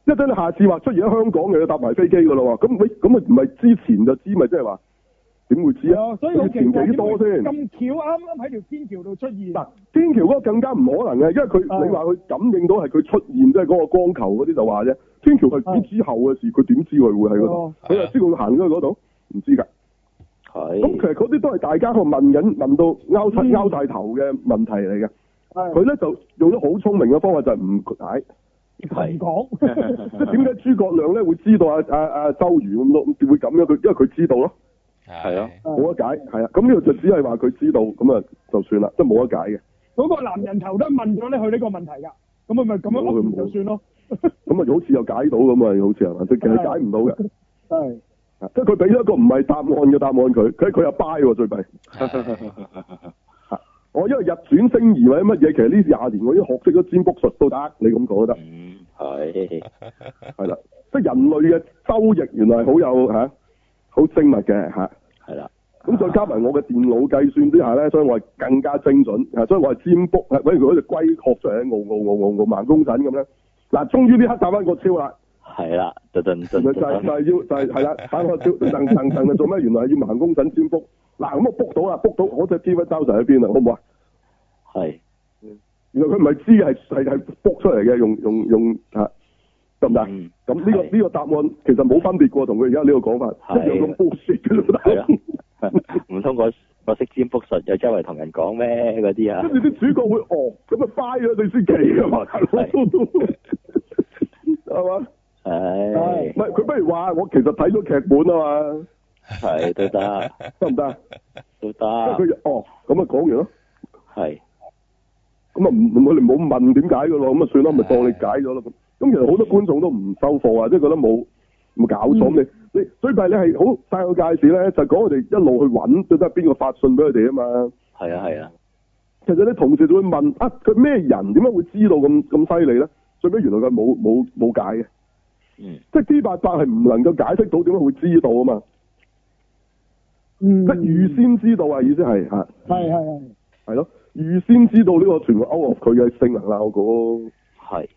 Speaker 2: 一陣你下次話出現喺香港又要搭埋飛機嘅咯喎。咁喂，咁咪啊唔係之前就知咪即係話點會知
Speaker 5: 係
Speaker 2: 啊？
Speaker 5: 啊，所以好奇怪
Speaker 2: 之前幾多先
Speaker 5: 咁巧啱啱喺條天橋度出現。
Speaker 2: 嗱，天橋嗰個更加唔可能嘅，因為佢
Speaker 5: 係
Speaker 2: 你話佢感應到係佢出現即係嗰個光球嗰啲就話啫。天橋係之之後嘅事，佢點知佢會喺嗰度
Speaker 5: 哦？
Speaker 2: 佢就知佢會行咗去嗰度，唔知㗎。咁其
Speaker 4: 係
Speaker 2: 實嗰啲都係大家喺度問緊，問到拗
Speaker 5: 嗯
Speaker 2: 柒拗大頭嘅問題嚟嘅。
Speaker 5: 係
Speaker 2: 佢咧就用咗好聰明嘅方法，就係唔解。
Speaker 5: 唔
Speaker 4: 係
Speaker 5: 講。
Speaker 2: 即係點解諸葛亮咧會知道阿阿阿周瑜咁多會咁樣？佢因為佢知道咯，
Speaker 4: 係啊
Speaker 2: 冇得解係啊。咁呢度就只係話佢知道，咁啊就算啦，即係冇得解嘅。
Speaker 5: 嗰個男人頭都問咗咧佢呢個問題㗎，咁佢咪咁樣噏完就算咯。
Speaker 2: 咁啊，好似又解到咁啊，好似係嘛？即係其實解唔到嘅，
Speaker 5: 係
Speaker 2: 啊即係佢俾咗一個唔係答案嘅答案佢，佢佢又 buy 喎最弊。
Speaker 3: 係
Speaker 2: 我因為日轉星移或者乜嘢，其實呢廿年我已經學識咗占卜術都得，你咁講都得，
Speaker 4: 嗯係
Speaker 2: 係啦。即係人類嘅周易原來係好有嚇，好精密嘅嚇。
Speaker 4: 係啦，
Speaker 2: 咁再加埋我嘅電腦計算之下咧，所以我係更加精準，啊，所以我係占卜，係譬如嗰只龜殼出嚟，傲傲傲傲傲盲公陣咁咧。嗱，終於呢刻打翻個超啦，
Speaker 4: 係啦，就就就
Speaker 2: 原來就係、就係、要就係係啦，打個超，噔噔噔啊，做咩？原來係要盲公陣占卜。嗱，咁我啊 book 到啦，book 到我只 T V 周就喺邊啦，好唔好啊？
Speaker 4: 係
Speaker 2: 原來佢唔係知嘅，係係係 book 出嚟嘅，用用用嚇得唔得？
Speaker 4: 嗯
Speaker 2: 咁呢、個
Speaker 4: 係
Speaker 2: 呢個答案其實冇分別嘅喎，同佢而家呢個講法
Speaker 4: 係
Speaker 2: 一樣咁 bullshit 嘅大
Speaker 4: 係
Speaker 2: 佬
Speaker 4: 啦， 唔通我我識占卜術又周圍同人講咩嗰啲啊
Speaker 2: 跟？住啲主角會哦，咁啊 buy 咗你先奇啊嘛，大佬。係嘛？
Speaker 4: 唉
Speaker 2: 唔，係佢不如話我其實睇咗劇本啊嘛，
Speaker 4: 係都得，
Speaker 2: 得唔得啊？
Speaker 4: 都
Speaker 2: 即係
Speaker 4: 得，
Speaker 2: 佢哦咁啊講完咯，
Speaker 4: 係
Speaker 2: 咁啊唔唔我哋冇問點解噶咯，咁啊算啦，咪當你解咗咯咁。咁其實好多觀眾都唔收貨啊，即係覺得冇冇搞錯咁你你最弊你係好晒個介紹咧，就講我哋一路去揾，到底係邊個發信俾佢哋啊嘛。
Speaker 4: 係啊係啊，
Speaker 2: 其實啲同事就會問啊，佢咩人點解會知道咁咁犀利咧？最尾原來佢冇冇冇解嘅，
Speaker 4: 嗯
Speaker 2: 即係 D 八八係唔能夠解釋到點解會知道啊嘛，
Speaker 5: 嗯，
Speaker 2: 即係預先知道啊，意思係嚇
Speaker 5: 係係係，
Speaker 2: 係咯，預先知道呢個全部 out of 佢嘅性能啦，我估。
Speaker 4: 係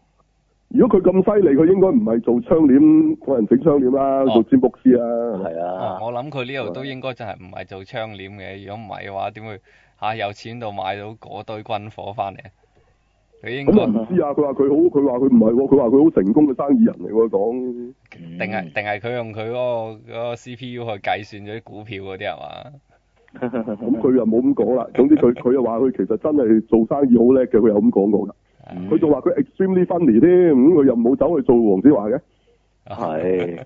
Speaker 2: 如果佢咁犀利，佢應該唔係做窗簾，個人整窗簾啦，
Speaker 3: 哦
Speaker 2: 做占卜師啊，
Speaker 4: 係
Speaker 3: 啊
Speaker 4: 啊，
Speaker 3: 我諗佢呢度都應該就係唔係做窗簾嘅，如果唔係嘅話，點會嚇、有錢到買到嗰堆軍火翻嚟？啊佢應
Speaker 2: 咁
Speaker 3: 該
Speaker 2: 我唔知啊。佢話佢好，佢話佢唔係喎，佢話佢好成功嘅生意人嚟喎，講
Speaker 4: 定
Speaker 3: 定係定係佢用佢嗰、個嗰個 C P U 去計算咗啲股票嗰啲係嘛？
Speaker 2: 咁佢又冇 咁講啦。總之佢佢又話佢其實真係做生意好叻嘅，佢有咁講過㗎。
Speaker 4: 嗯
Speaker 2: 佢仲話佢 extremely funny 添，咁佢又冇走去做黃子華嘅，
Speaker 4: 係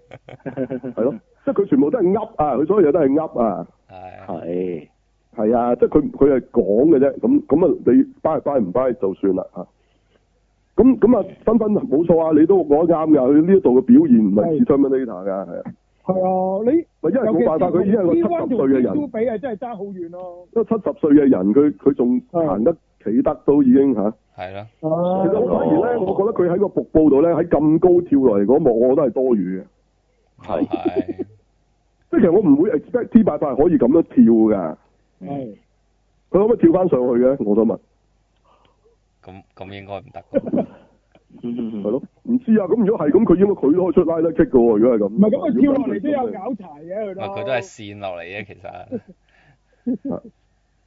Speaker 2: 係咯，即係佢全部都係噏啊，佢所有嘢都係噏啊，
Speaker 3: 係
Speaker 4: 係
Speaker 2: 係啊，即係佢佢係講嘅啫，咁咁啊，你 buy 唔 buy 唔 buy 就算啦嚇。咁咁啊，分分冇錯啊，你都講得啱㗎，佢呢一度嘅表現唔係似 Terminator 㗎，係啊，
Speaker 5: 係啊，你
Speaker 2: 咪因為冇辦法，佢已經係個
Speaker 5: D
Speaker 2: 七
Speaker 5: one
Speaker 2: 十
Speaker 5: 同
Speaker 2: 歲嘅
Speaker 5: D
Speaker 2: 人
Speaker 5: two，比啊，真係爭好遠咯。
Speaker 2: 一個七十歲嘅人，佢佢仲
Speaker 5: 係
Speaker 2: 行得企得都已經嚇。
Speaker 3: 係咯，
Speaker 5: 其
Speaker 2: 其
Speaker 5: 實
Speaker 2: 實我反而咧，我覺得佢喺個瀑布度咧，喺咁高跳落嚟嗰幕，我都係多餘嘅。
Speaker 4: 係
Speaker 3: 係
Speaker 2: 即係其實我唔會 expect T 八八係可以咁樣跳㗎。
Speaker 5: 係
Speaker 2: 佢可唔可以跳翻上去嘅？我想問，
Speaker 3: 咁咁應該唔得喎。
Speaker 2: 係咯，唔知啊。咁如果係咁，佢應該佢都可以出拉得 kick 嘅喎。如果係咁，
Speaker 5: 唔係咁佢跳落嚟都有搞柴嘅佢
Speaker 3: 唔
Speaker 5: 都。
Speaker 3: 係佢都係線落嚟嘅，其 實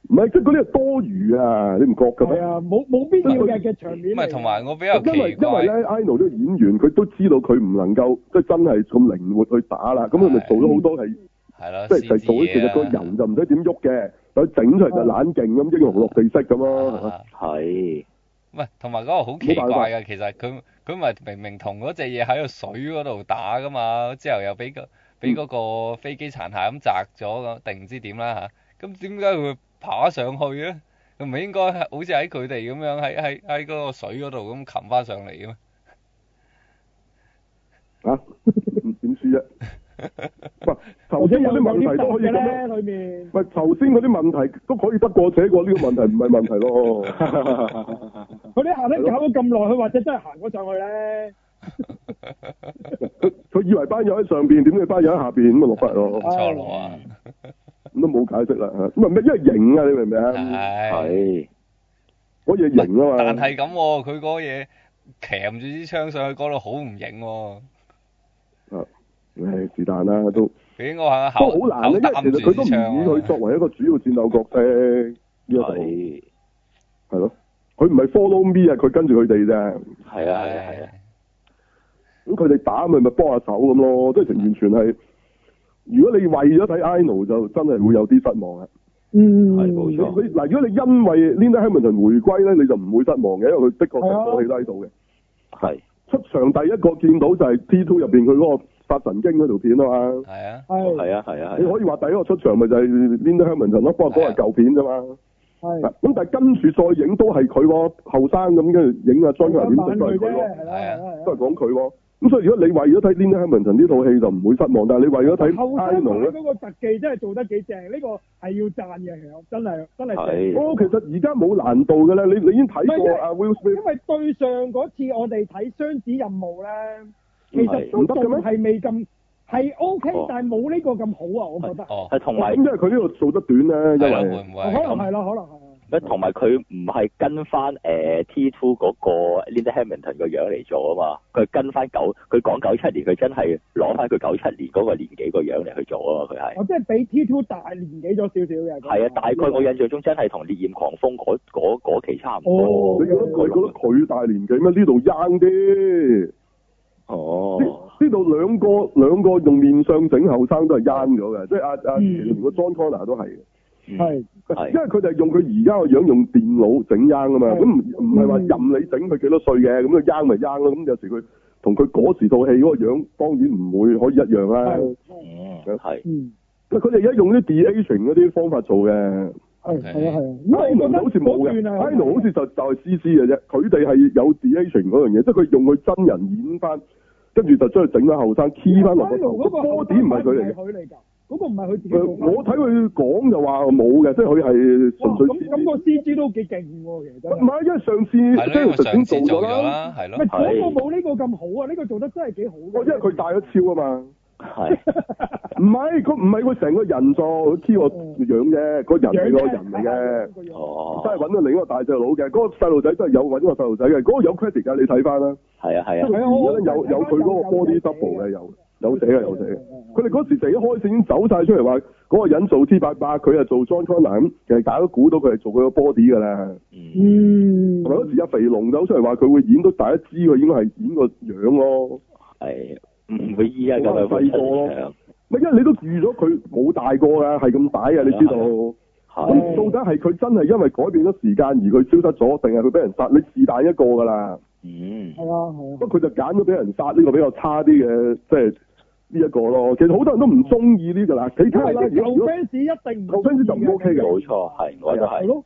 Speaker 2: 唔係，即係嗰啲係多餘啊！你唔覺㗎
Speaker 5: 係
Speaker 2: 咩？
Speaker 5: 啊，冇冇必要嘅嘅場面嚟
Speaker 3: 唔
Speaker 5: 嘅。
Speaker 3: 係同埋我比較
Speaker 2: 因為
Speaker 3: 哦奇
Speaker 2: 因為
Speaker 3: 怪，
Speaker 2: 咧，Ino 啲演員佢都知道佢唔能夠即係真係咁靈活去打啦。咁佢咪
Speaker 3: 係
Speaker 2: 做咗好多係
Speaker 3: 係咯，
Speaker 2: 即係
Speaker 3: 先
Speaker 2: 係
Speaker 3: 知
Speaker 2: 做咗其實個
Speaker 3: 嘢啊
Speaker 2: 人就唔使點喐嘅，但佢整出嚟就懶勁咁英雄落地式咁咯，係嘛
Speaker 3: 啊
Speaker 4: 係
Speaker 3: 唔係，同埋嗰個好奇怪嘅，其實佢佢咪明明同嗰隻嘢喺個水嗰度打噶嘛，之後又俾個俾
Speaker 2: 嗯
Speaker 3: 嗰個飛機殘骸咁砸咗咁，定唔知點啦嚇。咁點解佢會爬上去咧？佢唔係應該係好似喺佢哋咁樣喺喺喺嗰個水嗰度咁擒翻上嚟嘅咩？
Speaker 2: 啊？ 唔點 知啫？喂，頭
Speaker 5: 頭
Speaker 2: 先
Speaker 5: 先
Speaker 2: 有
Speaker 5: 有
Speaker 2: 啲
Speaker 5: 啲
Speaker 2: 問
Speaker 5: 問
Speaker 2: 題
Speaker 5: 題都可
Speaker 2: 都可以
Speaker 5: 以
Speaker 2: 咁樣
Speaker 5: 咧，裏面
Speaker 2: 喂，頭先嗰啲問題都可以得過且過，呢、個問題唔係問題 咯。
Speaker 5: 佢啲行得搞咗咁耐，佢或者真係行咗上去咧。
Speaker 2: 佢佢以為班友喺上邊，點解班友喺下邊咁啊落翻嚟咯，
Speaker 3: 唔錯咯啊！
Speaker 2: 咁都冇解釋啦嚇。咁啊咩？因為型啊，你明唔明啊？
Speaker 3: 係。
Speaker 4: 係
Speaker 2: 嗰嘢型啊嘛。
Speaker 3: 但係咁喎，佢嗰嘢鉗住支槍上去嗰度好唔型喎，
Speaker 2: 唉，是但啦，都
Speaker 3: 佢應該喺
Speaker 2: 都
Speaker 3: 口
Speaker 2: 好難啊，因為
Speaker 3: 口擔
Speaker 2: 其實
Speaker 3: 住支
Speaker 2: 佢都唔以
Speaker 3: 槍
Speaker 2: 佢
Speaker 3: 啊
Speaker 2: 作為一個主要戰鬥角色。呢個度
Speaker 4: 係
Speaker 2: 係咯，佢唔係 follow me 啊，佢跟住佢哋啫。
Speaker 4: 係啊係啊係啊，
Speaker 2: 咁佢哋打咪咪幫下手咁咯，即係完全係。如果你為咗睇 Ino 就真係會有啲失望啊！
Speaker 5: 嗯，
Speaker 4: 係冇
Speaker 2: 你
Speaker 3: 哦
Speaker 4: 錯
Speaker 2: 你嗱，如果你因為 Linda Hamilton 回歸咧，你就唔會失望嘅，因為佢的
Speaker 5: 係
Speaker 2: 確
Speaker 5: 啊
Speaker 2: 成個戲都喺度嘅。
Speaker 4: 係
Speaker 2: 出場第一個見到就係 T Two 入邊佢嗰個發神經嗰條片啊嘛。
Speaker 3: 係啊，
Speaker 5: 係
Speaker 4: 係啊係啊
Speaker 2: 你可以話第一個出場咪就係 Linda Hamilton 咯，不過嗰係舊片啫嘛。啊
Speaker 5: 係
Speaker 2: 咁但係跟住再影都係佢喎，後生咁跟住影啊 John Carpenter 都係佢喎，
Speaker 5: 係啦係
Speaker 2: 都係講佢喎。咁所以如果你為咗睇 Linda Hamilton 呢套戲就唔會失望，但係你為咗睇
Speaker 5: 後
Speaker 2: Ino 咧
Speaker 5: 生。嗰個特技真係做得幾正，呢個係要讚嘅，其實真係真係。
Speaker 4: 係
Speaker 2: 哦，其實而家冇難度嘅咧，你你已經睇過阿 Will
Speaker 5: 因
Speaker 2: Smith
Speaker 5: 為對上嗰次我哋睇雙子任務咧，其實都仲係未咁係 OK，但係冇呢個咁好啊，我覺得。
Speaker 3: 哦，
Speaker 4: 係同埋
Speaker 2: 咁因為佢呢度做得短咧，
Speaker 3: 係啊
Speaker 2: 因
Speaker 3: 咯，
Speaker 2: 為
Speaker 3: 會唔會
Speaker 5: 可能
Speaker 3: 係咁
Speaker 5: 係？啦，可能係。
Speaker 4: 同埋佢唔係跟翻誒 T Two 嗰個 Linda Hamilton 個樣嚟做啊嘛，佢跟翻九，佢講九七年，佢真係攞翻佢九七年嗰個年紀個樣嚟去做啊嘛，佢係
Speaker 5: 我真係比 T2 大年紀咗少少嘅。
Speaker 4: 係啊，大概我印象中真係同《烈焰狂風》嗰嗰嗰期差唔
Speaker 5: 哦
Speaker 4: 多。
Speaker 2: 你覺得佢覺得佢大年紀咩？呢度 young 啲，
Speaker 4: 哦
Speaker 2: 呢，呢度兩個兩個用面相整後生都係 young 咗嘅，即係阿
Speaker 5: 嗯
Speaker 2: 阿連個 John Connor 都係嘅，
Speaker 4: 嗯
Speaker 5: 係
Speaker 4: 係
Speaker 2: 因為佢就係用佢而家個樣用電腦整 young 啊嘛，
Speaker 5: 係
Speaker 2: 咁唔唔係話
Speaker 5: 嗯
Speaker 2: 任你整佢幾多歲嘅，咁佢 young 咪 young 咯，咁有時佢。同佢嗰時套戲嗰個樣，當然唔會可以一樣啦。
Speaker 5: 係
Speaker 4: 嗯，
Speaker 2: 嗯
Speaker 4: 係，
Speaker 5: 嗯
Speaker 2: 佢佢哋而家用啲 de-aging 嗰啲方法做嘅
Speaker 5: 係
Speaker 3: Okay
Speaker 5: 係啊係啊，因為我覺
Speaker 2: ，Iron
Speaker 5: 得
Speaker 2: 好似冇嘅
Speaker 5: 嗰段係
Speaker 2: ，Iron 好似就就係 C C 嘅啫，佢哋係有 de-aging 嗰樣嘢，即係佢用佢真人演翻，跟住就將佢整咗後生 key 翻落個頭，個
Speaker 5: 嗰個
Speaker 2: 波點唔係佢嚟嘅。
Speaker 5: 佢嚟㗎，嗰個唔係佢自己
Speaker 2: 佢
Speaker 5: 做㗎。
Speaker 2: 我睇佢講就話冇嘅，即係佢係
Speaker 5: 哇
Speaker 2: 純粹
Speaker 5: 咁
Speaker 2: C
Speaker 5: 咁
Speaker 2: C。
Speaker 5: 個 C G 都幾勁喎，其實真
Speaker 2: 唔
Speaker 5: 係。
Speaker 2: 係，因為上次
Speaker 3: 係咯，因為
Speaker 2: Jason
Speaker 3: 上
Speaker 2: 已
Speaker 3: 次
Speaker 2: 經
Speaker 3: 做咗
Speaker 2: 做咗啦，
Speaker 3: 啦，係
Speaker 5: 咪
Speaker 3: 咯，
Speaker 5: 嗰個冇呢個咁好啊！呢個做得真係幾好
Speaker 2: 哦
Speaker 5: 嘅。
Speaker 2: 因為佢戴咗超啊嘛。
Speaker 4: 係，
Speaker 2: 唔係，佢唔係佢成個人做，key 個樣啫，個人係個人嚟嘅。
Speaker 5: 嘅
Speaker 4: 哦，
Speaker 2: 真係揾到另一個大隻佬嘅，嗰、個細路仔真係有揾個細路仔嘅，嗰、個有 credit 㗎，你睇翻啦。
Speaker 4: 係啊，係啊
Speaker 5: 係，啊我
Speaker 2: 有有有佢嗰個 body double 嘅，有有寫嘅有寫嘅。佢哋嗰時就一開始已經走晒出嚟話，嗰個人做 T 八八，佢又做 John Connor 咁，其實大家都估到佢係做佢個 body 㗎啦。
Speaker 4: 嗯，
Speaker 5: 嗯，
Speaker 2: 同埋嗰時阿肥龍走出嚟話佢會演到大家知佢應該係演個樣咯。
Speaker 4: 係，唔會依家咁樣
Speaker 2: 細個咯咪因為你都預咗佢冇大個㗎，係咁大嘅，你知道。
Speaker 4: 長，
Speaker 2: 咁
Speaker 4: 係，
Speaker 5: 嗯
Speaker 2: 到底係佢真係因為改變咗時間而佢消失咗，定係佢俾人殺？你是但一個㗎啦。
Speaker 4: 嗯，
Speaker 5: 係啊係啊，
Speaker 2: 不過佢就揀咗俾人殺呢個比較差啲嘅，即係呢一個咯。其實好多人都唔中意呢個啦。你
Speaker 5: 因
Speaker 2: 睇下
Speaker 5: 為
Speaker 2: 啦，
Speaker 5: 啲
Speaker 2: 如果如
Speaker 5: 舊
Speaker 2: 果
Speaker 5: fans 一定
Speaker 2: 舊 fans 就唔 OK 嘅
Speaker 4: 冇錯，係，我都
Speaker 5: 係
Speaker 4: 係，
Speaker 5: 咯，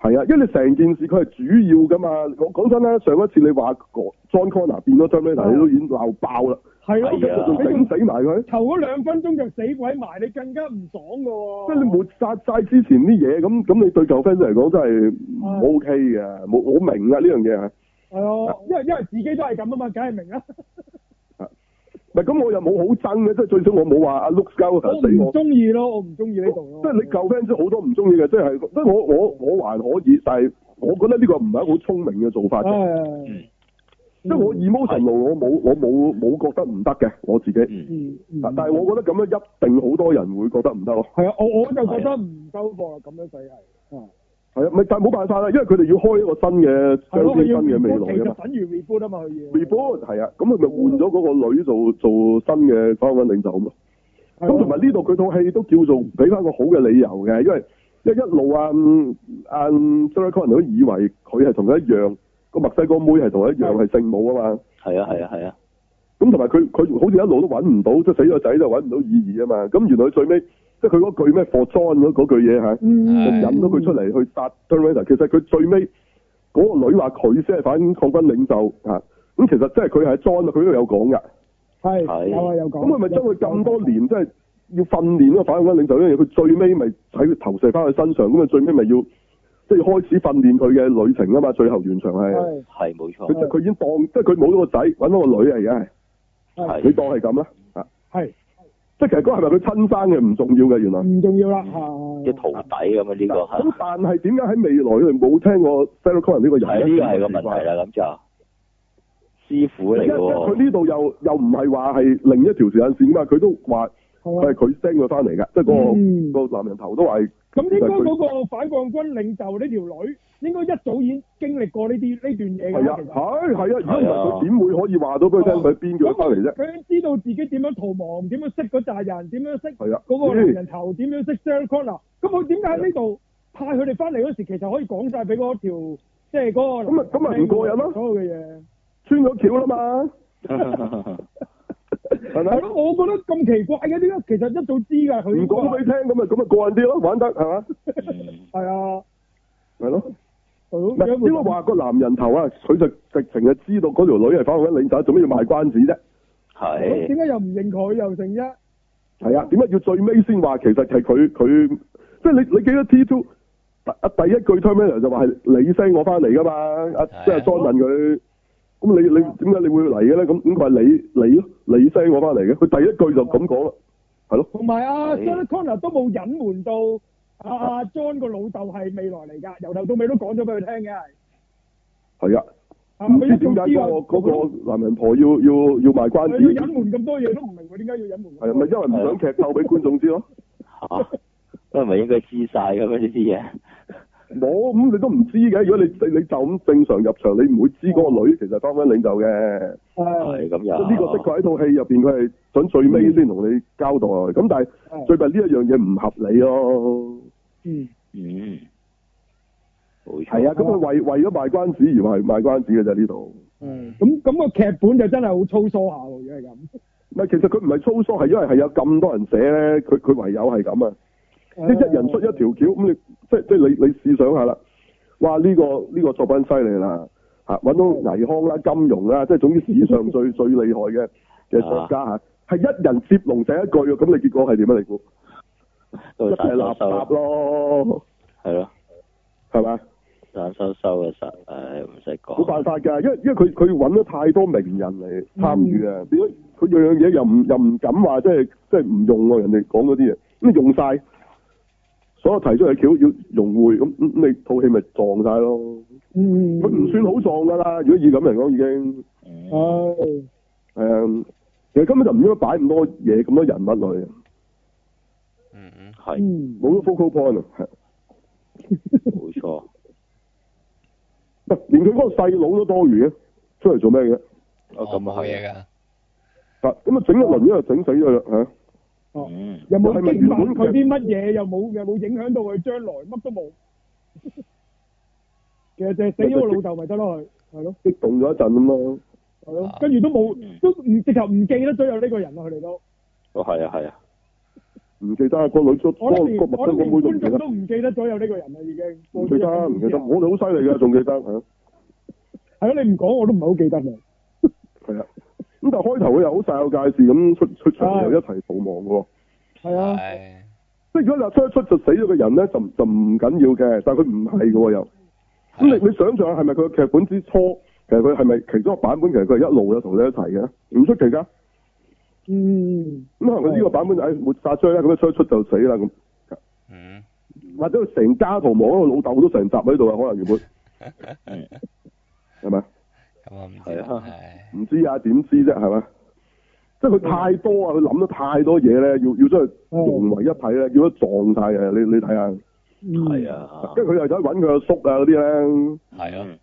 Speaker 2: 係啊，因為你成件事佢係主要㗎嘛。講講真啦，上一次你話個 John Connor 變咗
Speaker 4: 啊
Speaker 2: Terminator，你都已經鬧爆啦，
Speaker 5: 係啊，
Speaker 4: 係啊
Speaker 2: 仲整死埋佢。
Speaker 5: 頭嗰兩分鐘就死鬼埋，你更加唔爽嘅喎。
Speaker 2: 即係你抹殺晒之前啲嘢，咁咁你對舊 fans 嚟講真係
Speaker 5: 嗯
Speaker 2: 唔 OK 嘅，冇我明啊呢樣嘢係。
Speaker 5: 係啊，因為因為自己都係咁啊嘛，梗係明啦。
Speaker 2: 唔係咁我又冇好憎嘅，即係最少我冇話阿 Luke
Speaker 5: 我
Speaker 2: Skywalker 啊死
Speaker 5: 唔
Speaker 2: 我。
Speaker 5: 中意咯，我唔中意呢度咯。
Speaker 2: 即係你舊 fans 好多唔中意嘅，即係即係我我我還可以，但係我覺得呢個唔係一個好聰明嘅做法嘅。
Speaker 5: 唉，
Speaker 2: 即係我 emotional 我冇我冇冇覺得唔得嘅我自己，
Speaker 4: 嗯，
Speaker 5: 嗯嗯，
Speaker 2: 但係我覺得咁樣一定好多人會覺得唔得咯。
Speaker 5: 係啊，我我就覺得唔收貨啦，咁樣使係。啊
Speaker 2: 係啊，咪但係冇辦法啦，因為佢哋要開一個新嘅
Speaker 5: 係
Speaker 2: 張
Speaker 5: 咯，佢
Speaker 2: 天新
Speaker 5: 要
Speaker 2: 嘅
Speaker 5: reboot，
Speaker 2: 未
Speaker 5: 其
Speaker 2: 來啊
Speaker 5: 實
Speaker 2: 嘛。
Speaker 5: 等於 reboot 啊嘛，佢要
Speaker 2: Reboot 係啊，咁佢咪換咗嗰個女做做新嘅方案領袖咁咯。
Speaker 5: 係啊
Speaker 2: 咁
Speaker 5: 咯
Speaker 2: 同埋呢度佢套戲都叫做俾翻個好嘅理由嘅，因為因為一路啊嗯啊 Sarah Connor 都以為佢係同佢一樣，個墨西哥妹係同佢一樣係聖母啊嘛。
Speaker 4: 係啊，係啊，係啊，
Speaker 2: 咁同埋佢佢好似一路都揾唔到，即係死咗仔就揾唔到意義啊嘛。咁原來佢最尾即係佢嗰句咩 For John 嗰嗰句嘢嚇，就
Speaker 5: 嗯
Speaker 3: 係
Speaker 2: 引咗佢出嚟去殺 Terminator。其實佢最尾嗰個女話佢先係反抗軍領袖嚇。咁其實即係佢係 John 啊，佢都有講㗎。
Speaker 5: 係
Speaker 4: 係
Speaker 5: 有啊有講。
Speaker 2: 咁佢咪將佢咁多年即係要訓練嗰個反抗軍領袖呢樣嘢，佢最尾咪喺佢投射翻佢身上，咁啊最尾咪要即係開始訓練佢嘅旅程啊嘛，最後完場係
Speaker 5: 係
Speaker 4: 係冇
Speaker 2: 佢
Speaker 5: 嗯
Speaker 4: 錯，
Speaker 2: 就佢已經當即係佢冇咗個仔，揾咗個女嚟嘅，
Speaker 5: 係
Speaker 2: 你
Speaker 4: 係
Speaker 2: 當係咁啦，啊，
Speaker 5: 係
Speaker 2: 即係其實嗰係咪佢親生嘅唔重要嘅原來，
Speaker 5: 唔重要啦嚇。
Speaker 4: 啲徒弟咁啊，呢個
Speaker 5: 嗯
Speaker 2: 咁
Speaker 4: 係，
Speaker 2: 但係點解喺未來佢哋冇聽過 Sarah Connor 呢個
Speaker 4: 係
Speaker 2: 人
Speaker 4: 啊
Speaker 2: 咧？
Speaker 4: 呢個係個問題啦，咁就師傅
Speaker 2: 因為
Speaker 4: 嚟
Speaker 2: 因
Speaker 4: 嘅
Speaker 2: 為佢
Speaker 4: 喎，
Speaker 2: 呢度又又唔係話係另一條時間線嘛，啊佢都話
Speaker 5: 係
Speaker 2: 佢係
Speaker 5: 啊。
Speaker 2: 佢 send 佢翻嚟㗎，即係
Speaker 5: 嗯
Speaker 2: 嗰個個男人頭都話係
Speaker 5: 咁應該嗰個反抗軍領袖呢條女，應該一早已經經歷過呢啲呢段嘢㗎
Speaker 2: 係
Speaker 5: 啦
Speaker 2: 啊，
Speaker 5: 其實
Speaker 2: 係係啊，如果唔係佢點會可以話到俾佢
Speaker 5: 哦
Speaker 2: 聽佢係邊個翻嚟啫？
Speaker 5: 佢知道自己點樣逃亡，點樣識嗰扎人，點樣識
Speaker 2: 係啊，
Speaker 5: 嗰個男人頭，點樣識 Sarah Connor。咁佢點解喺呢度派佢哋翻嚟嗰時，其實可以講晒俾嗰條即係嗰個
Speaker 2: 咁啊咁咪唔過癮咯
Speaker 5: 所有嘅嘢
Speaker 2: 穿咗橋啦嘛，係
Speaker 5: 係
Speaker 2: 咪？
Speaker 5: 咯，我覺得咁奇怪嘅呢個，其實一早知㗎，佢
Speaker 2: 唔
Speaker 5: 應該
Speaker 2: 講俾你聽咁咪咁咪過癮啲咯，玩得係嘛？
Speaker 4: 嗯
Speaker 5: 係啊，
Speaker 2: 係咯，
Speaker 5: 係
Speaker 2: 唔
Speaker 5: 咯，
Speaker 2: 係應該話個男人頭啊，佢就直情係知道嗰條女係反抗緊領袖，做咩要賣關子啫？
Speaker 5: 咁點
Speaker 4: 係，
Speaker 5: 解又唔認佢又成啫？
Speaker 2: 係啊，點解要最尾先話其實係佢佢？即係你你記得 T two 第第一句 terminator 就話係你 send 我翻嚟㗎嘛？啊，即係 John 問佢。咁你你點解你會嚟嘅咧？咁咁佢話你你咯，你 send 我翻嚟嘅。佢第一句就咁講啦，係咯。
Speaker 5: 同埋啊
Speaker 4: 係
Speaker 5: Sarah Connor 都冇隱瞞到阿 John 個老豆係未來嚟㗎，由頭到尾都講咗俾佢聽嘅係。
Speaker 2: 係啊，
Speaker 5: 啊
Speaker 2: 唔
Speaker 5: 佢
Speaker 2: 知
Speaker 5: 一
Speaker 2: 點解
Speaker 5: 早知
Speaker 2: 嗰
Speaker 5: 㗎
Speaker 2: 個嗰個男人婆要要啊要賣關
Speaker 5: 佢要隱
Speaker 2: 子，
Speaker 5: 瞞咁多嘢都唔明佢點解要隱瞞咁多嘢。
Speaker 2: 係咪因為唔想劇透俾觀眾知咯？
Speaker 4: 嚇，咁啊唔係應該知晒嘅咩呢啲嘢？
Speaker 2: 啊冇咁你都唔知嘅。如果你你你就咁正常入場，你唔會知嗰個女其實當緊領袖嘅。
Speaker 5: 係
Speaker 4: 係咁哦
Speaker 2: 即
Speaker 4: 又
Speaker 2: 係呢個的確喺套戲入邊，佢係想最尾先同你交代。咁但係
Speaker 5: 係
Speaker 2: 最弊呢一樣嘢唔合理咯。
Speaker 5: 嗯
Speaker 4: 嗯，冇錯，
Speaker 2: 啊係啊，咁佢為為咗賣關子而賣賣關子嘅啫呢度。
Speaker 3: 嗯
Speaker 5: 咁咁個劇本就真係好粗疏下喎，如果係咁。
Speaker 2: 唔係，其實佢唔係粗疏，係因為係有咁多人寫咧，佢佢唯有係咁啊！ 即係一人出一條橋，咁你即係即係你你試想下啦，哇！呢、個呢、個作品犀利啦，嚇、揾到倪康啦、金融啦，即係總之史上 最最厲害嘅嘅作家嚇，係一人接龍寫一句喎，咁你結果係點啊？你估
Speaker 4: 都
Speaker 2: 一定
Speaker 4: 散
Speaker 2: 係
Speaker 4: 收
Speaker 2: 垃
Speaker 4: 收，
Speaker 2: 圾咯，
Speaker 4: 係咯，
Speaker 2: 係咪？
Speaker 4: 散收收嘅實，唉，唔使講。
Speaker 2: 冇辦法㗎，因為因為佢佢揾咗太多名人嚟參與啊，變咗佢樣樣嘢又唔又唔敢話即係即係唔用喎，人哋講嗰啲嘢，咁你啊用晒，所有提出嘅橋要融匯，咁咁咁你套戲咪撞晒咯。
Speaker 5: 嗯，
Speaker 2: 佢唔算好撞㗎啦，如果以咁嚟講已經
Speaker 4: 嗯
Speaker 5: 係
Speaker 2: 誒，其實根本就唔應該擺咁多嘢咁多人物落去，
Speaker 3: 嗯嗯，
Speaker 4: 係
Speaker 5: 嗯
Speaker 2: 冇咗 focal point 啊，係
Speaker 4: 冇錯，
Speaker 2: 唔係連佢嗰個細佬都多餘嘅，出嚟做咩嘅？
Speaker 4: 哦
Speaker 3: 我
Speaker 4: 咁啊
Speaker 3: 冇嘢
Speaker 4: 係啊，
Speaker 3: 㗎，
Speaker 2: 啊，咁啊整一輪因為整死咗啦嚇。
Speaker 4: 嗯，
Speaker 5: 又冇
Speaker 2: 係咪
Speaker 5: 激發
Speaker 2: 原本
Speaker 5: 佢
Speaker 2: 嘅
Speaker 5: 啲乜嘢，又冇又冇影響到佢將來，乜都冇。 其實就係死咗個老豆咪得咯，佢係咯
Speaker 2: 激動咗一陣咁咯，
Speaker 5: 係咯
Speaker 3: 啊，
Speaker 5: 跟住都冇都唔直頭唔記得咗有呢個人啦，啊佢哋都
Speaker 4: 哦係啊係啊，
Speaker 2: 唔記得啊個女出個
Speaker 5: 我
Speaker 2: 個
Speaker 5: 諗連我諗
Speaker 2: 墨西哥
Speaker 5: 連
Speaker 2: 妹都唔
Speaker 5: 觀
Speaker 2: 記
Speaker 5: 眾
Speaker 2: 得
Speaker 5: 都。唔記得咗有呢個人啊啦，已經
Speaker 2: 唔記得，唔記得，我哋好犀利嘅，仲 記得係啊
Speaker 5: 係咯，你唔講我都唔係好記得啦。
Speaker 2: 係啊。咁但係開頭佢又好煞有介事咁出出場又一齊逃亡嘅喎，
Speaker 5: 係啊，
Speaker 3: 係
Speaker 2: 即係如果你話出一出就死咗個人咧，就就唔緊要嘅，但係佢唔係嘅喎又。咁你你想象下係咪佢嘅劇本之初，其實佢係咪其中一個版本其實佢係一路有同你一齊嘅，唔出奇㗎。
Speaker 5: 嗯，
Speaker 2: 咁可能佢呢個版本就係抹殺咗啦，咁樣出一出就死啦咁，啊
Speaker 3: 嗯
Speaker 2: 或者佢成家逃亡，個老豆都成集喺度啊，可能原本
Speaker 4: 嗯
Speaker 2: 係咪？
Speaker 3: 咁啊唔知
Speaker 4: 係
Speaker 3: 啦
Speaker 4: 啊，
Speaker 3: 唉
Speaker 2: 唔知啊，點知啫，係咪？即係佢太多啊，佢諗得太多嘢咧，要要將佢
Speaker 5: 嗯哦
Speaker 2: 融為一體咧，要咗撞晒嘅。你你睇下，
Speaker 4: 係
Speaker 5: 係，
Speaker 4: 啊，
Speaker 2: 跟住佢又走去揾佢阿叔啊嗰啲咧，
Speaker 3: 嗯係啊，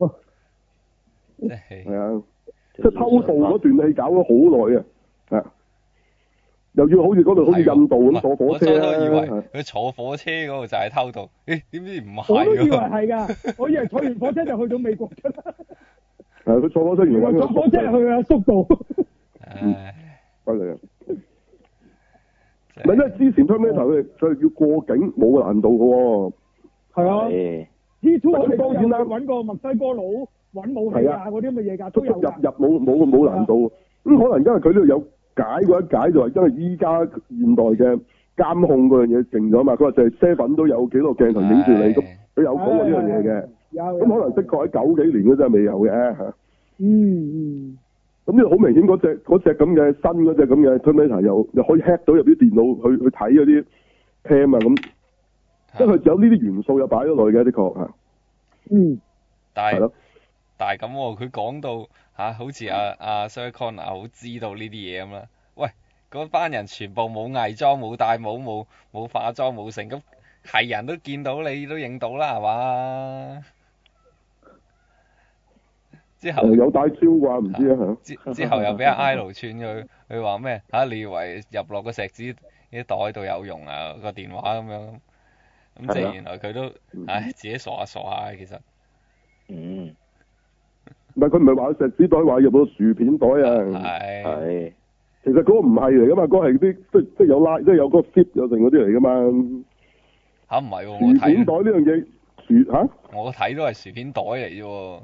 Speaker 4: 嗯，
Speaker 3: 即係
Speaker 2: 係啊，即係偷渡嗰段戲搞咗好耐啊，係啊，又要好似嗰度好似印度咁坐火車
Speaker 3: 啊
Speaker 2: 啊
Speaker 3: 我初初以為
Speaker 2: 咧，
Speaker 3: 佢坐火車嗰度就係偷渡，咦？點知唔係
Speaker 5: 我都以
Speaker 2: 啊
Speaker 5: 為
Speaker 3: 喎？
Speaker 5: 係㗎，我以為坐完火車就去到美國㗎 啦，
Speaker 2: 係佢坐火車原來揾
Speaker 5: 坐
Speaker 2: 佢阿叔
Speaker 5: 火車
Speaker 2: 嘅，
Speaker 5: 去阿叔度。
Speaker 3: 唉，
Speaker 2: 犀利啊！
Speaker 3: 真
Speaker 2: 唔係因為之前 Terminator 佢哋佢哋要過境冇難度嘅喎，
Speaker 5: 係啊
Speaker 4: 係
Speaker 5: ，T two 我哋
Speaker 2: 啊當然啦
Speaker 5: 揾個墨西哥佬揾武器
Speaker 2: 係
Speaker 5: 啊
Speaker 2: 啊
Speaker 5: 嗰啲咁嘅嘢㗎，啊
Speaker 2: 出
Speaker 5: 都有
Speaker 2: 出入入
Speaker 5: 㗎。
Speaker 2: 冇冇冇難度。咁可能因為佢呢度有解過一解，就係因為依家現代嘅監控嗰樣嘢勁咗嘛。佢話就係 seven 都有幾多個鏡頭影住你，咁
Speaker 3: 唉
Speaker 2: 佢有講過呢樣嘢嘅。
Speaker 5: 有
Speaker 2: 咁可能的確喺九幾年嗰陣未有嘅嚇。
Speaker 5: 嗯嗯
Speaker 2: 咁呢度好明顯嗰只嗰只咁嘅新嗰只咁嘅 Terminator 又又可以 hack 到入啲電腦去去睇嗰啲 cam 啊咁，即係佢有呢啲元素又擺咗落去嘅，的確嚇
Speaker 5: 嗯，
Speaker 3: 但
Speaker 2: 係
Speaker 3: 係
Speaker 2: 咯。
Speaker 3: 但係咁喎，佢講到嚇、好似阿阿 Sir Connor 好知道呢啲嘢咁啦。喂，嗰班人全部冇偽裝、冇戴帽、冇冇化妝、冇成，咁係人都見到你都影到啦，係嘛？之後
Speaker 2: 誒有帶招啩唔知啊嚇。
Speaker 3: 之之後又俾阿 i l 串佢，佢話咩嚇？你以為入落個石子啲袋度有用啊？個電話咁樣咁，即
Speaker 4: 係
Speaker 3: 係
Speaker 4: 啊
Speaker 3: 原來佢都唉自己傻下傻下嘅其實。
Speaker 4: 嗯
Speaker 2: 唔係佢唔係話有石子袋，話入到薯片袋啊。
Speaker 3: 係
Speaker 4: 係
Speaker 2: 其實嗰個唔係嚟噶嘛，嗰個係啲即即有拉，即有嗰個 fit 有剩嗰啲嚟噶嘛。
Speaker 3: 嚇啊唔係喎，我
Speaker 2: 薯片
Speaker 3: 睇
Speaker 2: 袋呢樣嘢，薯嚇
Speaker 3: 我睇都係薯片袋嚟啫喎，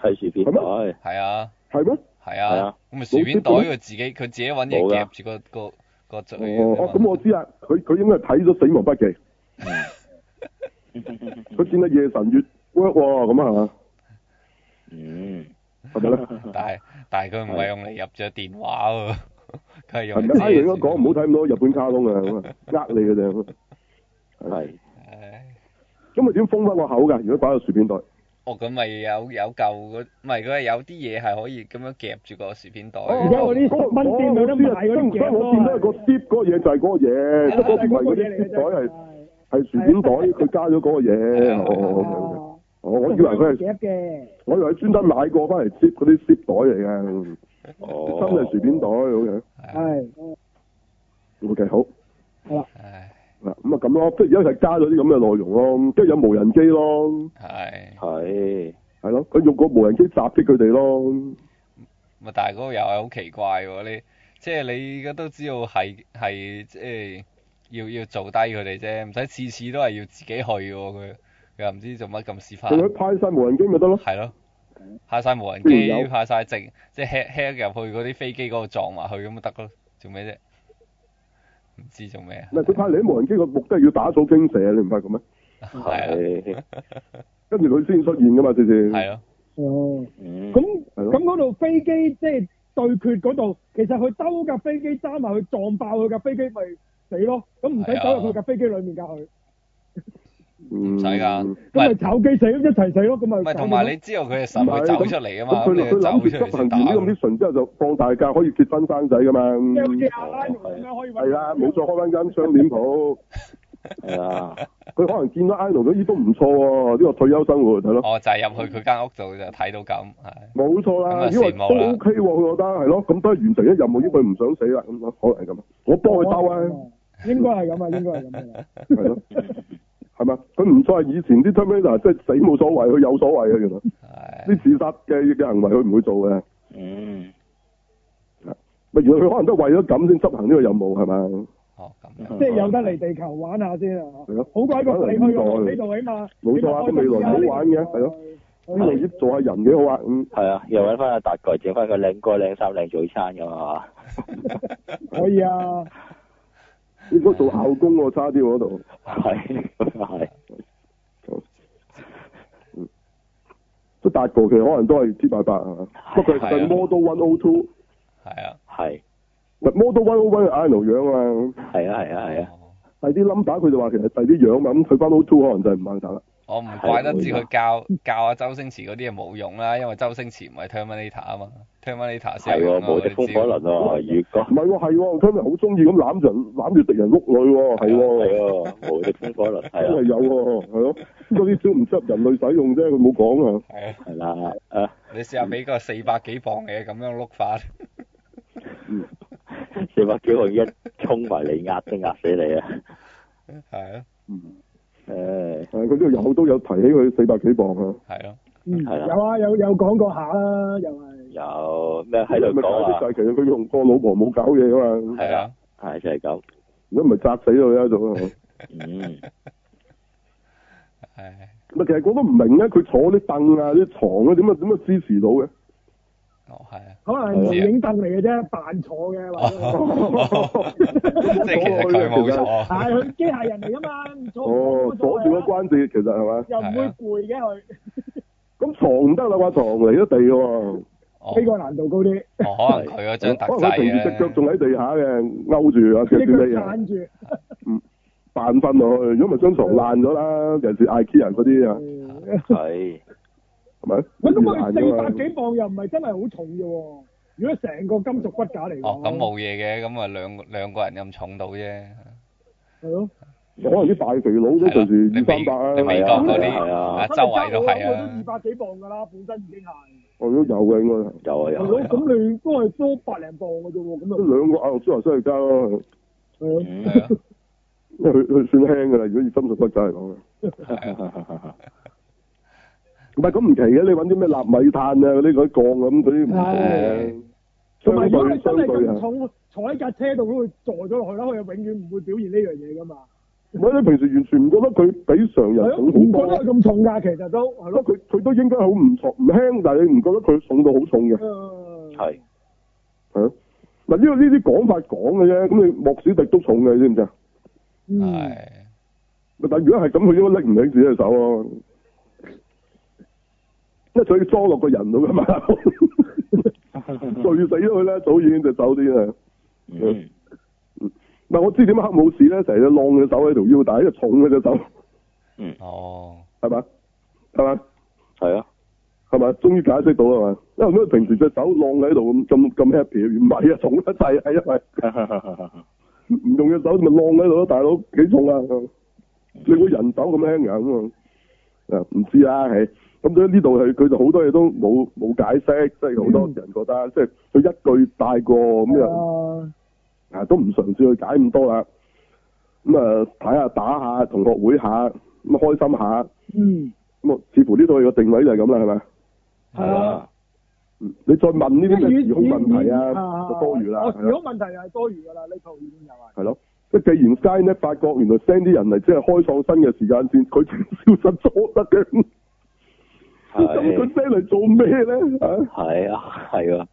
Speaker 4: 係薯片
Speaker 2: 係
Speaker 4: 袋，
Speaker 2: 咩
Speaker 4: 係
Speaker 3: 係啊，
Speaker 2: 係咩？
Speaker 3: 係
Speaker 4: 係
Speaker 3: 啊
Speaker 4: 啊，
Speaker 3: 咁咪薯片袋
Speaker 2: 冇貼嘅
Speaker 3: 佢自己佢自己揾嘢夾住個個個嘴
Speaker 2: 哦，哦
Speaker 3: 㗎
Speaker 2: 咁
Speaker 3: 嘛
Speaker 2: 我知啦，佢佢應該係睇咗《死亡筆記》，佢見到夜神月 work 喎，咁啊係嘛？
Speaker 4: 嗯，
Speaker 2: 係咪咧？
Speaker 3: 但係但係佢唔係用嚟入咗電話喎， 佢係用
Speaker 2: 係
Speaker 3: 嚟
Speaker 2: 咪？
Speaker 3: 遮
Speaker 2: 哎，你應該
Speaker 3: 住
Speaker 2: 講唔好睇咁多日本卡通啊，咁啊，呃你嘅啫。
Speaker 4: 係
Speaker 3: 唉
Speaker 2: 咁啊點封翻個口㗎？如果擺喺薯片袋，
Speaker 3: 哦，咁咪有有嚿嗰，唔係佢係有啲嘢係可以咁樣夾住個薯片袋。
Speaker 5: 而家嗰啲
Speaker 2: 哦嗰個
Speaker 5: 蚊店有得賣嗰啲夾
Speaker 2: 所以我見到個 fit 嗰個嘢就係嗰個嘢，
Speaker 5: 啊
Speaker 2: 即係嗰個唔係嗰啲 fit 袋係。係薯片袋，佢加咗嗰個嘢。哦哦哦哦哦，我以為佢係，
Speaker 5: 啊夾嘅，
Speaker 2: 我以為佢專登買過翻嚟摺嗰啲摺袋嚟嘅，真
Speaker 4: 哦，
Speaker 2: 係薯片袋咁
Speaker 3: 係
Speaker 5: 係
Speaker 2: 樣。OK，好
Speaker 3: 唉
Speaker 2: 嗱，咁啊咁咯，即係而家係加咗啲咁嘅內容咯，跟住有無人機咯，
Speaker 3: 係
Speaker 4: 係
Speaker 2: 係咯，佢用個無人機襲擊佢哋咯，
Speaker 3: 咪啊但係嗰個又係好奇怪喎，你即係你而家都知道係係即係要要做低佢哋啫，唔使次次都係要自己去喎佢，又唔知做乜咁屎忽，
Speaker 2: 佢派晒無人機咪得咯，
Speaker 3: 係咯，派晒無人
Speaker 2: 雖嗯然有
Speaker 3: 機，派晒直即係 hack 入去嗰啲飛機嗰度撞埋去咁咪得咯，做咩啫？唔知做咩啊？
Speaker 2: 唔係佢派嚟啲無人機個目的係要打草驚蛇，你唔發覺咩？
Speaker 3: 係啊，
Speaker 4: 係
Speaker 2: 跟住佢先出現噶嘛，直情
Speaker 3: 係咯，啊
Speaker 5: 哦，
Speaker 4: 嗯
Speaker 5: 咁
Speaker 2: 係咯
Speaker 5: 咁嗰度飛機即係對決嗰度，其實佢兜架飛機揸埋去撞爆佢架飛機咪死咯，咁唔使
Speaker 3: 係啊
Speaker 5: 走入佢架飛機裡面㗎佢，
Speaker 2: 唔嗯
Speaker 3: 唔使㗎。
Speaker 5: 咁
Speaker 3: 喂
Speaker 5: 咪炒機死，一齊死咯，咁咪
Speaker 3: 唔係同埋你知道佢係神會走出嚟啊嘛，咁
Speaker 2: 咁佢
Speaker 3: 你
Speaker 2: 佢
Speaker 3: 就走
Speaker 2: 諗
Speaker 3: 出嚟
Speaker 2: 住執
Speaker 3: 先
Speaker 2: 行
Speaker 3: 打
Speaker 2: 完呢個 mission 之後就放大假，可以結婚生仔噶嘛。
Speaker 5: 即係好似
Speaker 2: 嗯係
Speaker 5: 阿拉咁樣可以揾
Speaker 2: 啦，冇錯，開翻間商店鋪。
Speaker 4: 係啊，
Speaker 2: 佢可能見到 idol 咦都唔錯喎，呢個退休生活係咯，
Speaker 3: 哦，就係入去佢間屋度就睇到咁，係
Speaker 2: 冇錯啦，
Speaker 3: 咁
Speaker 2: 因
Speaker 3: 啊
Speaker 2: 為
Speaker 3: 羨
Speaker 2: 都
Speaker 3: 慕啦
Speaker 2: OK 喎，佢覺得係咯，咁都係完成一任務，因為佢唔想死啦，咁咯可能係咁，我幫佢兜啊，，
Speaker 5: 應該係咁啊，應該係咁啊，
Speaker 2: 係咯，係嘛？佢唔再係以前啲 Terminator 即係死冇所謂，佢有所謂嘅原來，
Speaker 3: 係
Speaker 2: 啲自殺嘅嘅行為佢唔會做嘅，
Speaker 4: 嗯，
Speaker 2: 咪原來佢可能都係為咗咁先執行呢個任務係咪？
Speaker 3: 哦咁 樣，
Speaker 5: 即係有得嚟地球玩下先啊，
Speaker 2: 係咯，
Speaker 5: 好鬼過你去個呢度起碼，
Speaker 2: 冇錯啊
Speaker 5: 你咪開心啲啊
Speaker 2: 咁未來好玩嘅係咯，呢度啲做下人幾好啊，嗯，
Speaker 4: 係啊，又揾翻阿達哥整翻個靚哥靚衫靚早餐咁啊
Speaker 5: 可以啊，
Speaker 2: 應該做校工喎，差啲喎嗰度。
Speaker 4: 嘛，係係
Speaker 2: 即係達哥其實可能都係 T 八八係嘛，不過佢係
Speaker 3: 係啊
Speaker 2: Model One O Two，唔
Speaker 3: 係啊，
Speaker 4: 係
Speaker 2: 係 Model One O One 係 i r o n 樣啊嘛，
Speaker 4: 係啊係啊係啊，
Speaker 3: 哦
Speaker 2: 第啲 number 佢就話其實第啲樣嘛，咁佢翻 O Two 可能就係唔掹打啦，
Speaker 3: 我唔怪得知佢教教阿周星馳嗰啲嘢冇用啦，因為周星馳唔係 Terminator 啊嘛，Terminator 先
Speaker 4: 係
Speaker 3: 有用
Speaker 4: 喎，
Speaker 3: 啊
Speaker 4: 無敵風火輪喎，如果
Speaker 2: 唔係喎係喎，我聽聞好中意咁攬住人攬住敵人碌女喎，係
Speaker 4: 係
Speaker 2: 喎，
Speaker 4: 喎，無敵風火輪
Speaker 2: 真
Speaker 4: 係
Speaker 2: 係
Speaker 4: 啊，
Speaker 2: 有喎，係咯，嗰啲招唔適合人類使用啫，佢冇講啊，
Speaker 3: 係啊，
Speaker 4: 係啦，啊
Speaker 3: 你試下俾個四百幾磅嘅咁樣碌啊法，
Speaker 4: 四百幾號一衝埋嚟壓都壓死你啊！
Speaker 3: 係啊，
Speaker 4: 誒，
Speaker 2: 誒佢呢度有都有提起佢四百幾磅啊，
Speaker 3: 係咯，
Speaker 5: 嗯
Speaker 4: 係啦
Speaker 5: 有啊，有有講過下啦，又係。
Speaker 4: 有咩喺度
Speaker 2: 咪解
Speaker 4: 講
Speaker 2: 釋
Speaker 4: 啊
Speaker 2: 就？係其實佢同個老婆冇搞嘢噶嘛，
Speaker 3: 係啊，
Speaker 4: 係就係咁，
Speaker 2: 如果唔係砸死佢啦仲。
Speaker 4: 嗯，
Speaker 3: 係啊
Speaker 2: 啊咪其實我都唔明咧，佢坐啲凳啊、啲床啊，點啊點啊支持到嘅？
Speaker 3: 哦係啊，
Speaker 5: 可能係影凳嚟嘅啫，扮坐嘅或者
Speaker 2: 哦
Speaker 5: 係，
Speaker 3: 即係其實佢冇錯，
Speaker 5: 係佢機械人嚟噶嘛，唔坐唔
Speaker 2: 哦，
Speaker 5: 冇所
Speaker 2: 鎖
Speaker 5: 謂
Speaker 2: 住個
Speaker 5: 啊
Speaker 2: 關節，其實係嘛？
Speaker 5: 又唔
Speaker 3: 啊
Speaker 5: 會攰嘅佢，
Speaker 2: 咁床唔得啦，話床嚟咗地喎，
Speaker 3: 哦
Speaker 5: 呢個難度高啲，
Speaker 3: 哦可能佢嗰張特
Speaker 2: 可能
Speaker 3: 製
Speaker 2: 佢平時隻腳
Speaker 3: 咧，
Speaker 2: 仲喺地下嘅，勾住啊，
Speaker 5: 隻
Speaker 2: 隻
Speaker 5: 腳
Speaker 2: 腳你啊，
Speaker 5: 撐住。
Speaker 2: 扮瞓落去，如果咪張床爛咗啦，尤其是 IKEA 嗰啲啊，
Speaker 5: 嗯
Speaker 4: 係
Speaker 2: 係咪？
Speaker 5: 喂，咁佢
Speaker 2: 爛咗啊
Speaker 5: 四
Speaker 2: 啦
Speaker 5: 百幾磅又唔係真係好重嘅喎，如果成個金屬骨架嚟講，
Speaker 3: 哦咁，冇嘢嘅，咁啊兩兩個人咁重到啫。
Speaker 5: 係咯，
Speaker 2: 可能啲大肥佬都隨時
Speaker 3: 你
Speaker 2: 二
Speaker 3: 美
Speaker 2: 三百
Speaker 3: 你美
Speaker 2: 啊，
Speaker 3: 國嗰啲
Speaker 4: 係啊
Speaker 3: 啊，周圍都係
Speaker 5: 佢
Speaker 3: 啊
Speaker 5: 都，二百幾磅㗎啦，本身已經係，
Speaker 2: 我都有嘅應該係，
Speaker 4: 有啊有
Speaker 5: 係咯，
Speaker 4: 啊有啊，
Speaker 5: 咁你都係多百零磅嘅啫喎，咁
Speaker 2: 都哎
Speaker 5: 就
Speaker 2: 兩個阿諾舒華辛力加咯，
Speaker 5: 係咯。
Speaker 4: 嗯
Speaker 3: 係啊咯，
Speaker 2: 因為佢佢啊算輕㗎啦，如果以金屬骨架嚟講啊。唔係咁唔奇嘅，你揾啲咩納米炭啊嗰啲嗰啲鋼咁嗰啲唔
Speaker 3: 係
Speaker 5: 同埋
Speaker 2: 同
Speaker 5: 如果
Speaker 2: 嘅，
Speaker 5: 佢真係
Speaker 2: 相對相對
Speaker 5: 咁
Speaker 2: 啊！
Speaker 5: 重，坐喺架車度都會坐咗落去啦，佢又永遠唔會表現呢樣嘢噶嘛。
Speaker 2: 唔係你平時完全唔覺得佢比常
Speaker 5: 係
Speaker 2: 人
Speaker 5: 咯，
Speaker 2: 重
Speaker 5: 唔
Speaker 2: 好
Speaker 5: 覺
Speaker 2: 多
Speaker 5: 得，佢咁重㗎，其實都係
Speaker 2: 不
Speaker 5: 咯。
Speaker 2: 過佢佢都應該好唔重唔輕，但係你唔覺得佢重到好重嘅，
Speaker 5: 誒
Speaker 4: 係
Speaker 2: 係咯。啊嗱，呢個呢啲講法講嘅啫，咁你莫史迪都重嘅，你知唔知啊？
Speaker 5: 嗯，
Speaker 3: 係
Speaker 2: 咪但係如果係咁，佢應該拎唔起自己隻手咯，因為佢裝落個人度㗎嘛，累死咗佢啦，早已經隻手啲啦。
Speaker 4: 嗯
Speaker 2: 唔係我知點解黑武士咧，成日晾隻手喺條腰帶，因為重嘅隻手。
Speaker 3: 哦，
Speaker 2: 係嘛？係嘛？
Speaker 4: 係啊，
Speaker 2: 係嘛？終於解釋到啦嘛？因為點解平時隻手晾喺度咁咁咁 happy？唔係啊，重得滯係因為
Speaker 4: 啊
Speaker 2: 唔用隻手咪晾喺度咯，大佬幾重啊？你會人手咁輕㗎咁啊？啊唔知啦，係咁所以呢度係佢就好多嘢都冇冇解釋，即係好多人覺得、即係佢一句帶過咁樣。
Speaker 5: 啊，
Speaker 2: 啊，都唔嘗試去解咁多啦。咁啊，睇下打下，同學會下，咁啊開心下。
Speaker 5: 嗯，
Speaker 2: 咁啊，似乎呢套戲嘅定位就係咁啦，係咪？嗯
Speaker 4: 係啊，
Speaker 2: 你再問呢啲咩時空問題
Speaker 5: 因為與
Speaker 2: 啊，就多餘啦。
Speaker 5: 我
Speaker 2: 係
Speaker 5: 如
Speaker 2: 咯
Speaker 5: 果問題係多餘㗎啦，呢套已經又係。
Speaker 2: 係咯，即係既然 Skynet 發覺原來 send 啲人嚟即係開創新嘅時間線，佢消失咗得嘅，咁咁佢
Speaker 4: 係
Speaker 2: send 嚟做咩咧？啊
Speaker 4: 係啊係啊。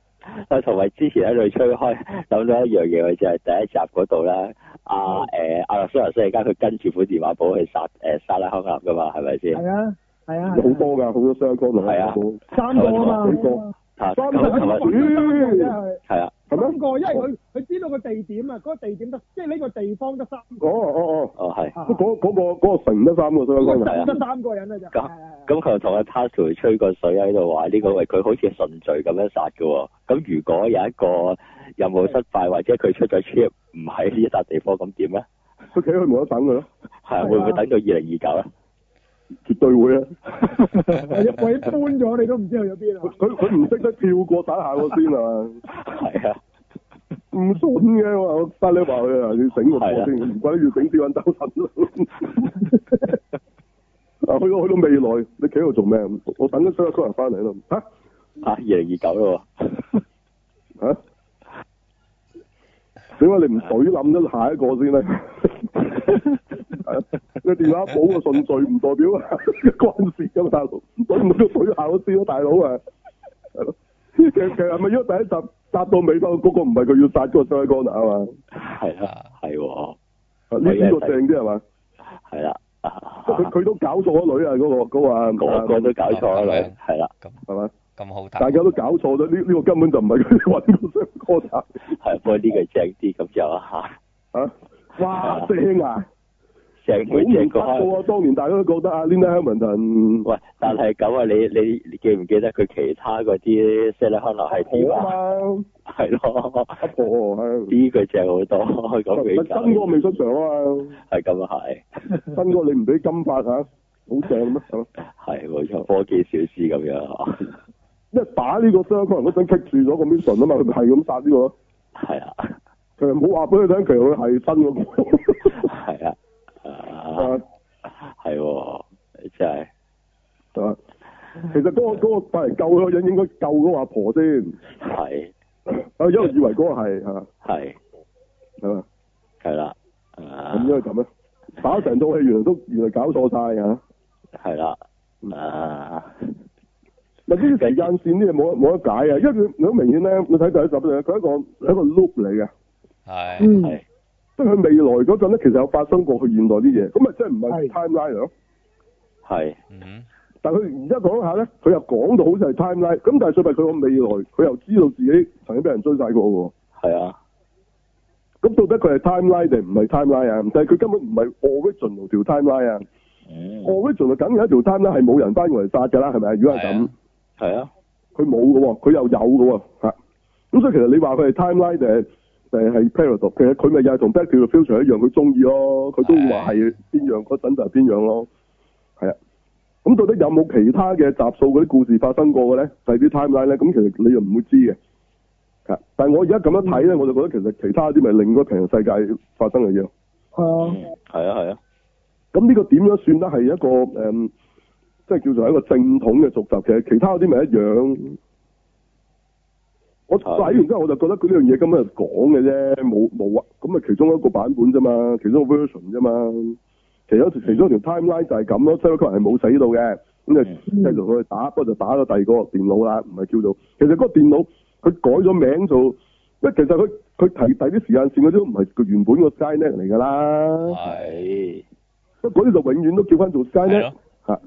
Speaker 4: 啊，同埋之前喺度吹開，諗到一樣嘢，佢就係第一集嗰度咧，阿誒阿諾舒華辛力加佢跟住本電話簿去殺誒沙拉康納噶嘛，係咪先？
Speaker 5: 係啊，係啊，
Speaker 2: 有好多㗎，好多相關同
Speaker 4: 係啊
Speaker 5: 三個啊嘛，
Speaker 2: 幾個
Speaker 4: 啊
Speaker 2: 三
Speaker 4: 咁
Speaker 2: 個
Speaker 4: 咁啊，
Speaker 5: 咦？
Speaker 4: 係啊，
Speaker 2: 係
Speaker 5: 三
Speaker 2: 咩？
Speaker 5: 個，因為佢佢知道個地點啊，嗰個地點得，即係呢個地方得三個
Speaker 2: 哦，哦
Speaker 4: 哦係。
Speaker 2: 哦，
Speaker 5: 啊
Speaker 2: 嗰嗰嗰個嗰個城得三個相
Speaker 5: 嗰
Speaker 2: 關㗎
Speaker 5: 個
Speaker 4: 係啊
Speaker 5: 得三個人啊就。
Speaker 4: 咁
Speaker 5: 係係係
Speaker 4: 咁佢又同阿 Pascal 吹個水喺度話呢個喂佢好似順序咁樣殺嘅喎，咁如果有一個任務失敗或者佢出咗 trip 唔喺呢一笪地方，咁點咧？
Speaker 2: 佢企喺佢門口等佢咯，
Speaker 4: 係啊會唔會等到二零二九咧？
Speaker 2: 絕對會啊！
Speaker 5: 係一位搬咗，你都唔知去咗邊
Speaker 2: 佢
Speaker 5: 啊！
Speaker 2: 佢佢唔識得跳過打下我先啊！
Speaker 4: 係啊，
Speaker 2: 唔信嘅我話得你話佢啊，要整個波先，唔怪得要整吊人兜神啦。 啊，去到去到未來，你企喺度做咩？我等緊所有人翻嚟咯。吓
Speaker 4: 啊嚇二零二九咯
Speaker 2: 吓，點解你唔懟冧咗下一個先咧？係啊 你電話簿嘅順序唔代表 啊關事噶嘛，大佬，懟唔到懟下嗰先咯，大佬啊，係咯。其實其實係咪因為第一集殺到尾，嗰、個唔係佢要殺嗰個雙江啊嘛？
Speaker 4: 喎，係啦，係喎，
Speaker 2: 啊呢呢個正啲係嘛？
Speaker 4: 係啦，
Speaker 2: 佢
Speaker 4: 啊
Speaker 2: 佢都搞錯咗女啊！嗰、個嗰、個啊
Speaker 4: 個個都搞錯啦，係啦，
Speaker 2: 係嘛？
Speaker 3: 咁好打，
Speaker 2: 大家都搞錯咗，呢呢個根本就唔係佢哋揾個雙
Speaker 4: 係啊不過呢個正啲咁就嚇，
Speaker 2: 哥啊！ 哇正啊！
Speaker 4: 正
Speaker 2: 好
Speaker 4: 會
Speaker 2: 唔
Speaker 4: 正
Speaker 2: 得
Speaker 4: 個開。
Speaker 2: 喎、啊！當年大家都覺得啊，Linda Hamilton
Speaker 4: 喂，但係咁啊，你你你記唔記得佢其他嗰啲 s e l e c t i o 係點
Speaker 2: 好啊
Speaker 4: 啊？
Speaker 2: 嘛，
Speaker 4: 係咯。
Speaker 2: 阿婆係
Speaker 4: 呢個正好多，
Speaker 2: 啊
Speaker 4: 咁比較
Speaker 2: 真嗰個未出場啊嘛，
Speaker 4: 係咁啊係，
Speaker 2: 真嗰個你唔俾金髮嚇，好正咩？係咯，
Speaker 4: 係冇錯，科技小師咁樣呵
Speaker 2: 因為打呢個雙江人嗰陣棘住咗個 mission 啊嘛，佢咪係咁殺呢、個咯，
Speaker 4: 係啊
Speaker 2: 佢又冇話俾佢聽，其實佢係真嗰、個。
Speaker 4: 係啊，
Speaker 2: 啊
Speaker 4: 啊係喎，真係
Speaker 2: 啊其實嗰、個嗰、個快嚟救嗰個人應該救嗰個阿婆先，
Speaker 4: 係
Speaker 2: 啊，因為以為嗰個係係嘛
Speaker 4: 係
Speaker 2: 係嘛，
Speaker 4: 係啦，
Speaker 2: 咁應該
Speaker 4: 啊
Speaker 2: 咁咧，打成套戲原來都原來搞錯晒啊！
Speaker 4: 係啦，
Speaker 2: 嗯
Speaker 4: 啊
Speaker 2: 嗱呢啲時間線呢嘢冇得冇得解啊，因為佢好明顯咧，你睇第一集咧，佢係一個係一個 loop 嚟嘅，
Speaker 3: 係
Speaker 5: 嗯，
Speaker 4: 係啊
Speaker 2: 即係佢未來嗰陣咧，其實有發生過佢現代啲嘢，咁啊咪即係唔係
Speaker 5: 係
Speaker 2: timeline 咯？
Speaker 4: 係
Speaker 3: 嗯
Speaker 2: 但係佢而家講下咧，佢又講到好似係 timeline，咁但係最弊佢個未來，佢又知道自己曾經俾人追晒過喎。
Speaker 4: 係啊
Speaker 2: 咁到底佢係 timeline 定唔係 timeline 啊？但係佢根本唔係 original 條 timeline 啊！
Speaker 4: 嗯
Speaker 2: original 梗有一條 timeline 係冇人翻過嚟殺㗎啦，係咪啊？如果係咁，
Speaker 4: 係啊
Speaker 2: 佢冇嘅喎，佢又有嘅喎，嚇。咁所以其實你話佢係 timeline 定係定係 paradox，其實佢咪又係同 Back to the Future 一樣，佢中意咯，佢都會話係邊樣嗰陣就係邊樣咯，係啊。咁到底有冇其他嘅集數嗰啲故事發生過嘅咧？係啲 timeline 咧，咁其實你又唔會知嘅。嚇！但係我而家咁樣睇咧，我就覺得其實其他啲咪另一個平行世界發生嘅嘢咯。
Speaker 5: 係啊。
Speaker 4: 嗯係啊係啊
Speaker 2: 咁呢個點樣算得係一個誒、嗯即係叫做一個正統嘅續集？其實其他嗰啲咪一樣。我
Speaker 4: 係
Speaker 2: 睇完之後我就覺得佢呢樣嘢根本係講嘅啫，冇冇啊，咁咪其中一個版本啫嘛，其中一個 version 啫嘛。其中其中一條 timeline 就係咁咯 s e r v e r 係冇死到嘅，咁就
Speaker 4: 嗯
Speaker 2: 繼續佢去打，不過就打咗第二個電腦啦，唔係叫做。其實嗰個電腦佢改咗名做，因為其實佢佢提第啲時間線嗰啲都唔係佢原本個 Skynet 嚟㗎啦。
Speaker 3: 係，
Speaker 4: 係
Speaker 2: 不過嗰啲就永遠都叫翻做
Speaker 3: 係
Speaker 2: Skynet
Speaker 3: 咯。
Speaker 2: 嚇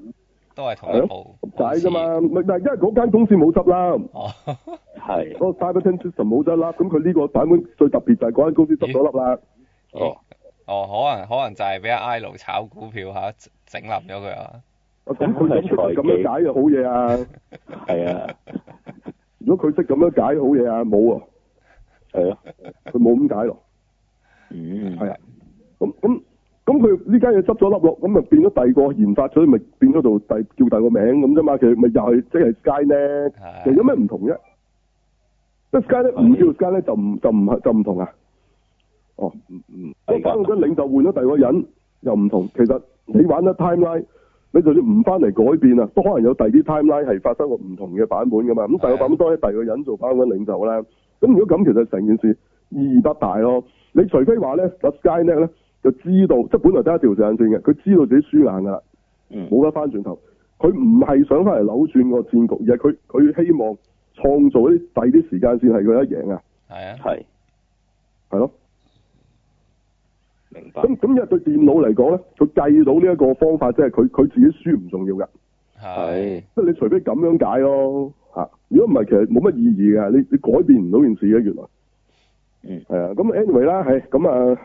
Speaker 3: 都係同一部
Speaker 2: 咁解啫嘛，唔係但係因為嗰間公司冇執啦，
Speaker 3: 公司。哦，
Speaker 4: 係
Speaker 2: 嗰個 Cyberten System 冇執啦，咁佢呢個版本最特別就係嗰間公司執咗笠啦，
Speaker 4: 哦
Speaker 3: 哦，可能可能就係俾阿 I 路炒股票嚇，整冧咗佢啊！
Speaker 2: 啊咁佢咁識咁樣解就好嘢啊！
Speaker 4: 係啊
Speaker 2: 如果佢識咁樣解好嘢啊，冇啊，
Speaker 4: 係咯
Speaker 2: 佢冇咁解咯，
Speaker 4: 嗯
Speaker 2: 係啊，咁咁咁佢呢間嘢執咗笠咯，咁咪變咗第二個研發咗，咪變咗做第叫第二個名咁啫嘛，其實咪又係即係 Sky 呢？
Speaker 3: 係
Speaker 2: 其實有咩唔同啫？即係 Sky 咧唔叫 Sky 咧就唔就唔係就唔同啊！哦。
Speaker 4: 嗯嗯
Speaker 2: 我
Speaker 4: 係
Speaker 2: 反
Speaker 4: 㗎
Speaker 2: 嗰陣領袖換咗第二個人，又唔同。其實你玩得 timeline，你就算唔翻嚟改變啊，都可能有第二啲 timeline 係發生過唔同嘅版本噶嘛。咁第二個版本當然第二個人做版本領袖啦。咁如果咁，其實成件事意義不大咯。你除非話咧，Skynet 咧就知道，即係本來得一條時間線嘅，佢知道自己輸硬噶啦，
Speaker 4: 嗯
Speaker 2: 冇得翻轉頭。佢唔係想翻嚟扭轉個戰局，而係佢佢希望創造啲第二啲時間線係佢一贏啊，
Speaker 3: 係啊，
Speaker 4: 係
Speaker 2: 係咯。
Speaker 4: 明白
Speaker 2: 咁咁因為對電腦嚟講咧，佢計到呢一個方法，即係佢佢自己輸唔重要㗎，
Speaker 3: 係
Speaker 4: 係
Speaker 2: 即係你除非咁樣解咯嚇。如果唔係，其實冇乜意義嘅，你你改變唔到件事嘅原來。
Speaker 4: 嗯
Speaker 2: 係啊，咁 anyway 啦，係咁啊，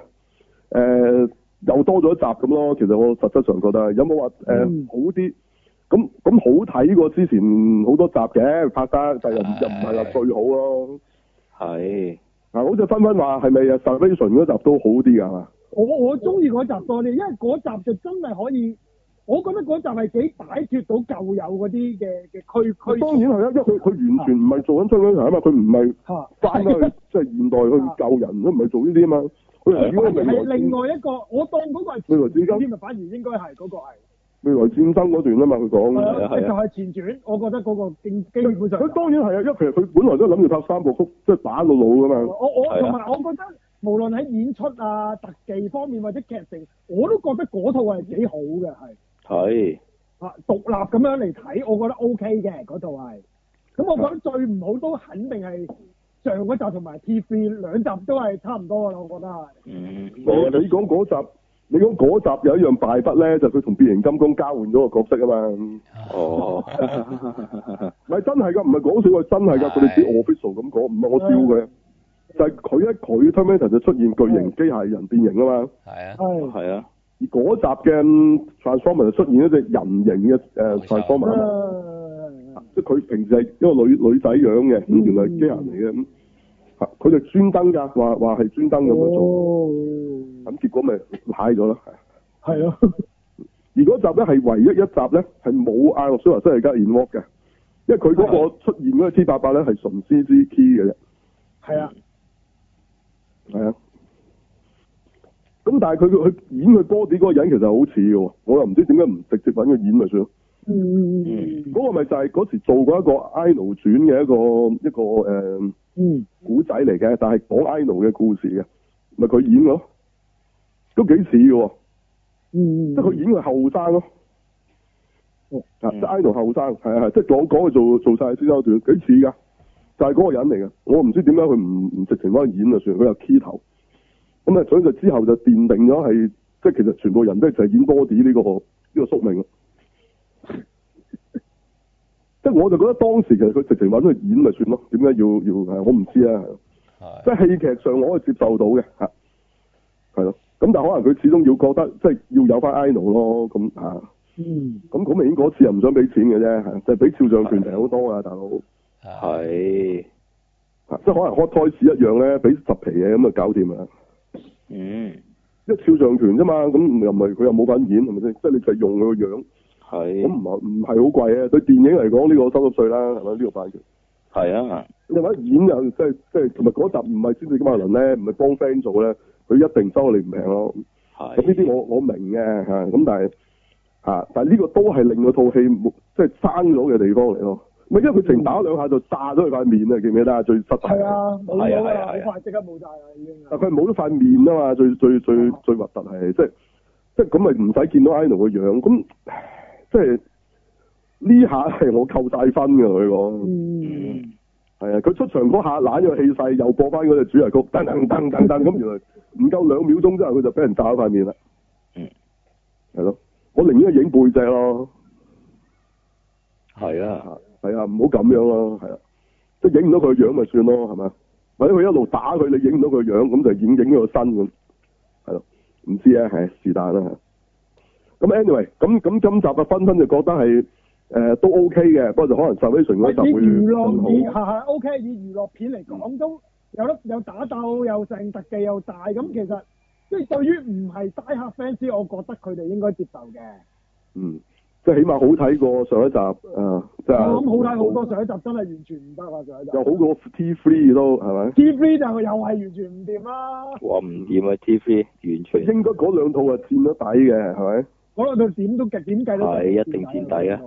Speaker 2: 誒、又多咗一集咁咯。其實我實質上覺得有冇話誒
Speaker 5: 嗯
Speaker 2: 好啲？咁咁好睇過之前好多集嘅拍得，但係又唔又唔係話最好咯。
Speaker 4: 係
Speaker 2: 嗱，好似芬芬話係咪啊 s a l v a t i o n 嗰集都好啲㗎係嘛？
Speaker 5: 我我中意嗰集多啲，因為嗰集就真係可以，我覺得嗰集係幾擺脱到舊有嗰啲嘅嘅區區
Speaker 2: 當然係啊啦，因為佢佢完全唔係做緊追女啊嘛，佢唔係
Speaker 5: 嚇，
Speaker 2: 翻返去即係現代去救人，佢唔係做呢啲啊嘛，佢係
Speaker 5: 反而
Speaker 2: 講
Speaker 5: 係啊
Speaker 2: 未來
Speaker 5: 另
Speaker 2: 戰
Speaker 5: 外一個，我當嗰個係
Speaker 2: 未來之間
Speaker 5: 前傳，咪反而應該係嗰個係，
Speaker 2: 未來戰爭嗰段啊嘛，
Speaker 4: 係
Speaker 2: 佢講。
Speaker 4: 啊係啊
Speaker 5: 就呃係前傳，我覺得嗰個基基本上
Speaker 2: 佢。當然係啊，因為其實佢本來都諗住拍三部曲，即係打到老噶嘛。
Speaker 5: 我我
Speaker 4: 係啊
Speaker 5: 同埋我覺得，無論喺演出啊、特技方面或者劇情，我都覺得嗰套係幾好嘅，係
Speaker 4: 係
Speaker 5: 啊獨立咁樣嚟睇，我覺得 O K 嘅嗰套係。咁我覺得最唔好都肯定係上嗰集同埋 T V 兩集都係差唔多噶啦，我覺得係。
Speaker 4: 嗯，我覺
Speaker 2: 你
Speaker 4: 得
Speaker 2: 講嗰集，你講嗰集有一樣敗筆咧，就係佢同變形金剛交換咗個角色啊嘛。
Speaker 4: 哦，
Speaker 2: 唔係真係㗎，唔係講笑啊，真係㗎，佢哋只 official 咁講，唔係我笑佢。就係佢一佢 Terminator 就出現巨型機械人變形啊嘛。
Speaker 3: 係啊，
Speaker 5: 係。
Speaker 4: 係啊，
Speaker 2: 而嗰集嘅嗯 Transformer 就出現一隻人形嘅誒 Transformer 啊嘛
Speaker 5: 誒
Speaker 2: 即係佢平時係一個女女仔樣嘅，咁
Speaker 5: 嗯
Speaker 2: 原來係機械人嚟嘅咁，嚇佢就專登㗎，話話係專登咁樣做，
Speaker 5: 哦，
Speaker 2: 咁結果咪蟹咗啦。係
Speaker 5: 係咯，
Speaker 2: 而嗰集咧係唯一一集咧係冇阿諾舒華辛力加 i n v o l v 嘅，因為佢嗰個出現嗰個 T 八八咧係純 C G key 嘅啫，
Speaker 5: 係啊，
Speaker 2: 係啊。咁但係佢佢演佢波子嗰個人其實好似嘅喎，我又唔知點解唔直接揾佢演咪算咯。
Speaker 5: 嗯
Speaker 2: 嗰、個咪就係嗰時做過一個 i n o 傳嘅一個一個誒。呃
Speaker 5: 嗯，
Speaker 2: 古仔嚟嘅，但係講 i n o 嘅故事嘅，咪佢演咯，都幾似嘅喎，
Speaker 5: 嗯
Speaker 2: 即係佢演佢後生咯，
Speaker 5: 哦
Speaker 2: 啊，
Speaker 4: 嗯
Speaker 2: 即係 i n o 後生，係啊係，即係講講佢做做晒先修短，幾似噶，就係、嗰個人嚟嘅，我唔知點解佢唔唔直情翻去演就算，佢有 key 頭，咁啊，所以就之後就奠定咗係，即係其實全部人都係就係演波子呢、個呢、個宿命咯。啊即係我就覺得當時其實佢直情揾佢演咪算咯，點解要要係我唔知啊。係
Speaker 3: 係
Speaker 2: 即係戲劇上我可以接受到嘅嚇，係咯。咁但係可能佢始終要覺得即係要有翻 idol 咯，咁嚇，
Speaker 5: 嗯，
Speaker 2: 咁好明顯嗰次又唔想俾錢嘅啫，嚇就係俾肖像權平好多啊，大佬
Speaker 3: 係
Speaker 4: 係，
Speaker 2: 嚇，即係可能 hot toys 一樣咧，俾十皮嘢咁就搞掂啦。
Speaker 4: 嗯，
Speaker 2: 一肖像權啫嘛，咁又唔係佢又冇份演係咪先？即係你就係用佢個樣，咁
Speaker 4: 係，
Speaker 2: 唔係唔係好貴啊？對電影嚟講，呢、個收咗稅啦，係咪呢個版權？
Speaker 4: 係啊，
Speaker 2: 你話演又即係即係同埋嗰集唔係先至金馬倫咧，唔係幫 friend 做咧，佢一定收你唔平咯。
Speaker 4: 係，
Speaker 2: 咁呢啲我我明嘅嚇，咁但係嚇，但係呢個都係令到套戲冇即係生咗嘅地方嚟咯。唔係因為佢情打兩下就炸咗佢塊面啊，記唔記得啊？最失敗
Speaker 5: 嗯係。啊，冇咗
Speaker 4: 係啊係
Speaker 5: 啦，
Speaker 4: 啊係啊
Speaker 5: 好快即刻冇晒啦已經啊。
Speaker 2: 但佢係冇咗塊面啊嘛，最最最
Speaker 5: 哦
Speaker 2: 最核突係即係即係咁咪唔使見到 Ino 個樣，咁即係呢下係我扣晒分嘅佢講，
Speaker 5: 嗯。
Speaker 4: 嗯，
Speaker 2: 係啊，佢出場嗰下懶咗氣勢，又播翻嗰隻主題曲，噔噔噔噔噔咁，原來唔夠兩秒鐘之後佢就俾人炸咗塊面啦。
Speaker 4: 嗯，
Speaker 2: 係咯，我寧願影背脊咯。
Speaker 4: 係啊，
Speaker 2: 係啊，唔好咁樣咯，係啊，即係影唔到佢個樣咪算咯，係咪？或者佢一路打佢，你影唔到佢個樣，咁就影影咗個身咁，係咯，唔知啊，係是但啦。咁 anyway，咁咁今集嘅分分就覺得係誒、呃都 OK 嘅，不過就可能 salvation
Speaker 5: 喂
Speaker 2: 嗰集
Speaker 5: 以
Speaker 2: 會
Speaker 5: 娛樂以
Speaker 2: 更好。
Speaker 5: 下 OK，以娛樂片嚟講都有得有打鬥又成特技又大，咁其實即係對於唔係 die hard fans，我覺得佢哋應該接受嘅。
Speaker 2: 嗯，即係起碼好睇過上一集啊，即係
Speaker 5: 我諗好睇好多，上一集真係完全唔得啊！上一集
Speaker 2: 又好過 T three 都係咪？
Speaker 5: TV 就又係完全唔掂啦。
Speaker 4: 哇唔掂啊 TV，完全
Speaker 2: 應該嗰兩套係佔咗底嘅，係咪？
Speaker 5: 我諗到點都極點計都
Speaker 4: 係一定墊底嘅
Speaker 5: 係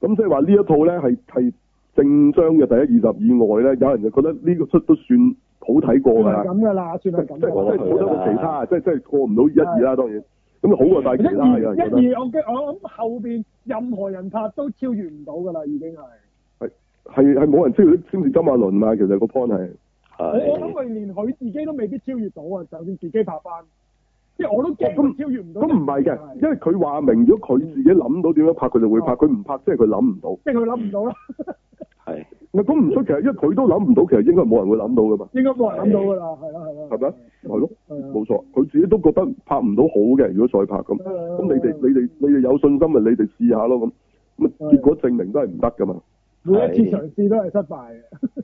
Speaker 2: 咁即係話呢一套咧係係正章嘅第一二十以外咧，有人就覺得呢個出都算好睇過
Speaker 5: 算
Speaker 2: 㗎
Speaker 5: 係
Speaker 2: 啦，
Speaker 5: 咁㗎啦，
Speaker 2: 即
Speaker 5: 算
Speaker 2: 係
Speaker 5: 係
Speaker 2: 即係
Speaker 5: 咁
Speaker 2: 即係
Speaker 5: 㗎啦。
Speaker 2: 好得過其他，即係即係過唔到一二啦，當然咁就好過晒
Speaker 5: 一
Speaker 2: 其他嘅，有人覺得
Speaker 5: 二一二，我嘅我諗後邊任何人拍都超越唔到㗎啦，已經係。
Speaker 2: 係係冇人知道先至金馬倫嘛，其實個 point 係。
Speaker 5: 我我諗
Speaker 4: 係
Speaker 5: 佢連佢自己都未必超越到啊，就算自己拍翻，即係我都驚佢超越唔到。
Speaker 2: 咁唔係嘅，因
Speaker 5: 即
Speaker 2: 為佢話明咗佢自己諗到點樣拍，佢就會拍；佢唔拍，即係佢諗唔到。
Speaker 5: 係佢諗唔到啦，
Speaker 4: 係
Speaker 2: 唔係咁唔出奇，因為佢都諗唔到，其實應該冇人會諗到噶嘛，
Speaker 5: 應該冇人諗到㗎啦，
Speaker 4: Ờ,
Speaker 5: 係啦係啦。
Speaker 2: 係咪？係咯，
Speaker 5: 係啊？
Speaker 2: 冇錯，佢自己都覺得拍唔到好嘅，如果再拍咁，咁你哋你哋你哋有信心咪你哋試下咯咁，咁啊結果證明都係唔得噶嘛，
Speaker 5: 每一次嘗試都係失敗嘅，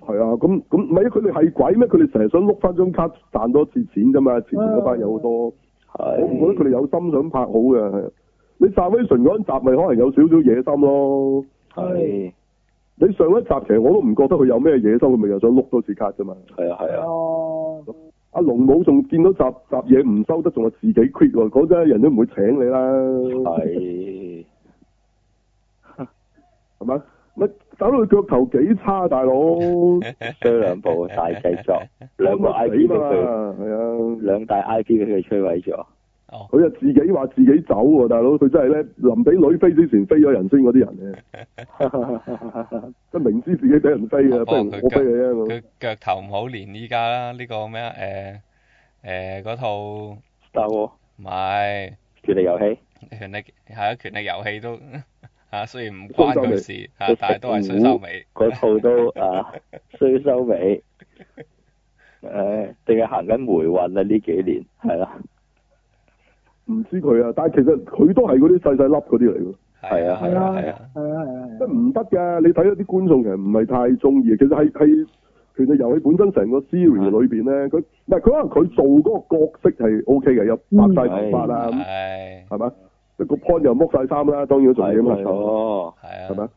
Speaker 2: 係啊，咁咁唔係啊佢哋係鬼咩？佢哋成日想碌翻張卡賺多次錢啫嘛，前面嗰班有好多，
Speaker 4: 係。
Speaker 2: 我唔覺得佢哋有心想拍好嘅，係啊你 s a v a t i o n 嗰一集咪可能有少少野心咯。
Speaker 4: 係
Speaker 2: 你上一集其實我都唔覺得佢有咩野心，佢咪又想碌多次卡啫嘛。
Speaker 4: 係啊係啊，
Speaker 5: 哦，
Speaker 2: 阿龍武仲見到集集嘢唔收得，仲係自己 quit 喎，嗰陣人都唔會請你啦，
Speaker 4: 係
Speaker 2: 係咪？咪搞到佢腳頭幾差，大佬
Speaker 4: 衰兩部大製 作，兩個
Speaker 2: 安
Speaker 4: I
Speaker 2: 得死
Speaker 4: P 俾
Speaker 2: 嘛，
Speaker 4: 佢，
Speaker 2: 係啊，
Speaker 4: 兩大 I P 俾佢摧毀咗。
Speaker 3: 哦，
Speaker 2: 佢就自己話自己走喎，大佬佢真係咧臨俾女飛之前飛咗人先嗰啲人嘅，即係明知自己俾人飛嘅，不如我飛你啊咁
Speaker 3: 佢腳頭唔好練依家啦，呢個咩啊？誒誒嗰套唔
Speaker 4: Star War
Speaker 3: 係
Speaker 4: 決力遊戲，
Speaker 3: 權力係啊，權力遊戲都 嚇，雖然唔關佢事嚇
Speaker 4: 衰收尾，
Speaker 3: 但係都係衰收尾。
Speaker 4: 嗰套 都啊衰收尾，誒定係行緊回運啊！呢幾年係啦，
Speaker 2: 唔知佢啊，但係其實佢都係嗰啲細細粒嗰啲嚟嘅。
Speaker 4: 係啊
Speaker 5: 係
Speaker 4: 係
Speaker 5: 啊
Speaker 4: 啊
Speaker 5: 係
Speaker 4: 係
Speaker 5: 啊
Speaker 4: 啊，
Speaker 5: 係啊係
Speaker 2: 即係
Speaker 5: 啊，
Speaker 2: 唔得㗎，你睇一啲觀眾其實唔係太中意，其實係係權力遊戲本身成個 series 裏邊咧，佢唔係佢可能佢做嗰個角色係 O K 嘅，有白晒頭髮啦，咁
Speaker 3: 嗯係
Speaker 2: 係咪？即係個 point 又剝晒衫啦，當然重
Speaker 4: 係
Speaker 2: 點
Speaker 4: 冇
Speaker 2: 係
Speaker 4: 錯，
Speaker 3: 係
Speaker 2: 係咪
Speaker 3: 啊，？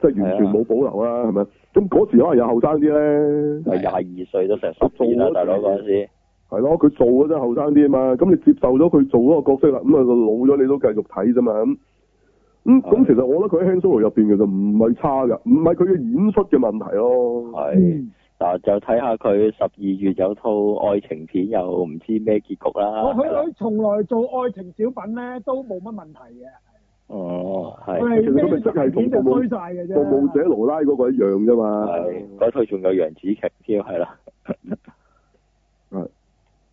Speaker 2: 即係完全冇保留啦，係咪？咁嗰時可能又後生啲咧，
Speaker 4: 係廿二歲都成十年啦，大佬嗰陣時
Speaker 2: 係咯，佢做嗰陣後生啲啊嘛，咁你接受咗佢做嗰個角色啦，咁啊老咗你都繼續睇啫嘛，咁咁咁
Speaker 4: 係
Speaker 2: 其實我覺得佢喺《Han Solo》入邊其實唔係差㗎，唔係佢嘅演出嘅問題咯。
Speaker 4: 係。啊
Speaker 5: 嗯，
Speaker 4: 嗱，就睇下佢十二月有套愛情片，又唔知咩結局啦。
Speaker 5: 我佢
Speaker 4: 哦係啦
Speaker 5: 佢從來做愛情小品咧都冇乜問題嘅，
Speaker 4: 哦，
Speaker 5: 佢
Speaker 4: 係
Speaker 5: 係
Speaker 2: 其實佢咪即係同
Speaker 5: 片就
Speaker 2: 盜墓
Speaker 5: 衰晒嘅啫，
Speaker 2: 盜墓者羅拉嗰個一樣啫嘛，
Speaker 4: 係，嗰套仲有楊紫瓊添，係啦，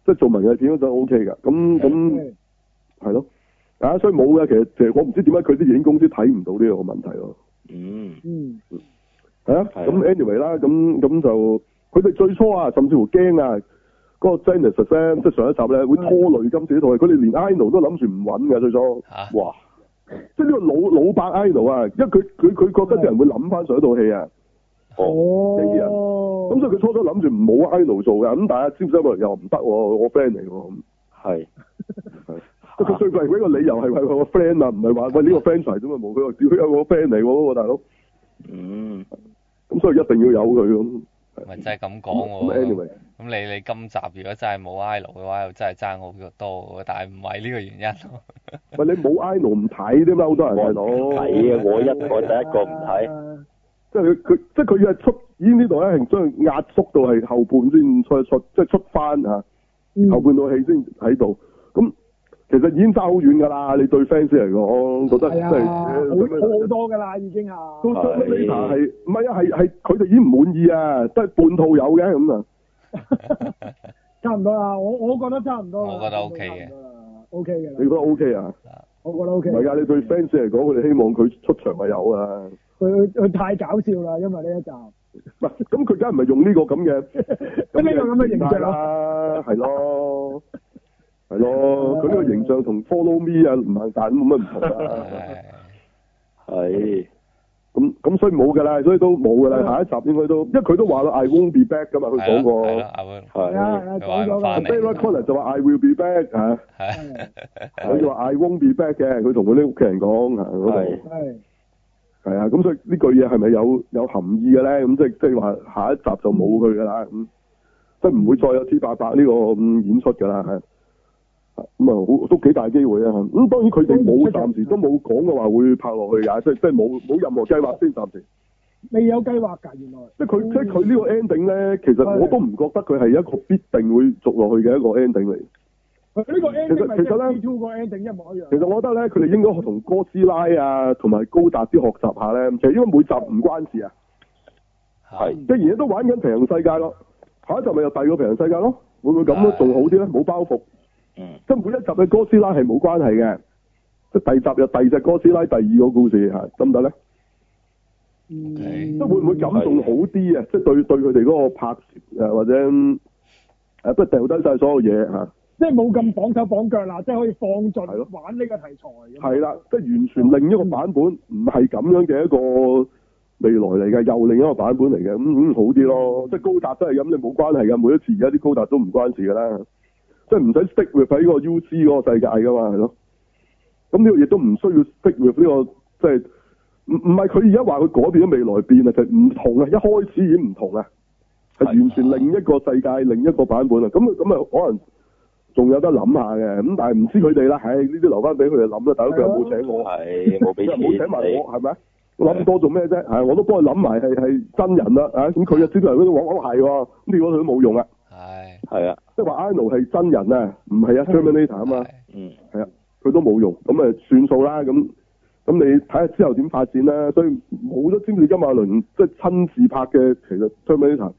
Speaker 2: 即係做文藝片嗰陣 O K 㗎。咁咁
Speaker 5: 係
Speaker 2: 係咯，啊，所以冇嘅。其實其實我唔知點解佢啲影公司睇唔到呢個問題咯。
Speaker 4: 嗯，
Speaker 5: 嗯，
Speaker 2: 係啊，
Speaker 4: 係啊
Speaker 2: 咁 anyway 啦，咁咁就佢哋最初啊，甚至乎驚啊，嗰、個 Genesis 咧，即係上一集咧會拖累今次呢套戲，佢哋連 Ino 都諗住唔揾㗎最初，
Speaker 3: 嚇
Speaker 4: 哇，
Speaker 2: 即係呢個老老伯 Ino 啊，因為佢佢佢覺得啲人會諗翻上一套戲啊，
Speaker 4: 哦，
Speaker 2: 啲人
Speaker 5: 哦，
Speaker 2: 咁所以佢初初諗住冇 Ino 做㗎，咁但係知唔知咪又唔得喎，我 friend 嚟喎咁。
Speaker 4: 係，
Speaker 2: 佢佢最貴嗰個理由係為我個 friend 啊，唔係話喂呢個 friend 嚟啫嘛，冇佢話屌佢有個 friend 嚟喎嗰個大佬，
Speaker 4: 嗯，
Speaker 2: 咁所以一定要有佢咁。
Speaker 3: 咪真係咁
Speaker 2: 咁
Speaker 3: 講喎。
Speaker 2: anyway，
Speaker 3: 咁你你今集如果真係冇 I 羅嘅話，又真係爭好多喎。但係唔係呢個原因咯。
Speaker 2: 喂你冇 I 奴唔睇啫嘛，好多人大佬。
Speaker 4: 睇啊，我一我第一個唔睇，
Speaker 5: 睇，
Speaker 2: 即係佢佢即係佢係出演呢度咧，係將佢壓縮到係後半先出出，即係出翻嚇
Speaker 5: 嗯
Speaker 2: 後半套戲先喺度。咁其實已經爭好遠㗎啦，你對 fans 嚟講，覺得
Speaker 5: 係
Speaker 2: 即
Speaker 5: 啊，
Speaker 2: 係
Speaker 5: 好好多㗎啦，已經啊
Speaker 2: 到最
Speaker 5: 係，
Speaker 2: 尾係唔係啊？係係佢哋已經唔滿意啊，得半套有嘅咁啊。
Speaker 5: 差唔多啦，我我覺得差唔多啦，
Speaker 3: 我覺得 OK 嘅
Speaker 5: ，OK 嘅
Speaker 2: 你覺
Speaker 5: 啦，
Speaker 2: 得 O K 啊？
Speaker 5: 我覺得 OK，
Speaker 2: 唔係啊㗎，你對 fans 嚟講，佢哋希望佢出場係有啊。
Speaker 5: 佢佢佢太搞笑啦，因為呢一集，
Speaker 2: 唔係咁佢梗係唔係用呢個咁嘅
Speaker 5: 咁呢個咁嘅形象啊咯
Speaker 2: 啦，係咯，係咯，佢呢個形象同 Follow Me 啊、吳孟達冇乜唔同 啊。
Speaker 3: 係
Speaker 4: 係，
Speaker 2: 咁咁所以冇㗎啦，所以都冇㗎啦。下一集應該都，因為佢都話啦，I won't be back 㗎嘛， 佢
Speaker 3: 係咯，係
Speaker 2: 講過
Speaker 3: 咯，。阿 Will
Speaker 5: 啊係啊係啊，
Speaker 3: 佢話
Speaker 4: 係，
Speaker 5: 講
Speaker 3: 要
Speaker 5: 咗
Speaker 3: 翻嚟
Speaker 5: 㗎
Speaker 2: Sarah Connor 就話 I will be back 啊，
Speaker 3: 係
Speaker 5: 啊
Speaker 2: 佢就話 I won't be back 嘅，佢同佢啲屋企人講啊嗰度
Speaker 4: 係。
Speaker 5: 係
Speaker 2: 係啊，咁所以呢句嘢係咪有有含義嘅咧？咁即係即係話下一集就冇佢噶啦，咁即係唔會再有 T 八八呢個咁演出噶啦，係咁啊，好都幾大機會啊！咁當然佢哋冇暫時都冇講嘅話會拍落去㗎，即係即係冇冇任何計劃先暫時。
Speaker 5: 未有計劃㗎，原來。
Speaker 2: 即係佢即係佢呢個 ending 咧，其實我都唔覺得佢係一個必定會續落去嘅一個 ending 嚟。
Speaker 5: 佢呢個 ending 咪即
Speaker 2: 其實
Speaker 5: 係
Speaker 2: 咧
Speaker 5: T two 個 ending 一模一樣。
Speaker 2: 其實我覺得咧，佢哋應該同哥斯拉啊，同埋高達啲學習下咧。其實因為每集唔關事啊，
Speaker 4: 係
Speaker 2: 即係而家都玩緊平行世界咯。下一集咪又第二個平行世界咯，會唔會咁咯？
Speaker 3: 係
Speaker 2: 仲好啲咧，冇包袱。
Speaker 4: 嗯，
Speaker 2: 即係每一集嘅哥斯拉係冇關係嘅，即係第二集有第二隻哥斯拉第二個故事嚇，得唔得咧？
Speaker 5: 嗯
Speaker 3: OK
Speaker 2: 即係會唔會咁仲好啲啊？即係對對佢哋嗰個拍攝誒或者誒，不掉低晒所有嘢嚇，
Speaker 5: 即係冇咁綁手綁腳啦，即係可以放
Speaker 2: 係咯
Speaker 5: 盡玩呢個題材咁。
Speaker 2: 係啦，即係完全另一個版本，唔係咁樣嘅一個未來嚟嘅，又另一個版本嚟嘅，咁、咁好啲咯。即係高達都係咁，你冇關係㗎，每一次而家啲高達都唔關事㗎啦，即係唔使 stick with 喺個 UC 嗰個世界㗎嘛，係咯。咁呢個亦都唔需要 stick with 呢、個即係唔唔係佢而家話佢改變咗未來變啊，就係唔、同啊，一開始已經唔同啊，係完全另一個世界、另一個版本啊。咁咁啊，可能仲有得諗下嘅，咁但係唔知佢哋啦，唉，呢啲留翻俾佢哋諗啦。大佬佢又冇請我，
Speaker 4: 係啊冇俾
Speaker 2: 佢又
Speaker 4: 錢
Speaker 2: 冇請埋
Speaker 4: 你
Speaker 2: 我，係咪？我諗多做咩啫？係我都幫佢諗埋係係真人啦，啊咁佢就知道人嗰啲往往係喎，咁結果佢都冇用啊，
Speaker 3: 係
Speaker 4: 係啊，
Speaker 2: 即係話 Arno 係真人啊，唔係啊 Terminator 啊嘛。
Speaker 4: 嗯，
Speaker 2: 佢都冇用，咁啊算數啦。咁咁你睇下之後點發展啦。所以冇咗詹士金馬倫即係親自拍嘅，其實 Terminator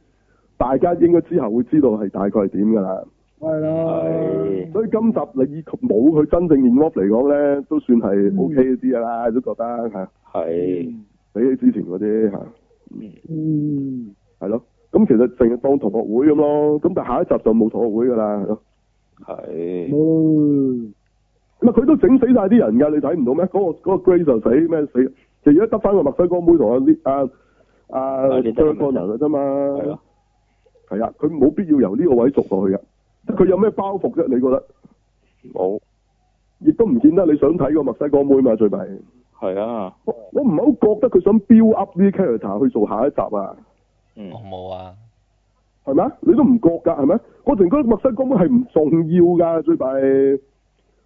Speaker 2: 大家應該之後會知道係大概係點㗎啦。
Speaker 5: 係啦
Speaker 4: 係。
Speaker 2: 所以今集你以冇佢真正 involve 嚟講咧，都算
Speaker 4: 嗯
Speaker 2: 係 OK 啲㗎啦，都覺得嚇
Speaker 4: 係，
Speaker 2: 比起之前嗰啲嚇
Speaker 5: 嗯，
Speaker 2: 係咯。咁其實淨係當同學會咁咯。咁但係下一集就冇同學會㗎啦，係咯。
Speaker 4: 係，
Speaker 5: 嗯冇。
Speaker 2: 咁啊佢都整死晒啲人㗎，你睇唔到咩？嗰、個嗰、個 Grace 就死咩死？其實而家得翻個墨西哥妹同阿 Li- 啊啊
Speaker 4: 啊
Speaker 2: j
Speaker 4: 你
Speaker 2: o
Speaker 4: 得
Speaker 2: h
Speaker 4: 咁
Speaker 2: n 嘅啫嘛。
Speaker 4: 係咯，
Speaker 2: 係啊，佢冇必要由呢個位續落去㗎。即係佢有咩包袱啫？你覺得？
Speaker 4: 冇，
Speaker 2: 亦都唔見得你想睇個墨西哥妹嘛？最弊，
Speaker 4: 係啊，
Speaker 2: 我我唔係好覺得佢想 build up 呢啲 character 去做下一集啊，
Speaker 4: 嗯
Speaker 3: 我，冇啊，
Speaker 2: 係咪啊？你都唔覺㗎係咪？我淨覺得墨西哥妹係唔重要㗎，最弊。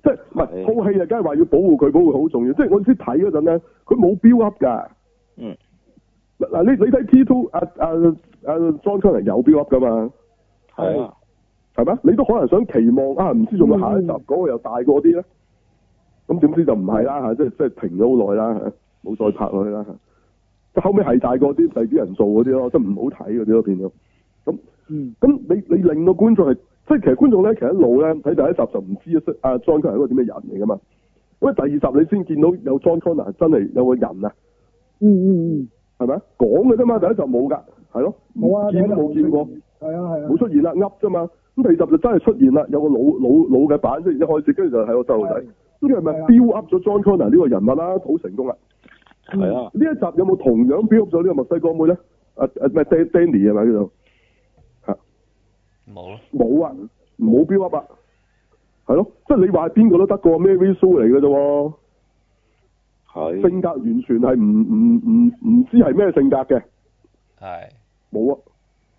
Speaker 2: 即係唔
Speaker 4: 係
Speaker 2: 係套戲啊？梗係話要保護佢，保護佢好重要。即係我先睇嗰陣咧，佢冇 build up 㗎。
Speaker 4: 嗯，
Speaker 2: 嗱嗱，你你睇 T two 啊啊啊 John Connor 有 build up 噶嘛，
Speaker 4: 係啊，
Speaker 2: 係咪？你都可能想期望啊，唔知
Speaker 5: 嗯
Speaker 2: 仲有下一集嗰、個又大個啲咧，咁點知就唔係啦嚇，即係即係停咗好耐啦嚇，冇再拍落去啦嚇。即後尾係大個啲，第啲人做嗰啲咯，即係唔好睇嗰啲咯變咗。
Speaker 5: 嗯，
Speaker 2: 咁你你令到觀眾係，即係其實觀眾咧，其實一路咧睇第一集就唔知啊 John Connor 係一個點嘅人嚟噶嘛。咁第二集你先見到有 John Connor 真係有個人啊！
Speaker 5: 嗯嗯
Speaker 2: 係咪啊？講嘅啫嘛，第一集冇㗎，係咯，
Speaker 5: 嗯，冇啊，
Speaker 2: 見都冇見過，
Speaker 5: 係啊係啊
Speaker 2: 冇，出現啦，噏啫嘛。咁第二集就真係出現啦，有個老老老嘅版，即係一開始，跟住就係個細路仔
Speaker 5: 係，
Speaker 2: 跟住係咪
Speaker 5: 係啊
Speaker 2: build up 咗 John Connor 呢個人物啦，好成功啦。
Speaker 4: 係啊，
Speaker 2: 呢一集有冇同樣 build up 咗呢個墨西哥妹咧？啊啊，唔係 Dan- Danny 係咪叫做？
Speaker 3: 冇咯，
Speaker 2: 冇啊，冇 build up 啊，係咯，即係你話邊個都得個 Mary Sue 嚟嘅啫喎。
Speaker 4: 係，
Speaker 2: 性格完全係唔唔唔唔知係咩性格嘅。
Speaker 3: 係
Speaker 2: 冇啊，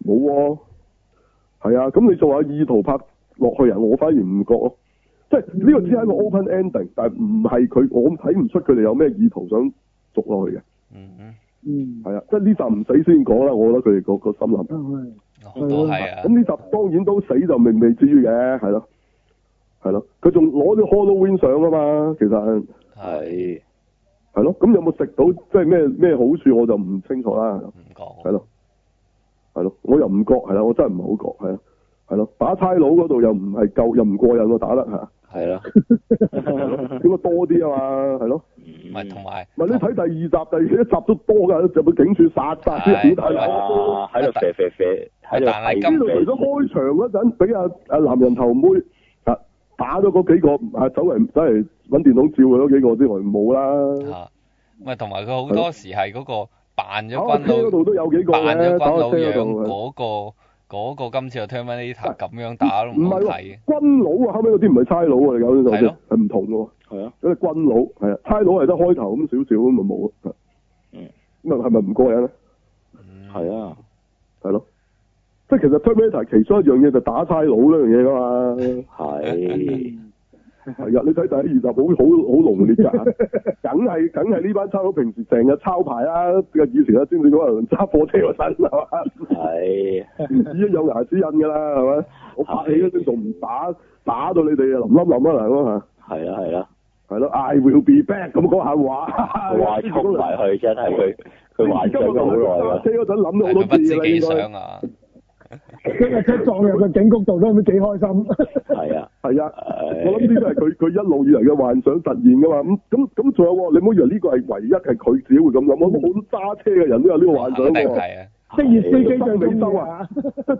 Speaker 2: 冇喎、係啊，咁你仲話意圖拍落去啊？我反而唔覺咯，即係呢個只係一個 open ending，但係唔係佢，我睇唔出佢哋有咩意圖想續落去嘅。
Speaker 3: 嗯嗯，
Speaker 5: 嗯，
Speaker 2: 係啊，即係呢集唔死先講啦，我覺得佢哋個個心諗。
Speaker 5: 啊係，
Speaker 3: 我都係啊
Speaker 2: 咁，呢集當然都死就未未至於嘅，係咯，係咯，佢仲攞咗 Halloween 相啊嘛，其實
Speaker 3: 係
Speaker 4: 係，
Speaker 2: 係咯，咁有冇食到即係咩咩好處我就唔清楚啦。
Speaker 3: 唔講
Speaker 2: 係咯，係咯，我又唔覺係啦，我真係唔係好覺係啊，係咯，打差佬嗰度又唔係夠，又唔過癮喎，打得嚇，
Speaker 4: 係啦，
Speaker 2: 應該多啲啊嘛，係咯，
Speaker 3: 唔係同埋
Speaker 2: 咪你睇第二集、第二集都多㗎，入到警署殺殺啲小
Speaker 3: 哎
Speaker 2: 大佬。
Speaker 4: 啊，喺度啡啡啡，喺度
Speaker 3: 但係
Speaker 2: 呢
Speaker 3: 今
Speaker 2: 度除咗開場嗰陣，俾阿阿男人頭妹啊打咗嗰幾個啊走嚟走嚟揾電筒照佢嗰幾個之外，冇啦。
Speaker 3: 嚇，唔係同埋佢好多時係嗰個扮咗
Speaker 2: 打個
Speaker 3: 軍
Speaker 2: 車嗰
Speaker 3: 佬
Speaker 2: 度都有幾個
Speaker 3: 扮
Speaker 2: 嘅，
Speaker 3: 咗
Speaker 2: 打
Speaker 3: 軍
Speaker 2: 個
Speaker 3: 佬
Speaker 2: 車嗰
Speaker 3: 樣
Speaker 2: 度係。
Speaker 3: 嗰個嗰個今次嘅 Terminator 咁樣打都
Speaker 2: 唔
Speaker 3: 唔好
Speaker 2: 係
Speaker 3: 睇
Speaker 2: 喎，軍佬啊，後尾嗰啲唔係差佬啊，你搞清楚
Speaker 3: 係
Speaker 2: 先
Speaker 3: 咯，
Speaker 2: 係唔同嘅喎。
Speaker 4: 係啊，
Speaker 2: 嗰啲軍佬係啊，差佬係得開頭咁少少咁咪冇咯。
Speaker 4: 嗯
Speaker 2: 咁啊係咪唔過癮咧？
Speaker 3: 嘅，
Speaker 4: 係啊，
Speaker 2: 係咯，即係其實 Terminator 其中一樣嘢就打差佬呢樣嘢㗎嘛，
Speaker 4: 係，
Speaker 2: 係啊，你睇第一二集好好好 濃烈㗎，梗係梗係呢班差佬平時成日抄牌啦，以前啊先至可能揸貨車嗰陣係嘛，
Speaker 4: 系
Speaker 2: 已經有牙齒印㗎啦係咪？我拍你嗰陣仲唔打打到你哋啊，淋冧冧啊嗱咁啊，
Speaker 4: 系啦系啦，
Speaker 2: 係咯，I will be back 咁嗰下 話，
Speaker 4: 哇冲埋去真係佢
Speaker 2: 啊
Speaker 4: 佢幻想咗好耐
Speaker 2: 揸車
Speaker 4: 㗎，
Speaker 2: 嗰陣諗咗好多
Speaker 3: 佢不知
Speaker 2: 次啦，
Speaker 3: 幾
Speaker 2: 應該。
Speaker 3: 想啊！
Speaker 5: 跟住佢撞入個警局度都唔知幾開心。
Speaker 4: 係啊，
Speaker 2: 係啊，
Speaker 4: 唉
Speaker 2: 我諗呢啲都係佢佢一路以嚟嘅幻想實現噶嘛。咁咁咁仲有喎，你唔好以為呢個係唯一係佢自己會咁諗，我好多揸車嘅人都有呢個幻想
Speaker 3: 肯定
Speaker 2: 喎。
Speaker 3: 係啊！
Speaker 5: 職業司機
Speaker 4: 係
Speaker 5: 最中意啊！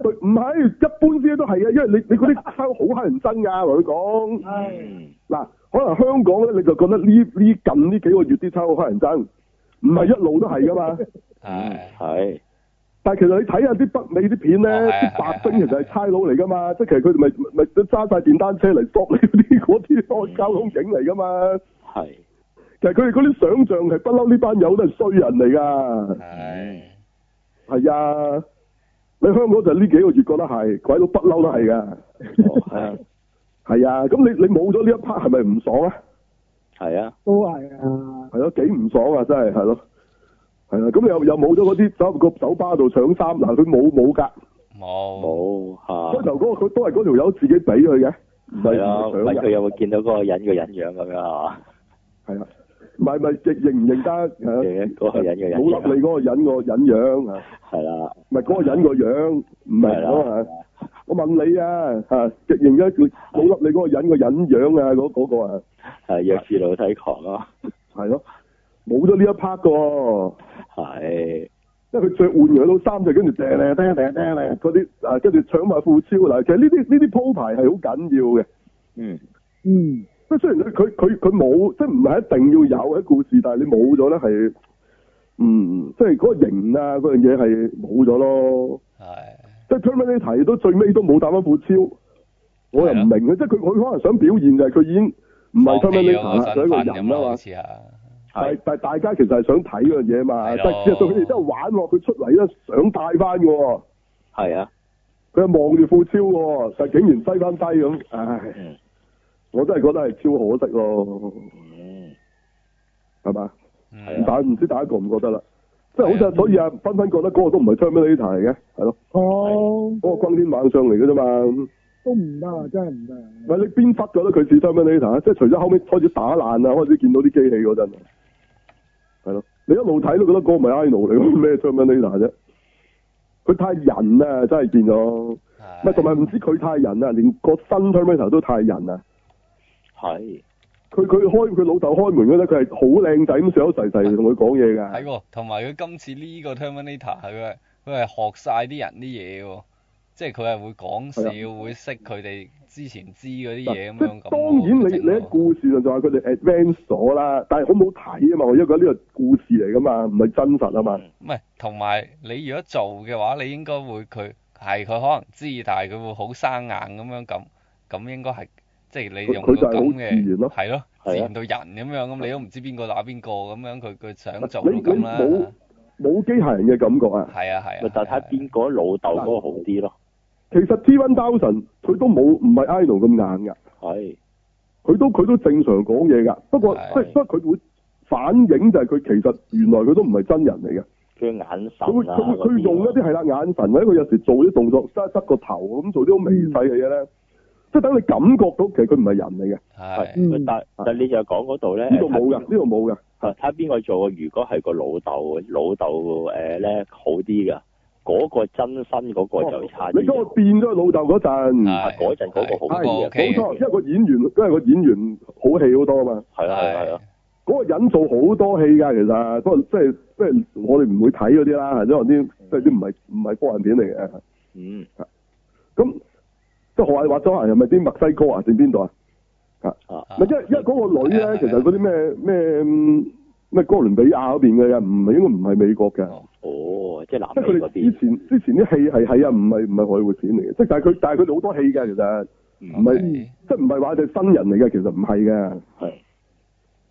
Speaker 2: 對， 唔係一般啲都係啊，因為你你嗰啲差佬好乞人憎㗎，同佢講
Speaker 5: 係
Speaker 4: 嗯
Speaker 2: 嗱，可能香港咧你就覺得呢呢近呢幾個月啲差佬好乞人憎，唔係一路都係噶嘛。嗯
Speaker 3: 唉，
Speaker 4: 係
Speaker 2: 但係其實你睇下啲北美啲片咧，
Speaker 3: 哦係啊
Speaker 2: 啲白兵
Speaker 3: 係啊
Speaker 2: 其實係差佬嚟噶嘛，即係其實佢哋咪咪都揸晒電單車嚟 stop 你嗰啲嗰啲交通警嚟噶嘛。
Speaker 4: 係
Speaker 2: 其實佢哋嗰啲想像係不嬲呢班友都係衰人嚟㗎，
Speaker 3: 唉，
Speaker 2: 係啊！你香港就呢幾個月覺得係，鬼佬不嬲都係㗎，
Speaker 4: 哦係
Speaker 2: 係啊！咁你你冇咗呢一 part 係咪唔爽啊？
Speaker 4: 係啊，
Speaker 5: 都係啊！
Speaker 2: 係咯，幾唔爽啊！真係係咯，係啦。咁你又又冇咗嗰啲走入個酒吧度搶衫，嗱佢冇冇㗎，
Speaker 3: 冇
Speaker 4: 冇
Speaker 2: 開
Speaker 4: 嚇
Speaker 2: 頭。嗰個佢都係嗰條友自己俾佢嘅，唔係
Speaker 4: 係啊，
Speaker 2: 唔
Speaker 4: 咪
Speaker 2: 係搶
Speaker 4: 佢
Speaker 2: 嘅，
Speaker 4: 有冇見到嗰個人個人樣咁樣啊？
Speaker 2: 係啊，唔係唔係認認唔認得係啊
Speaker 4: 認嗰個人嘅人啊
Speaker 2: 冇笠你嗰個人個人樣啊，
Speaker 4: 係啦，
Speaker 2: 唔係嗰個人個樣，唔係
Speaker 4: 係
Speaker 2: 嗰個
Speaker 4: 啦
Speaker 2: 啊。，我問你啊，嚇直認咗佢冇笠你嗰個人個人樣啊，嗰嗰個啊，
Speaker 4: 係弱智老體狂啊咯，
Speaker 2: 係咯，冇咗呢一 part 個喎，
Speaker 4: 係
Speaker 2: 因為佢着換咗套衫就跟住掟咧掟咧掟咧嗰啲啊，跟住搶埋副超嗱，其實呢啲呢啲鋪排係好緊要嘅，
Speaker 4: 嗯
Speaker 5: 嗯，
Speaker 2: 即係雖然佢佢佢佢冇，即係唔係一定要有喺故事，但係你冇咗咧係，嗯，即係嗰個型啊嗰樣嘢係冇咗咯。
Speaker 3: 係
Speaker 2: 即係 Terminator 都最尾都冇打翻副超，我又唔明嘅，即係佢佢可能想表現就係佢已經唔係
Speaker 3: 放棄咗
Speaker 2: Terminator 啦，
Speaker 3: 身
Speaker 2: 佢一個
Speaker 3: 份
Speaker 2: 人
Speaker 3: 啊咁
Speaker 2: 啦
Speaker 3: 咯，
Speaker 2: 嘛
Speaker 3: 好。似啊，
Speaker 2: 但係但係大家其實係想睇嗰樣嘢嘛，
Speaker 3: 係
Speaker 2: 但
Speaker 3: 咯
Speaker 2: 係其實佢哋真係玩落佢出嚟咧，想帶翻嘅喎，
Speaker 4: 係啊，
Speaker 2: 佢係望住副超嘅喎，但係竟然低翻低咁，唉，
Speaker 4: 嗯
Speaker 2: 我真係覺得係超可惜咯，
Speaker 4: 嗯
Speaker 2: 係嘛？
Speaker 3: 嗯
Speaker 2: 但係啊唔知大家覺唔覺得啦？即係好
Speaker 3: 係
Speaker 2: 似所以啊，紛紛覺得嗰個都唔係 Terminator 嚟嘅，係咯，
Speaker 5: 哦，
Speaker 2: 嗰、個轟天猛上嚟嘅啫嘛。
Speaker 5: 都唔得啊！真係唔得啊。
Speaker 2: 唔係你邊忽覺得佢似 Terminator 啊即係除咗後尾開始打爛啊，開始見到啲機器嗰陣，係咯，你一路睇都覺得嗰個咪 Ino 嚟咯， 咩 Terminator 啫？佢太人啊，真係變咗，唔
Speaker 3: 係
Speaker 2: 係同埋唔知佢太人啊，連個新 Terminator 都太人啊！
Speaker 4: 係
Speaker 2: 佢佢開佢老豆開門嗰陣，佢係好靚仔咁上咗細細同佢講嘢
Speaker 3: 係
Speaker 2: 㗎，
Speaker 3: 喎，同埋佢今次呢個 Terminator 佢係佢係學晒啲人啲嘢喎，即係佢係會講笑，會識佢哋之前知嗰啲嘢咁
Speaker 2: 啊即係
Speaker 3: 樣咁喎。
Speaker 2: 當然你你喺故事上就話佢哋 advance 咗啦，但係好唔好睇啊嘛？我因為覺得呢個故事嚟㗎嘛，唔係真實啊嘛。
Speaker 3: 唔係，同埋你如果做嘅話，你應該會佢係佢可能知，但係佢會好生硬咁樣咁，咁應該係即係你用
Speaker 2: 佢佢就
Speaker 3: 到
Speaker 2: 係好
Speaker 3: 咁
Speaker 2: 自然
Speaker 3: 嘅
Speaker 2: 咯
Speaker 3: 係咯，
Speaker 4: 係啊
Speaker 3: 自然到人咁樣，咁你都唔知邊個打邊個咁樣，佢佢想做到
Speaker 2: 你
Speaker 3: 嗯
Speaker 2: 你
Speaker 3: 咁啦。
Speaker 2: 冇冇機械人嘅感覺啊？
Speaker 3: 係啊係
Speaker 4: 咪
Speaker 3: 啊，
Speaker 4: 但睇下邊個老豆嗰個好啲咯，
Speaker 2: 其實 T One Thousand 佢都冇唔係 Idol 咁硬㗎，
Speaker 4: 係
Speaker 2: 佢都佢都正常講嘢㗎。不過即
Speaker 3: 係
Speaker 2: 係不過佢會反映就係佢其實原來佢都唔係真人嚟嘅，
Speaker 4: 佢眼神
Speaker 2: 佢會
Speaker 4: 啊
Speaker 2: 佢會佢
Speaker 4: 嗰
Speaker 2: 會用一
Speaker 4: 啲
Speaker 2: 啲係啦眼神或者佢有時做啲動作側側個頭咁做啲好微細嘅嘢
Speaker 3: 嗯
Speaker 2: 咧，即係等你感覺到其實佢唔係人嚟嘅。
Speaker 4: 啊，
Speaker 3: 係
Speaker 5: 嗯
Speaker 4: 係但但你就講嗰度咧，
Speaker 2: 呢度冇㗎，呢度冇㗎，
Speaker 4: 睇下邊個做啊？如果係個老豆，老豆誒咧好啲㗎，嗰個真身嗰個就差
Speaker 2: 哦你
Speaker 4: 啲
Speaker 2: 嗰個
Speaker 4: 嘅，啊
Speaker 2: 變咗佢老豆嗰陣，
Speaker 3: 係
Speaker 4: 嗰陣嗰個好
Speaker 3: 係
Speaker 4: 啲
Speaker 3: 嗰個
Speaker 4: 嘅
Speaker 3: OK 嘅
Speaker 2: 冇錯，因為個演員因為個演員好戲好多啊嘛。
Speaker 4: 係啊係啊係啊，
Speaker 2: 嗰個人做好多戲㗎，其實不過即係即係我哋唔會睇嗰啲啦，因為啲即係啲唔係唔係科幻片嚟嘅。
Speaker 4: 嗯
Speaker 2: 咁即係何謂畫咗人係咪啲墨西哥啊定邊度啊？
Speaker 4: 啊
Speaker 2: 咪因為因為嗰個
Speaker 3: 係啊
Speaker 2: 女
Speaker 3: 係
Speaker 2: 咧
Speaker 3: 啊，
Speaker 2: 其實嗰啲咩咩嗯咩哥倫比亞嗰邊嘅，唔係應該唔係美國嘅。
Speaker 3: 哦
Speaker 4: 哦，即係南
Speaker 2: 即
Speaker 4: 美
Speaker 2: 係佢
Speaker 4: 嗰
Speaker 2: 哋之
Speaker 4: 邊，
Speaker 2: 前之前啲戲係係啊，唔係唔係荷里活片嚟嘅，即係但係佢但係佢哋好多戲嘅其實，唔係
Speaker 3: OK
Speaker 2: 即係唔係話佢哋新人嚟嘅，其實唔係嘅。
Speaker 4: 係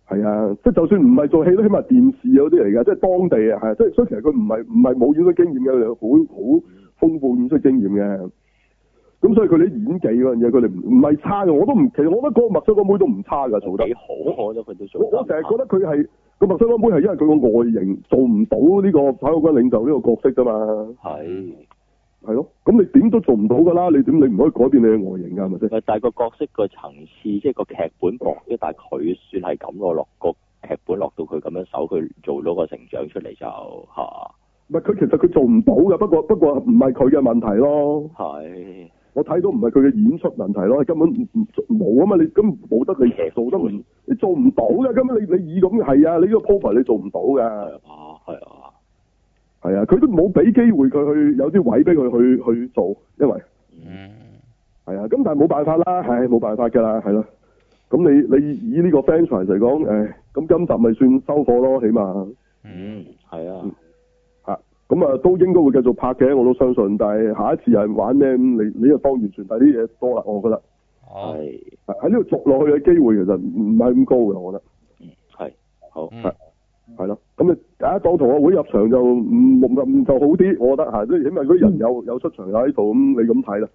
Speaker 2: 係啊，即係就算唔係做戲都起碼電視嗰啲嚟㗎，即係當地啊，係即係所以其實佢唔係唔係冇演出經驗嘅，佢哋好好豐富演出經驗嘅。咁所以佢哋演技嗰樣嘢，佢哋唔唔係差嘅，我都唔，其實我覺得嗰個墨西哥妹都唔差㗎，做得
Speaker 4: 幾。好，我覺得佢都做
Speaker 2: 我
Speaker 4: 得
Speaker 2: 我成日覺得佢係個墨西哥妹係因為佢個外形做唔到呢個反抗軍領袖呢個角色啫嘛，
Speaker 4: 係。
Speaker 2: 係咯。咁你點都做唔到㗎啦，你點你唔可以改變你嘅外形㗎，係咪先？
Speaker 4: 咪但係個角色個層次，即係個劇本薄啲，但係佢算係咁咯，落個劇本落到佢咁樣手，佢做到個成長出嚟就嚇
Speaker 2: 唔係佢其實佢做唔到㗎，不過不過唔係佢嘅問題咯。
Speaker 4: 係
Speaker 2: 我睇到唔係佢嘅演出問題咯，根本唔唔冇啊嘛，你根本冇得你做得唔，你做唔到嘅，根本你你以咁係啊，你呢個 profile 你做唔到㗎。
Speaker 4: 係啊係啊，
Speaker 2: 係啊，佢都冇俾機會佢去有啲位俾佢去去做，因為
Speaker 3: 嗯，
Speaker 2: 係啊，咁但係冇辦法啦，係冇辦法㗎啦，係咯。咁你你以呢個 franchise 嚟講，誒，咁今集咪算收貨咯，起碼
Speaker 3: 嗯，
Speaker 4: 嗯係啊
Speaker 2: 嗯，嚇，咁啊都應該會繼續拍嘅，我都相信。但係下一次係玩咩？咁你你就當完全第啲嘢多啦，我覺得
Speaker 3: 好，
Speaker 4: 係
Speaker 2: 係喺呢度續落去嘅機會其實唔係咁高嘅，我覺得
Speaker 4: 嗯係好
Speaker 3: 嗯，
Speaker 2: 係咯。咁你第一當同學會入場就唔唔就好啲，我覺得啊嚇，即係起碼嗰啲人有有出場有喺度，咁你咁睇啦。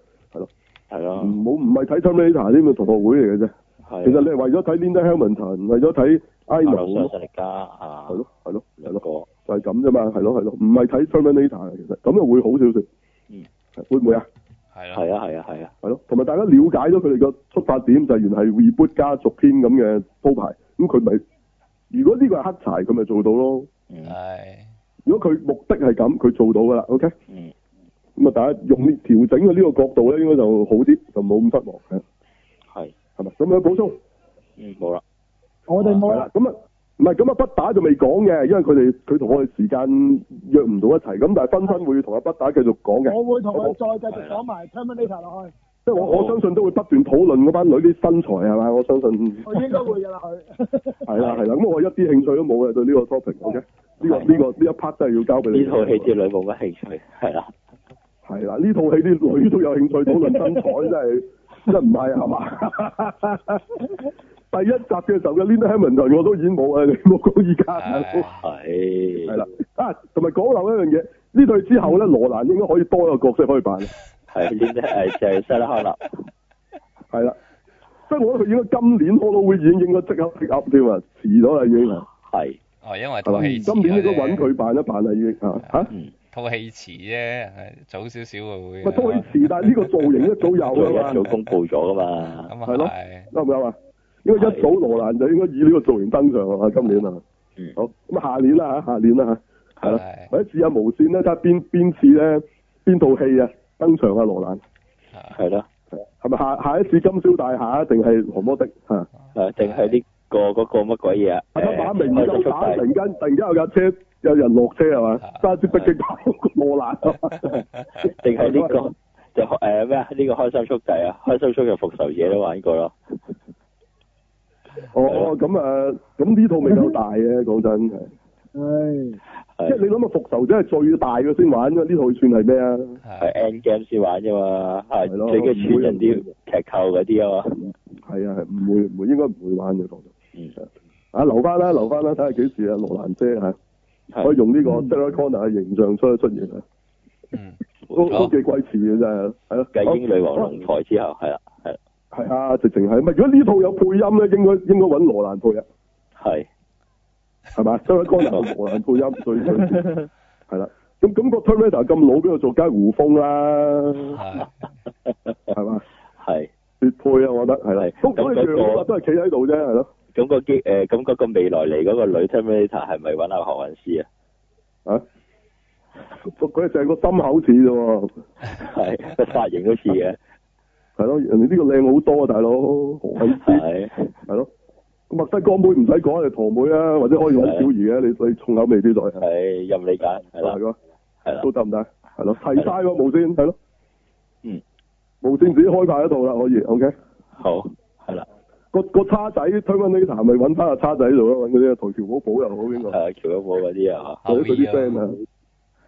Speaker 4: 係啦
Speaker 2: 唔好唔係睇 Terminator 呢個同學會嚟嘅啫。
Speaker 4: 係啊。
Speaker 2: 其實你係為咗睇 Linda Hamilton，為咗睇
Speaker 4: 阿羅
Speaker 2: Ino，
Speaker 4: 力加啊，
Speaker 2: 係咯係咯係
Speaker 4: 兩
Speaker 2: 咯，
Speaker 4: 個
Speaker 2: 就係咁啫嘛，係咯係咯，唔係睇 Terminator 嘅其實咁又會好少少。
Speaker 4: 嗯
Speaker 2: 係，會唔會啊？
Speaker 3: 係咯，
Speaker 4: 係啊係啊係啊，
Speaker 2: 係咯，同埋大家了解咗佢哋個出發點就係原來係 reboot 加續編咁嘅鋪排，咁佢咪如果呢個係黑柴，佢咪做到咯。
Speaker 4: 嗯
Speaker 3: 係，
Speaker 2: 如果佢目的係咁，佢做到㗎啦。OK，
Speaker 4: 嗯
Speaker 2: 咁啊，大家用呢調整嘅呢個角度咧，應該就好啲，就冇咁失望。係
Speaker 4: 係，
Speaker 2: 係咪？咁有冇補充？
Speaker 4: 嗯冇啦，
Speaker 5: 我哋冇
Speaker 2: 係
Speaker 5: 啦
Speaker 2: 啦，，咁啊，唔係咁啊，北打就未講嘅，因為佢哋佢同我哋時間約唔到一齊，咁但係紛紛會同阿北打繼續講嘅，
Speaker 5: 我會同佢再繼續講埋 Terminator 落去，
Speaker 2: 即係我我相信都會不斷討論嗰班女啲身材係嘛，我相信
Speaker 5: 我應該會㗎啦 佢。
Speaker 2: 係啦係啦，咁我一啲興趣都冇嘅對呢個 topic，OK，呢個
Speaker 4: 係
Speaker 2: 呢個呢一 part 真係要交俾你。
Speaker 4: 呢套戲啲女冇乜興趣， 係啦，
Speaker 2: 係啦，呢套戲啲女都有興趣討論身材，真係真係唔係係嘛？第一集嘅時候嘅 Linda Hamilton 我都已經冇啊，你 冇講依家大佬
Speaker 3: 係
Speaker 4: 係
Speaker 2: 係啦，啊，同埋講漏一樣嘢，呢對之後咧，羅蘭應該可以多一個角色可以扮，
Speaker 4: 係呢啲係就係西拉克啦，
Speaker 2: 係啦，即係我覺得佢應該今年 Halloween 已經應該即刻 pick up 添啊，遲咗啦已經係，
Speaker 4: 係
Speaker 3: 哦，因為
Speaker 2: 係
Speaker 3: 套
Speaker 2: 嘛？
Speaker 3: 戲
Speaker 2: 今年應該揾
Speaker 3: 遲咗啫
Speaker 2: 佢扮一扮啦已經啊嚇，
Speaker 4: 嗯
Speaker 3: 套戲遲啫，係早少少會，
Speaker 2: 咪都可以遲，但係呢個造型一早有
Speaker 4: 佢
Speaker 2: 啊
Speaker 4: 一
Speaker 2: 嘛
Speaker 4: 早，公佈咗噶嘛，
Speaker 3: 咁啊
Speaker 2: 係咯
Speaker 3: 係，
Speaker 2: 啱唔啱啊？應該一早羅蘭就應該以呢個造型登場啊，今年啊，
Speaker 4: 嗯
Speaker 2: 好咁啊下年啦嚇，下年啦嚇。係咯
Speaker 3: 係，
Speaker 2: 或者試下無線咧，睇下邊邊次咧，邊套戲啊登場啊羅蘭，
Speaker 3: 係
Speaker 4: 係啦。
Speaker 2: 係咪下下一次金宵大廈定係何魔的嚇？
Speaker 4: 啊，定係呢個嗰個乜鬼嘢啊？
Speaker 2: 大家打明
Speaker 4: 誒
Speaker 2: 夠
Speaker 4: 開
Speaker 2: 打，突
Speaker 4: 心
Speaker 2: 然間突然間有架車有人落車係嘛
Speaker 3: 係，
Speaker 2: 揸支迫擊炮落欄係嘛
Speaker 4: 速 遞定係呢 個就誒咩啊？呢個開心速遞啊，開心速遞復仇者都玩過咯，
Speaker 2: 哦哦咁啊，咁呢套未夠大嘅講真係，
Speaker 5: 唉，
Speaker 2: 即係
Speaker 4: 係
Speaker 2: 你諗下復仇者係最大嘅先玩，因為呢套算係咩啊？
Speaker 4: 係 End Game 先玩啫嘛，係
Speaker 2: 係咯
Speaker 4: 最緊穿人啲劇透嗰啲啊嘛，
Speaker 2: 係啊係唔會唔會應該唔會玩嘅講真，
Speaker 4: 嗯，
Speaker 2: 啊留翻啦留翻啦，睇下幾時啊羅蘭姐嚇可
Speaker 4: 係
Speaker 2: 以
Speaker 4: 嗯
Speaker 2: 用呢個 Sarah Connor 嘅形象出出現啊，
Speaker 3: 嗯，
Speaker 2: 都
Speaker 3: 好
Speaker 2: 都幾鬼似嘅真係，係咯。
Speaker 4: 繼英女王
Speaker 2: 好
Speaker 4: 龍台之後係啦，係啦
Speaker 2: 係啊，直情係咪？如果呢套有配音咧，應該應該揾羅蘭配啊，
Speaker 4: 係
Speaker 2: 係嘛？因為江南羅蘭配音最最 係啦。咁咁個 Terminator 咁老，邊度做街胡風啦？
Speaker 3: 係
Speaker 2: 係嘛？
Speaker 4: 係
Speaker 2: 絕配啊！我覺得係啦
Speaker 4: 係，
Speaker 2: 都都一
Speaker 4: 咁嗰
Speaker 2: 樣
Speaker 4: 個
Speaker 2: 啊，都係企喺度啫，係咯。
Speaker 4: 咁個機誒咁嗰個未來嚟嗰個女 Terminator 係咪揾阿何韻詩啊？
Speaker 2: 啊，佢佢成個心口似啫喎，
Speaker 4: 係個髮型都似嘅，
Speaker 2: 係咯。人哋呢個靚好多啊，大佬何韻詩
Speaker 4: 係
Speaker 2: 係咯。墨西哥妹唔使講，係堂妹啊，或者可以揾小儀嘅，你你重口味啲再係
Speaker 4: 係任你揀係
Speaker 2: 係
Speaker 4: 啦
Speaker 2: 咯。
Speaker 4: 係啦
Speaker 2: 都，得唔得？係咯，提晒個無線係咯。
Speaker 4: 嗯。
Speaker 2: 無線自己開派一套啦，可以，OK。
Speaker 4: 好係啦。
Speaker 2: 個個叉仔 Terminator 咪揾翻個叉仔度咯，揾嗰啲唐橋寶寶又好邊個，
Speaker 4: 誒啊喬一寶嗰啲啊，
Speaker 2: 或者佢啲
Speaker 3: 後裔
Speaker 2: friend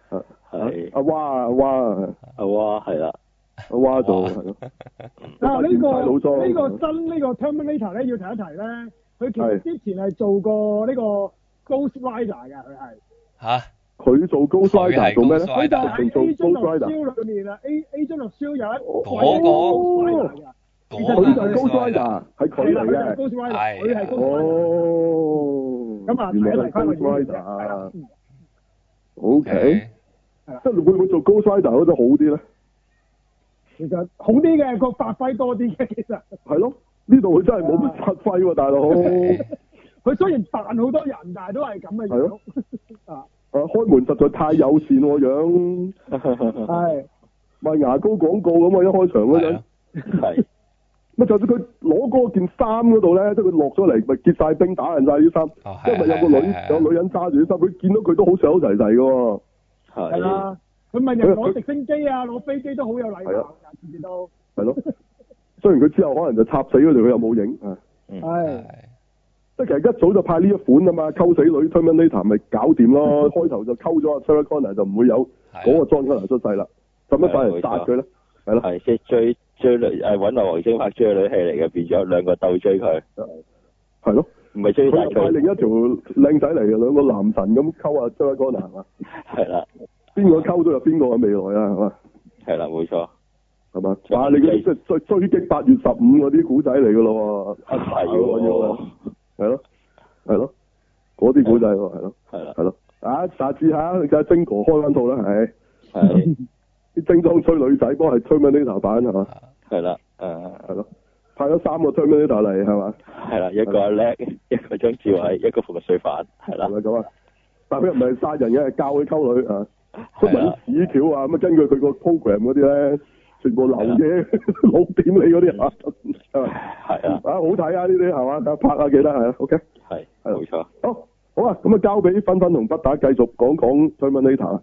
Speaker 2: 啊，
Speaker 4: 係
Speaker 2: 阿蛙啊蛙啊
Speaker 4: 啊哇，係啦，
Speaker 2: 阿蛙做係咯，
Speaker 5: 嗱啊呢
Speaker 2: 大佬裝
Speaker 5: 個呢個新呢個 Terminator 咧要提一提咧，佢其實
Speaker 2: 係
Speaker 5: 之前係做過呢個 Ghost Rider 嘅，佢係
Speaker 3: 嚇
Speaker 2: 佢做 Ghost
Speaker 3: 佢係
Speaker 2: Rider 做咩咧？
Speaker 3: Ghost
Speaker 5: 佢就喺
Speaker 3: Rider
Speaker 2: 直情做
Speaker 5: Agent of
Speaker 2: Ghost Rider。
Speaker 5: Shield 裏面啊，A Agent of Shield 有一
Speaker 2: 哦
Speaker 3: 嗰個啊
Speaker 2: 佢就係
Speaker 5: 係
Speaker 2: Ghost
Speaker 3: Ghost Rider
Speaker 2: Rider，係佢
Speaker 5: 佢
Speaker 2: 嚟
Speaker 5: 係
Speaker 2: 嘅。
Speaker 5: Ghost Rider，
Speaker 3: 係啊
Speaker 5: 佢係 Ghost Rider。
Speaker 2: 哦，
Speaker 5: 咁啊，
Speaker 2: 原
Speaker 5: 睇啊
Speaker 2: 來
Speaker 5: 嚟
Speaker 2: 係
Speaker 5: 翻個
Speaker 2: Ghost
Speaker 5: 演員係啦嗯
Speaker 2: Rider。O K，
Speaker 3: OK，
Speaker 2: 即係會唔會做 Ghost Rider 嗰啲好啲咧？
Speaker 5: 其實好啲嘅，個發揮多啲嘅。其實
Speaker 2: 係咯，呢度佢真係冇乜發揮喎，大佬。
Speaker 3: 係
Speaker 5: 佢雖然扮好多人，但係都係咁嘅
Speaker 2: 係咯
Speaker 5: 樣。 啊，
Speaker 2: 啊，開門實在太友善喎樣，
Speaker 5: 係
Speaker 2: 賣牙膏廣告咁啊！一開場嗰
Speaker 3: 係
Speaker 2: 陣
Speaker 3: 啊，
Speaker 4: 係
Speaker 2: 咪就算佢攞嗰件衫嗰度咧，即係佢落咗嚟，咪結晒冰打爛晒啲衫，
Speaker 3: 哦
Speaker 2: 因
Speaker 3: 係
Speaker 2: 為有個女有女人揸住啲衫，佢見到佢都好想齊齊嘅喎。
Speaker 5: 係
Speaker 4: 係
Speaker 5: 啦。佢問人攞直升機啊，攞飛機都好有禮
Speaker 2: 係啊
Speaker 5: 貌㗎，次次都
Speaker 2: 係咯。雖然佢之後可能就插死嗰條，佢又冇影啊。
Speaker 5: 係
Speaker 2: 即係其實一早就派呢一款啊嘛，溝死女 Terminator 咪搞掂咯。開頭就溝咗阿 Sarah Connor 就唔會有嗰個 John Connor 出世啦。使乜反嚟殺佢咧？係咯，
Speaker 4: 係即係追追女誒揾阿黃星拍追女戲嚟嘅，變咗兩個鬥追佢，
Speaker 2: 係咯。
Speaker 4: 唔係追
Speaker 2: 佢
Speaker 4: 大
Speaker 2: 又
Speaker 4: 追
Speaker 2: 派，另一條靚仔嚟嘅，兩個男神咁溝阿 Sarah Connor 係嘛？
Speaker 4: 係啦
Speaker 2: 邊個溝到有邊個嘅未來啊？係嘛？
Speaker 4: 係啦，冇錯，
Speaker 2: 係嘛？哇！你嗰啲即係追追擊八月十五嗰啲古仔嚟嘅咯喎，
Speaker 4: 係
Speaker 2: 嗰個要啊
Speaker 4: 喎，
Speaker 2: 係咯，係咯，嗰啲古仔喎，係咯，
Speaker 4: 係啦
Speaker 2: 係咯。啊！殺至下，你梗係精哥開翻套啦，係
Speaker 4: 係
Speaker 2: 啲精裝追女仔，幫係 Terminator 版係嘛？
Speaker 4: 係啦誒
Speaker 2: 係咯，派咗三個 Terminator 嚟係嘛？
Speaker 4: 係啦，一個叻，一個張志偉，一個馮瑞凡，係啦
Speaker 2: 係。咪咁啊？但佢又唔係殺人嘅，係教佢溝女啊，都
Speaker 4: 係啦
Speaker 2: 揾屎橋啊！咁啊，根據佢個 program 嗰啲咧，全部流嘢 老點你嗰啲啊，係咪
Speaker 4: 啊嗯係啊，
Speaker 2: 啊，好睇啊！呢啲係嘛，大家拍下記得係啊，OK，
Speaker 4: 係，冇錯，
Speaker 2: 好，好啊，咁啊交俾芬芬同不打繼續講講 Terminator 啦，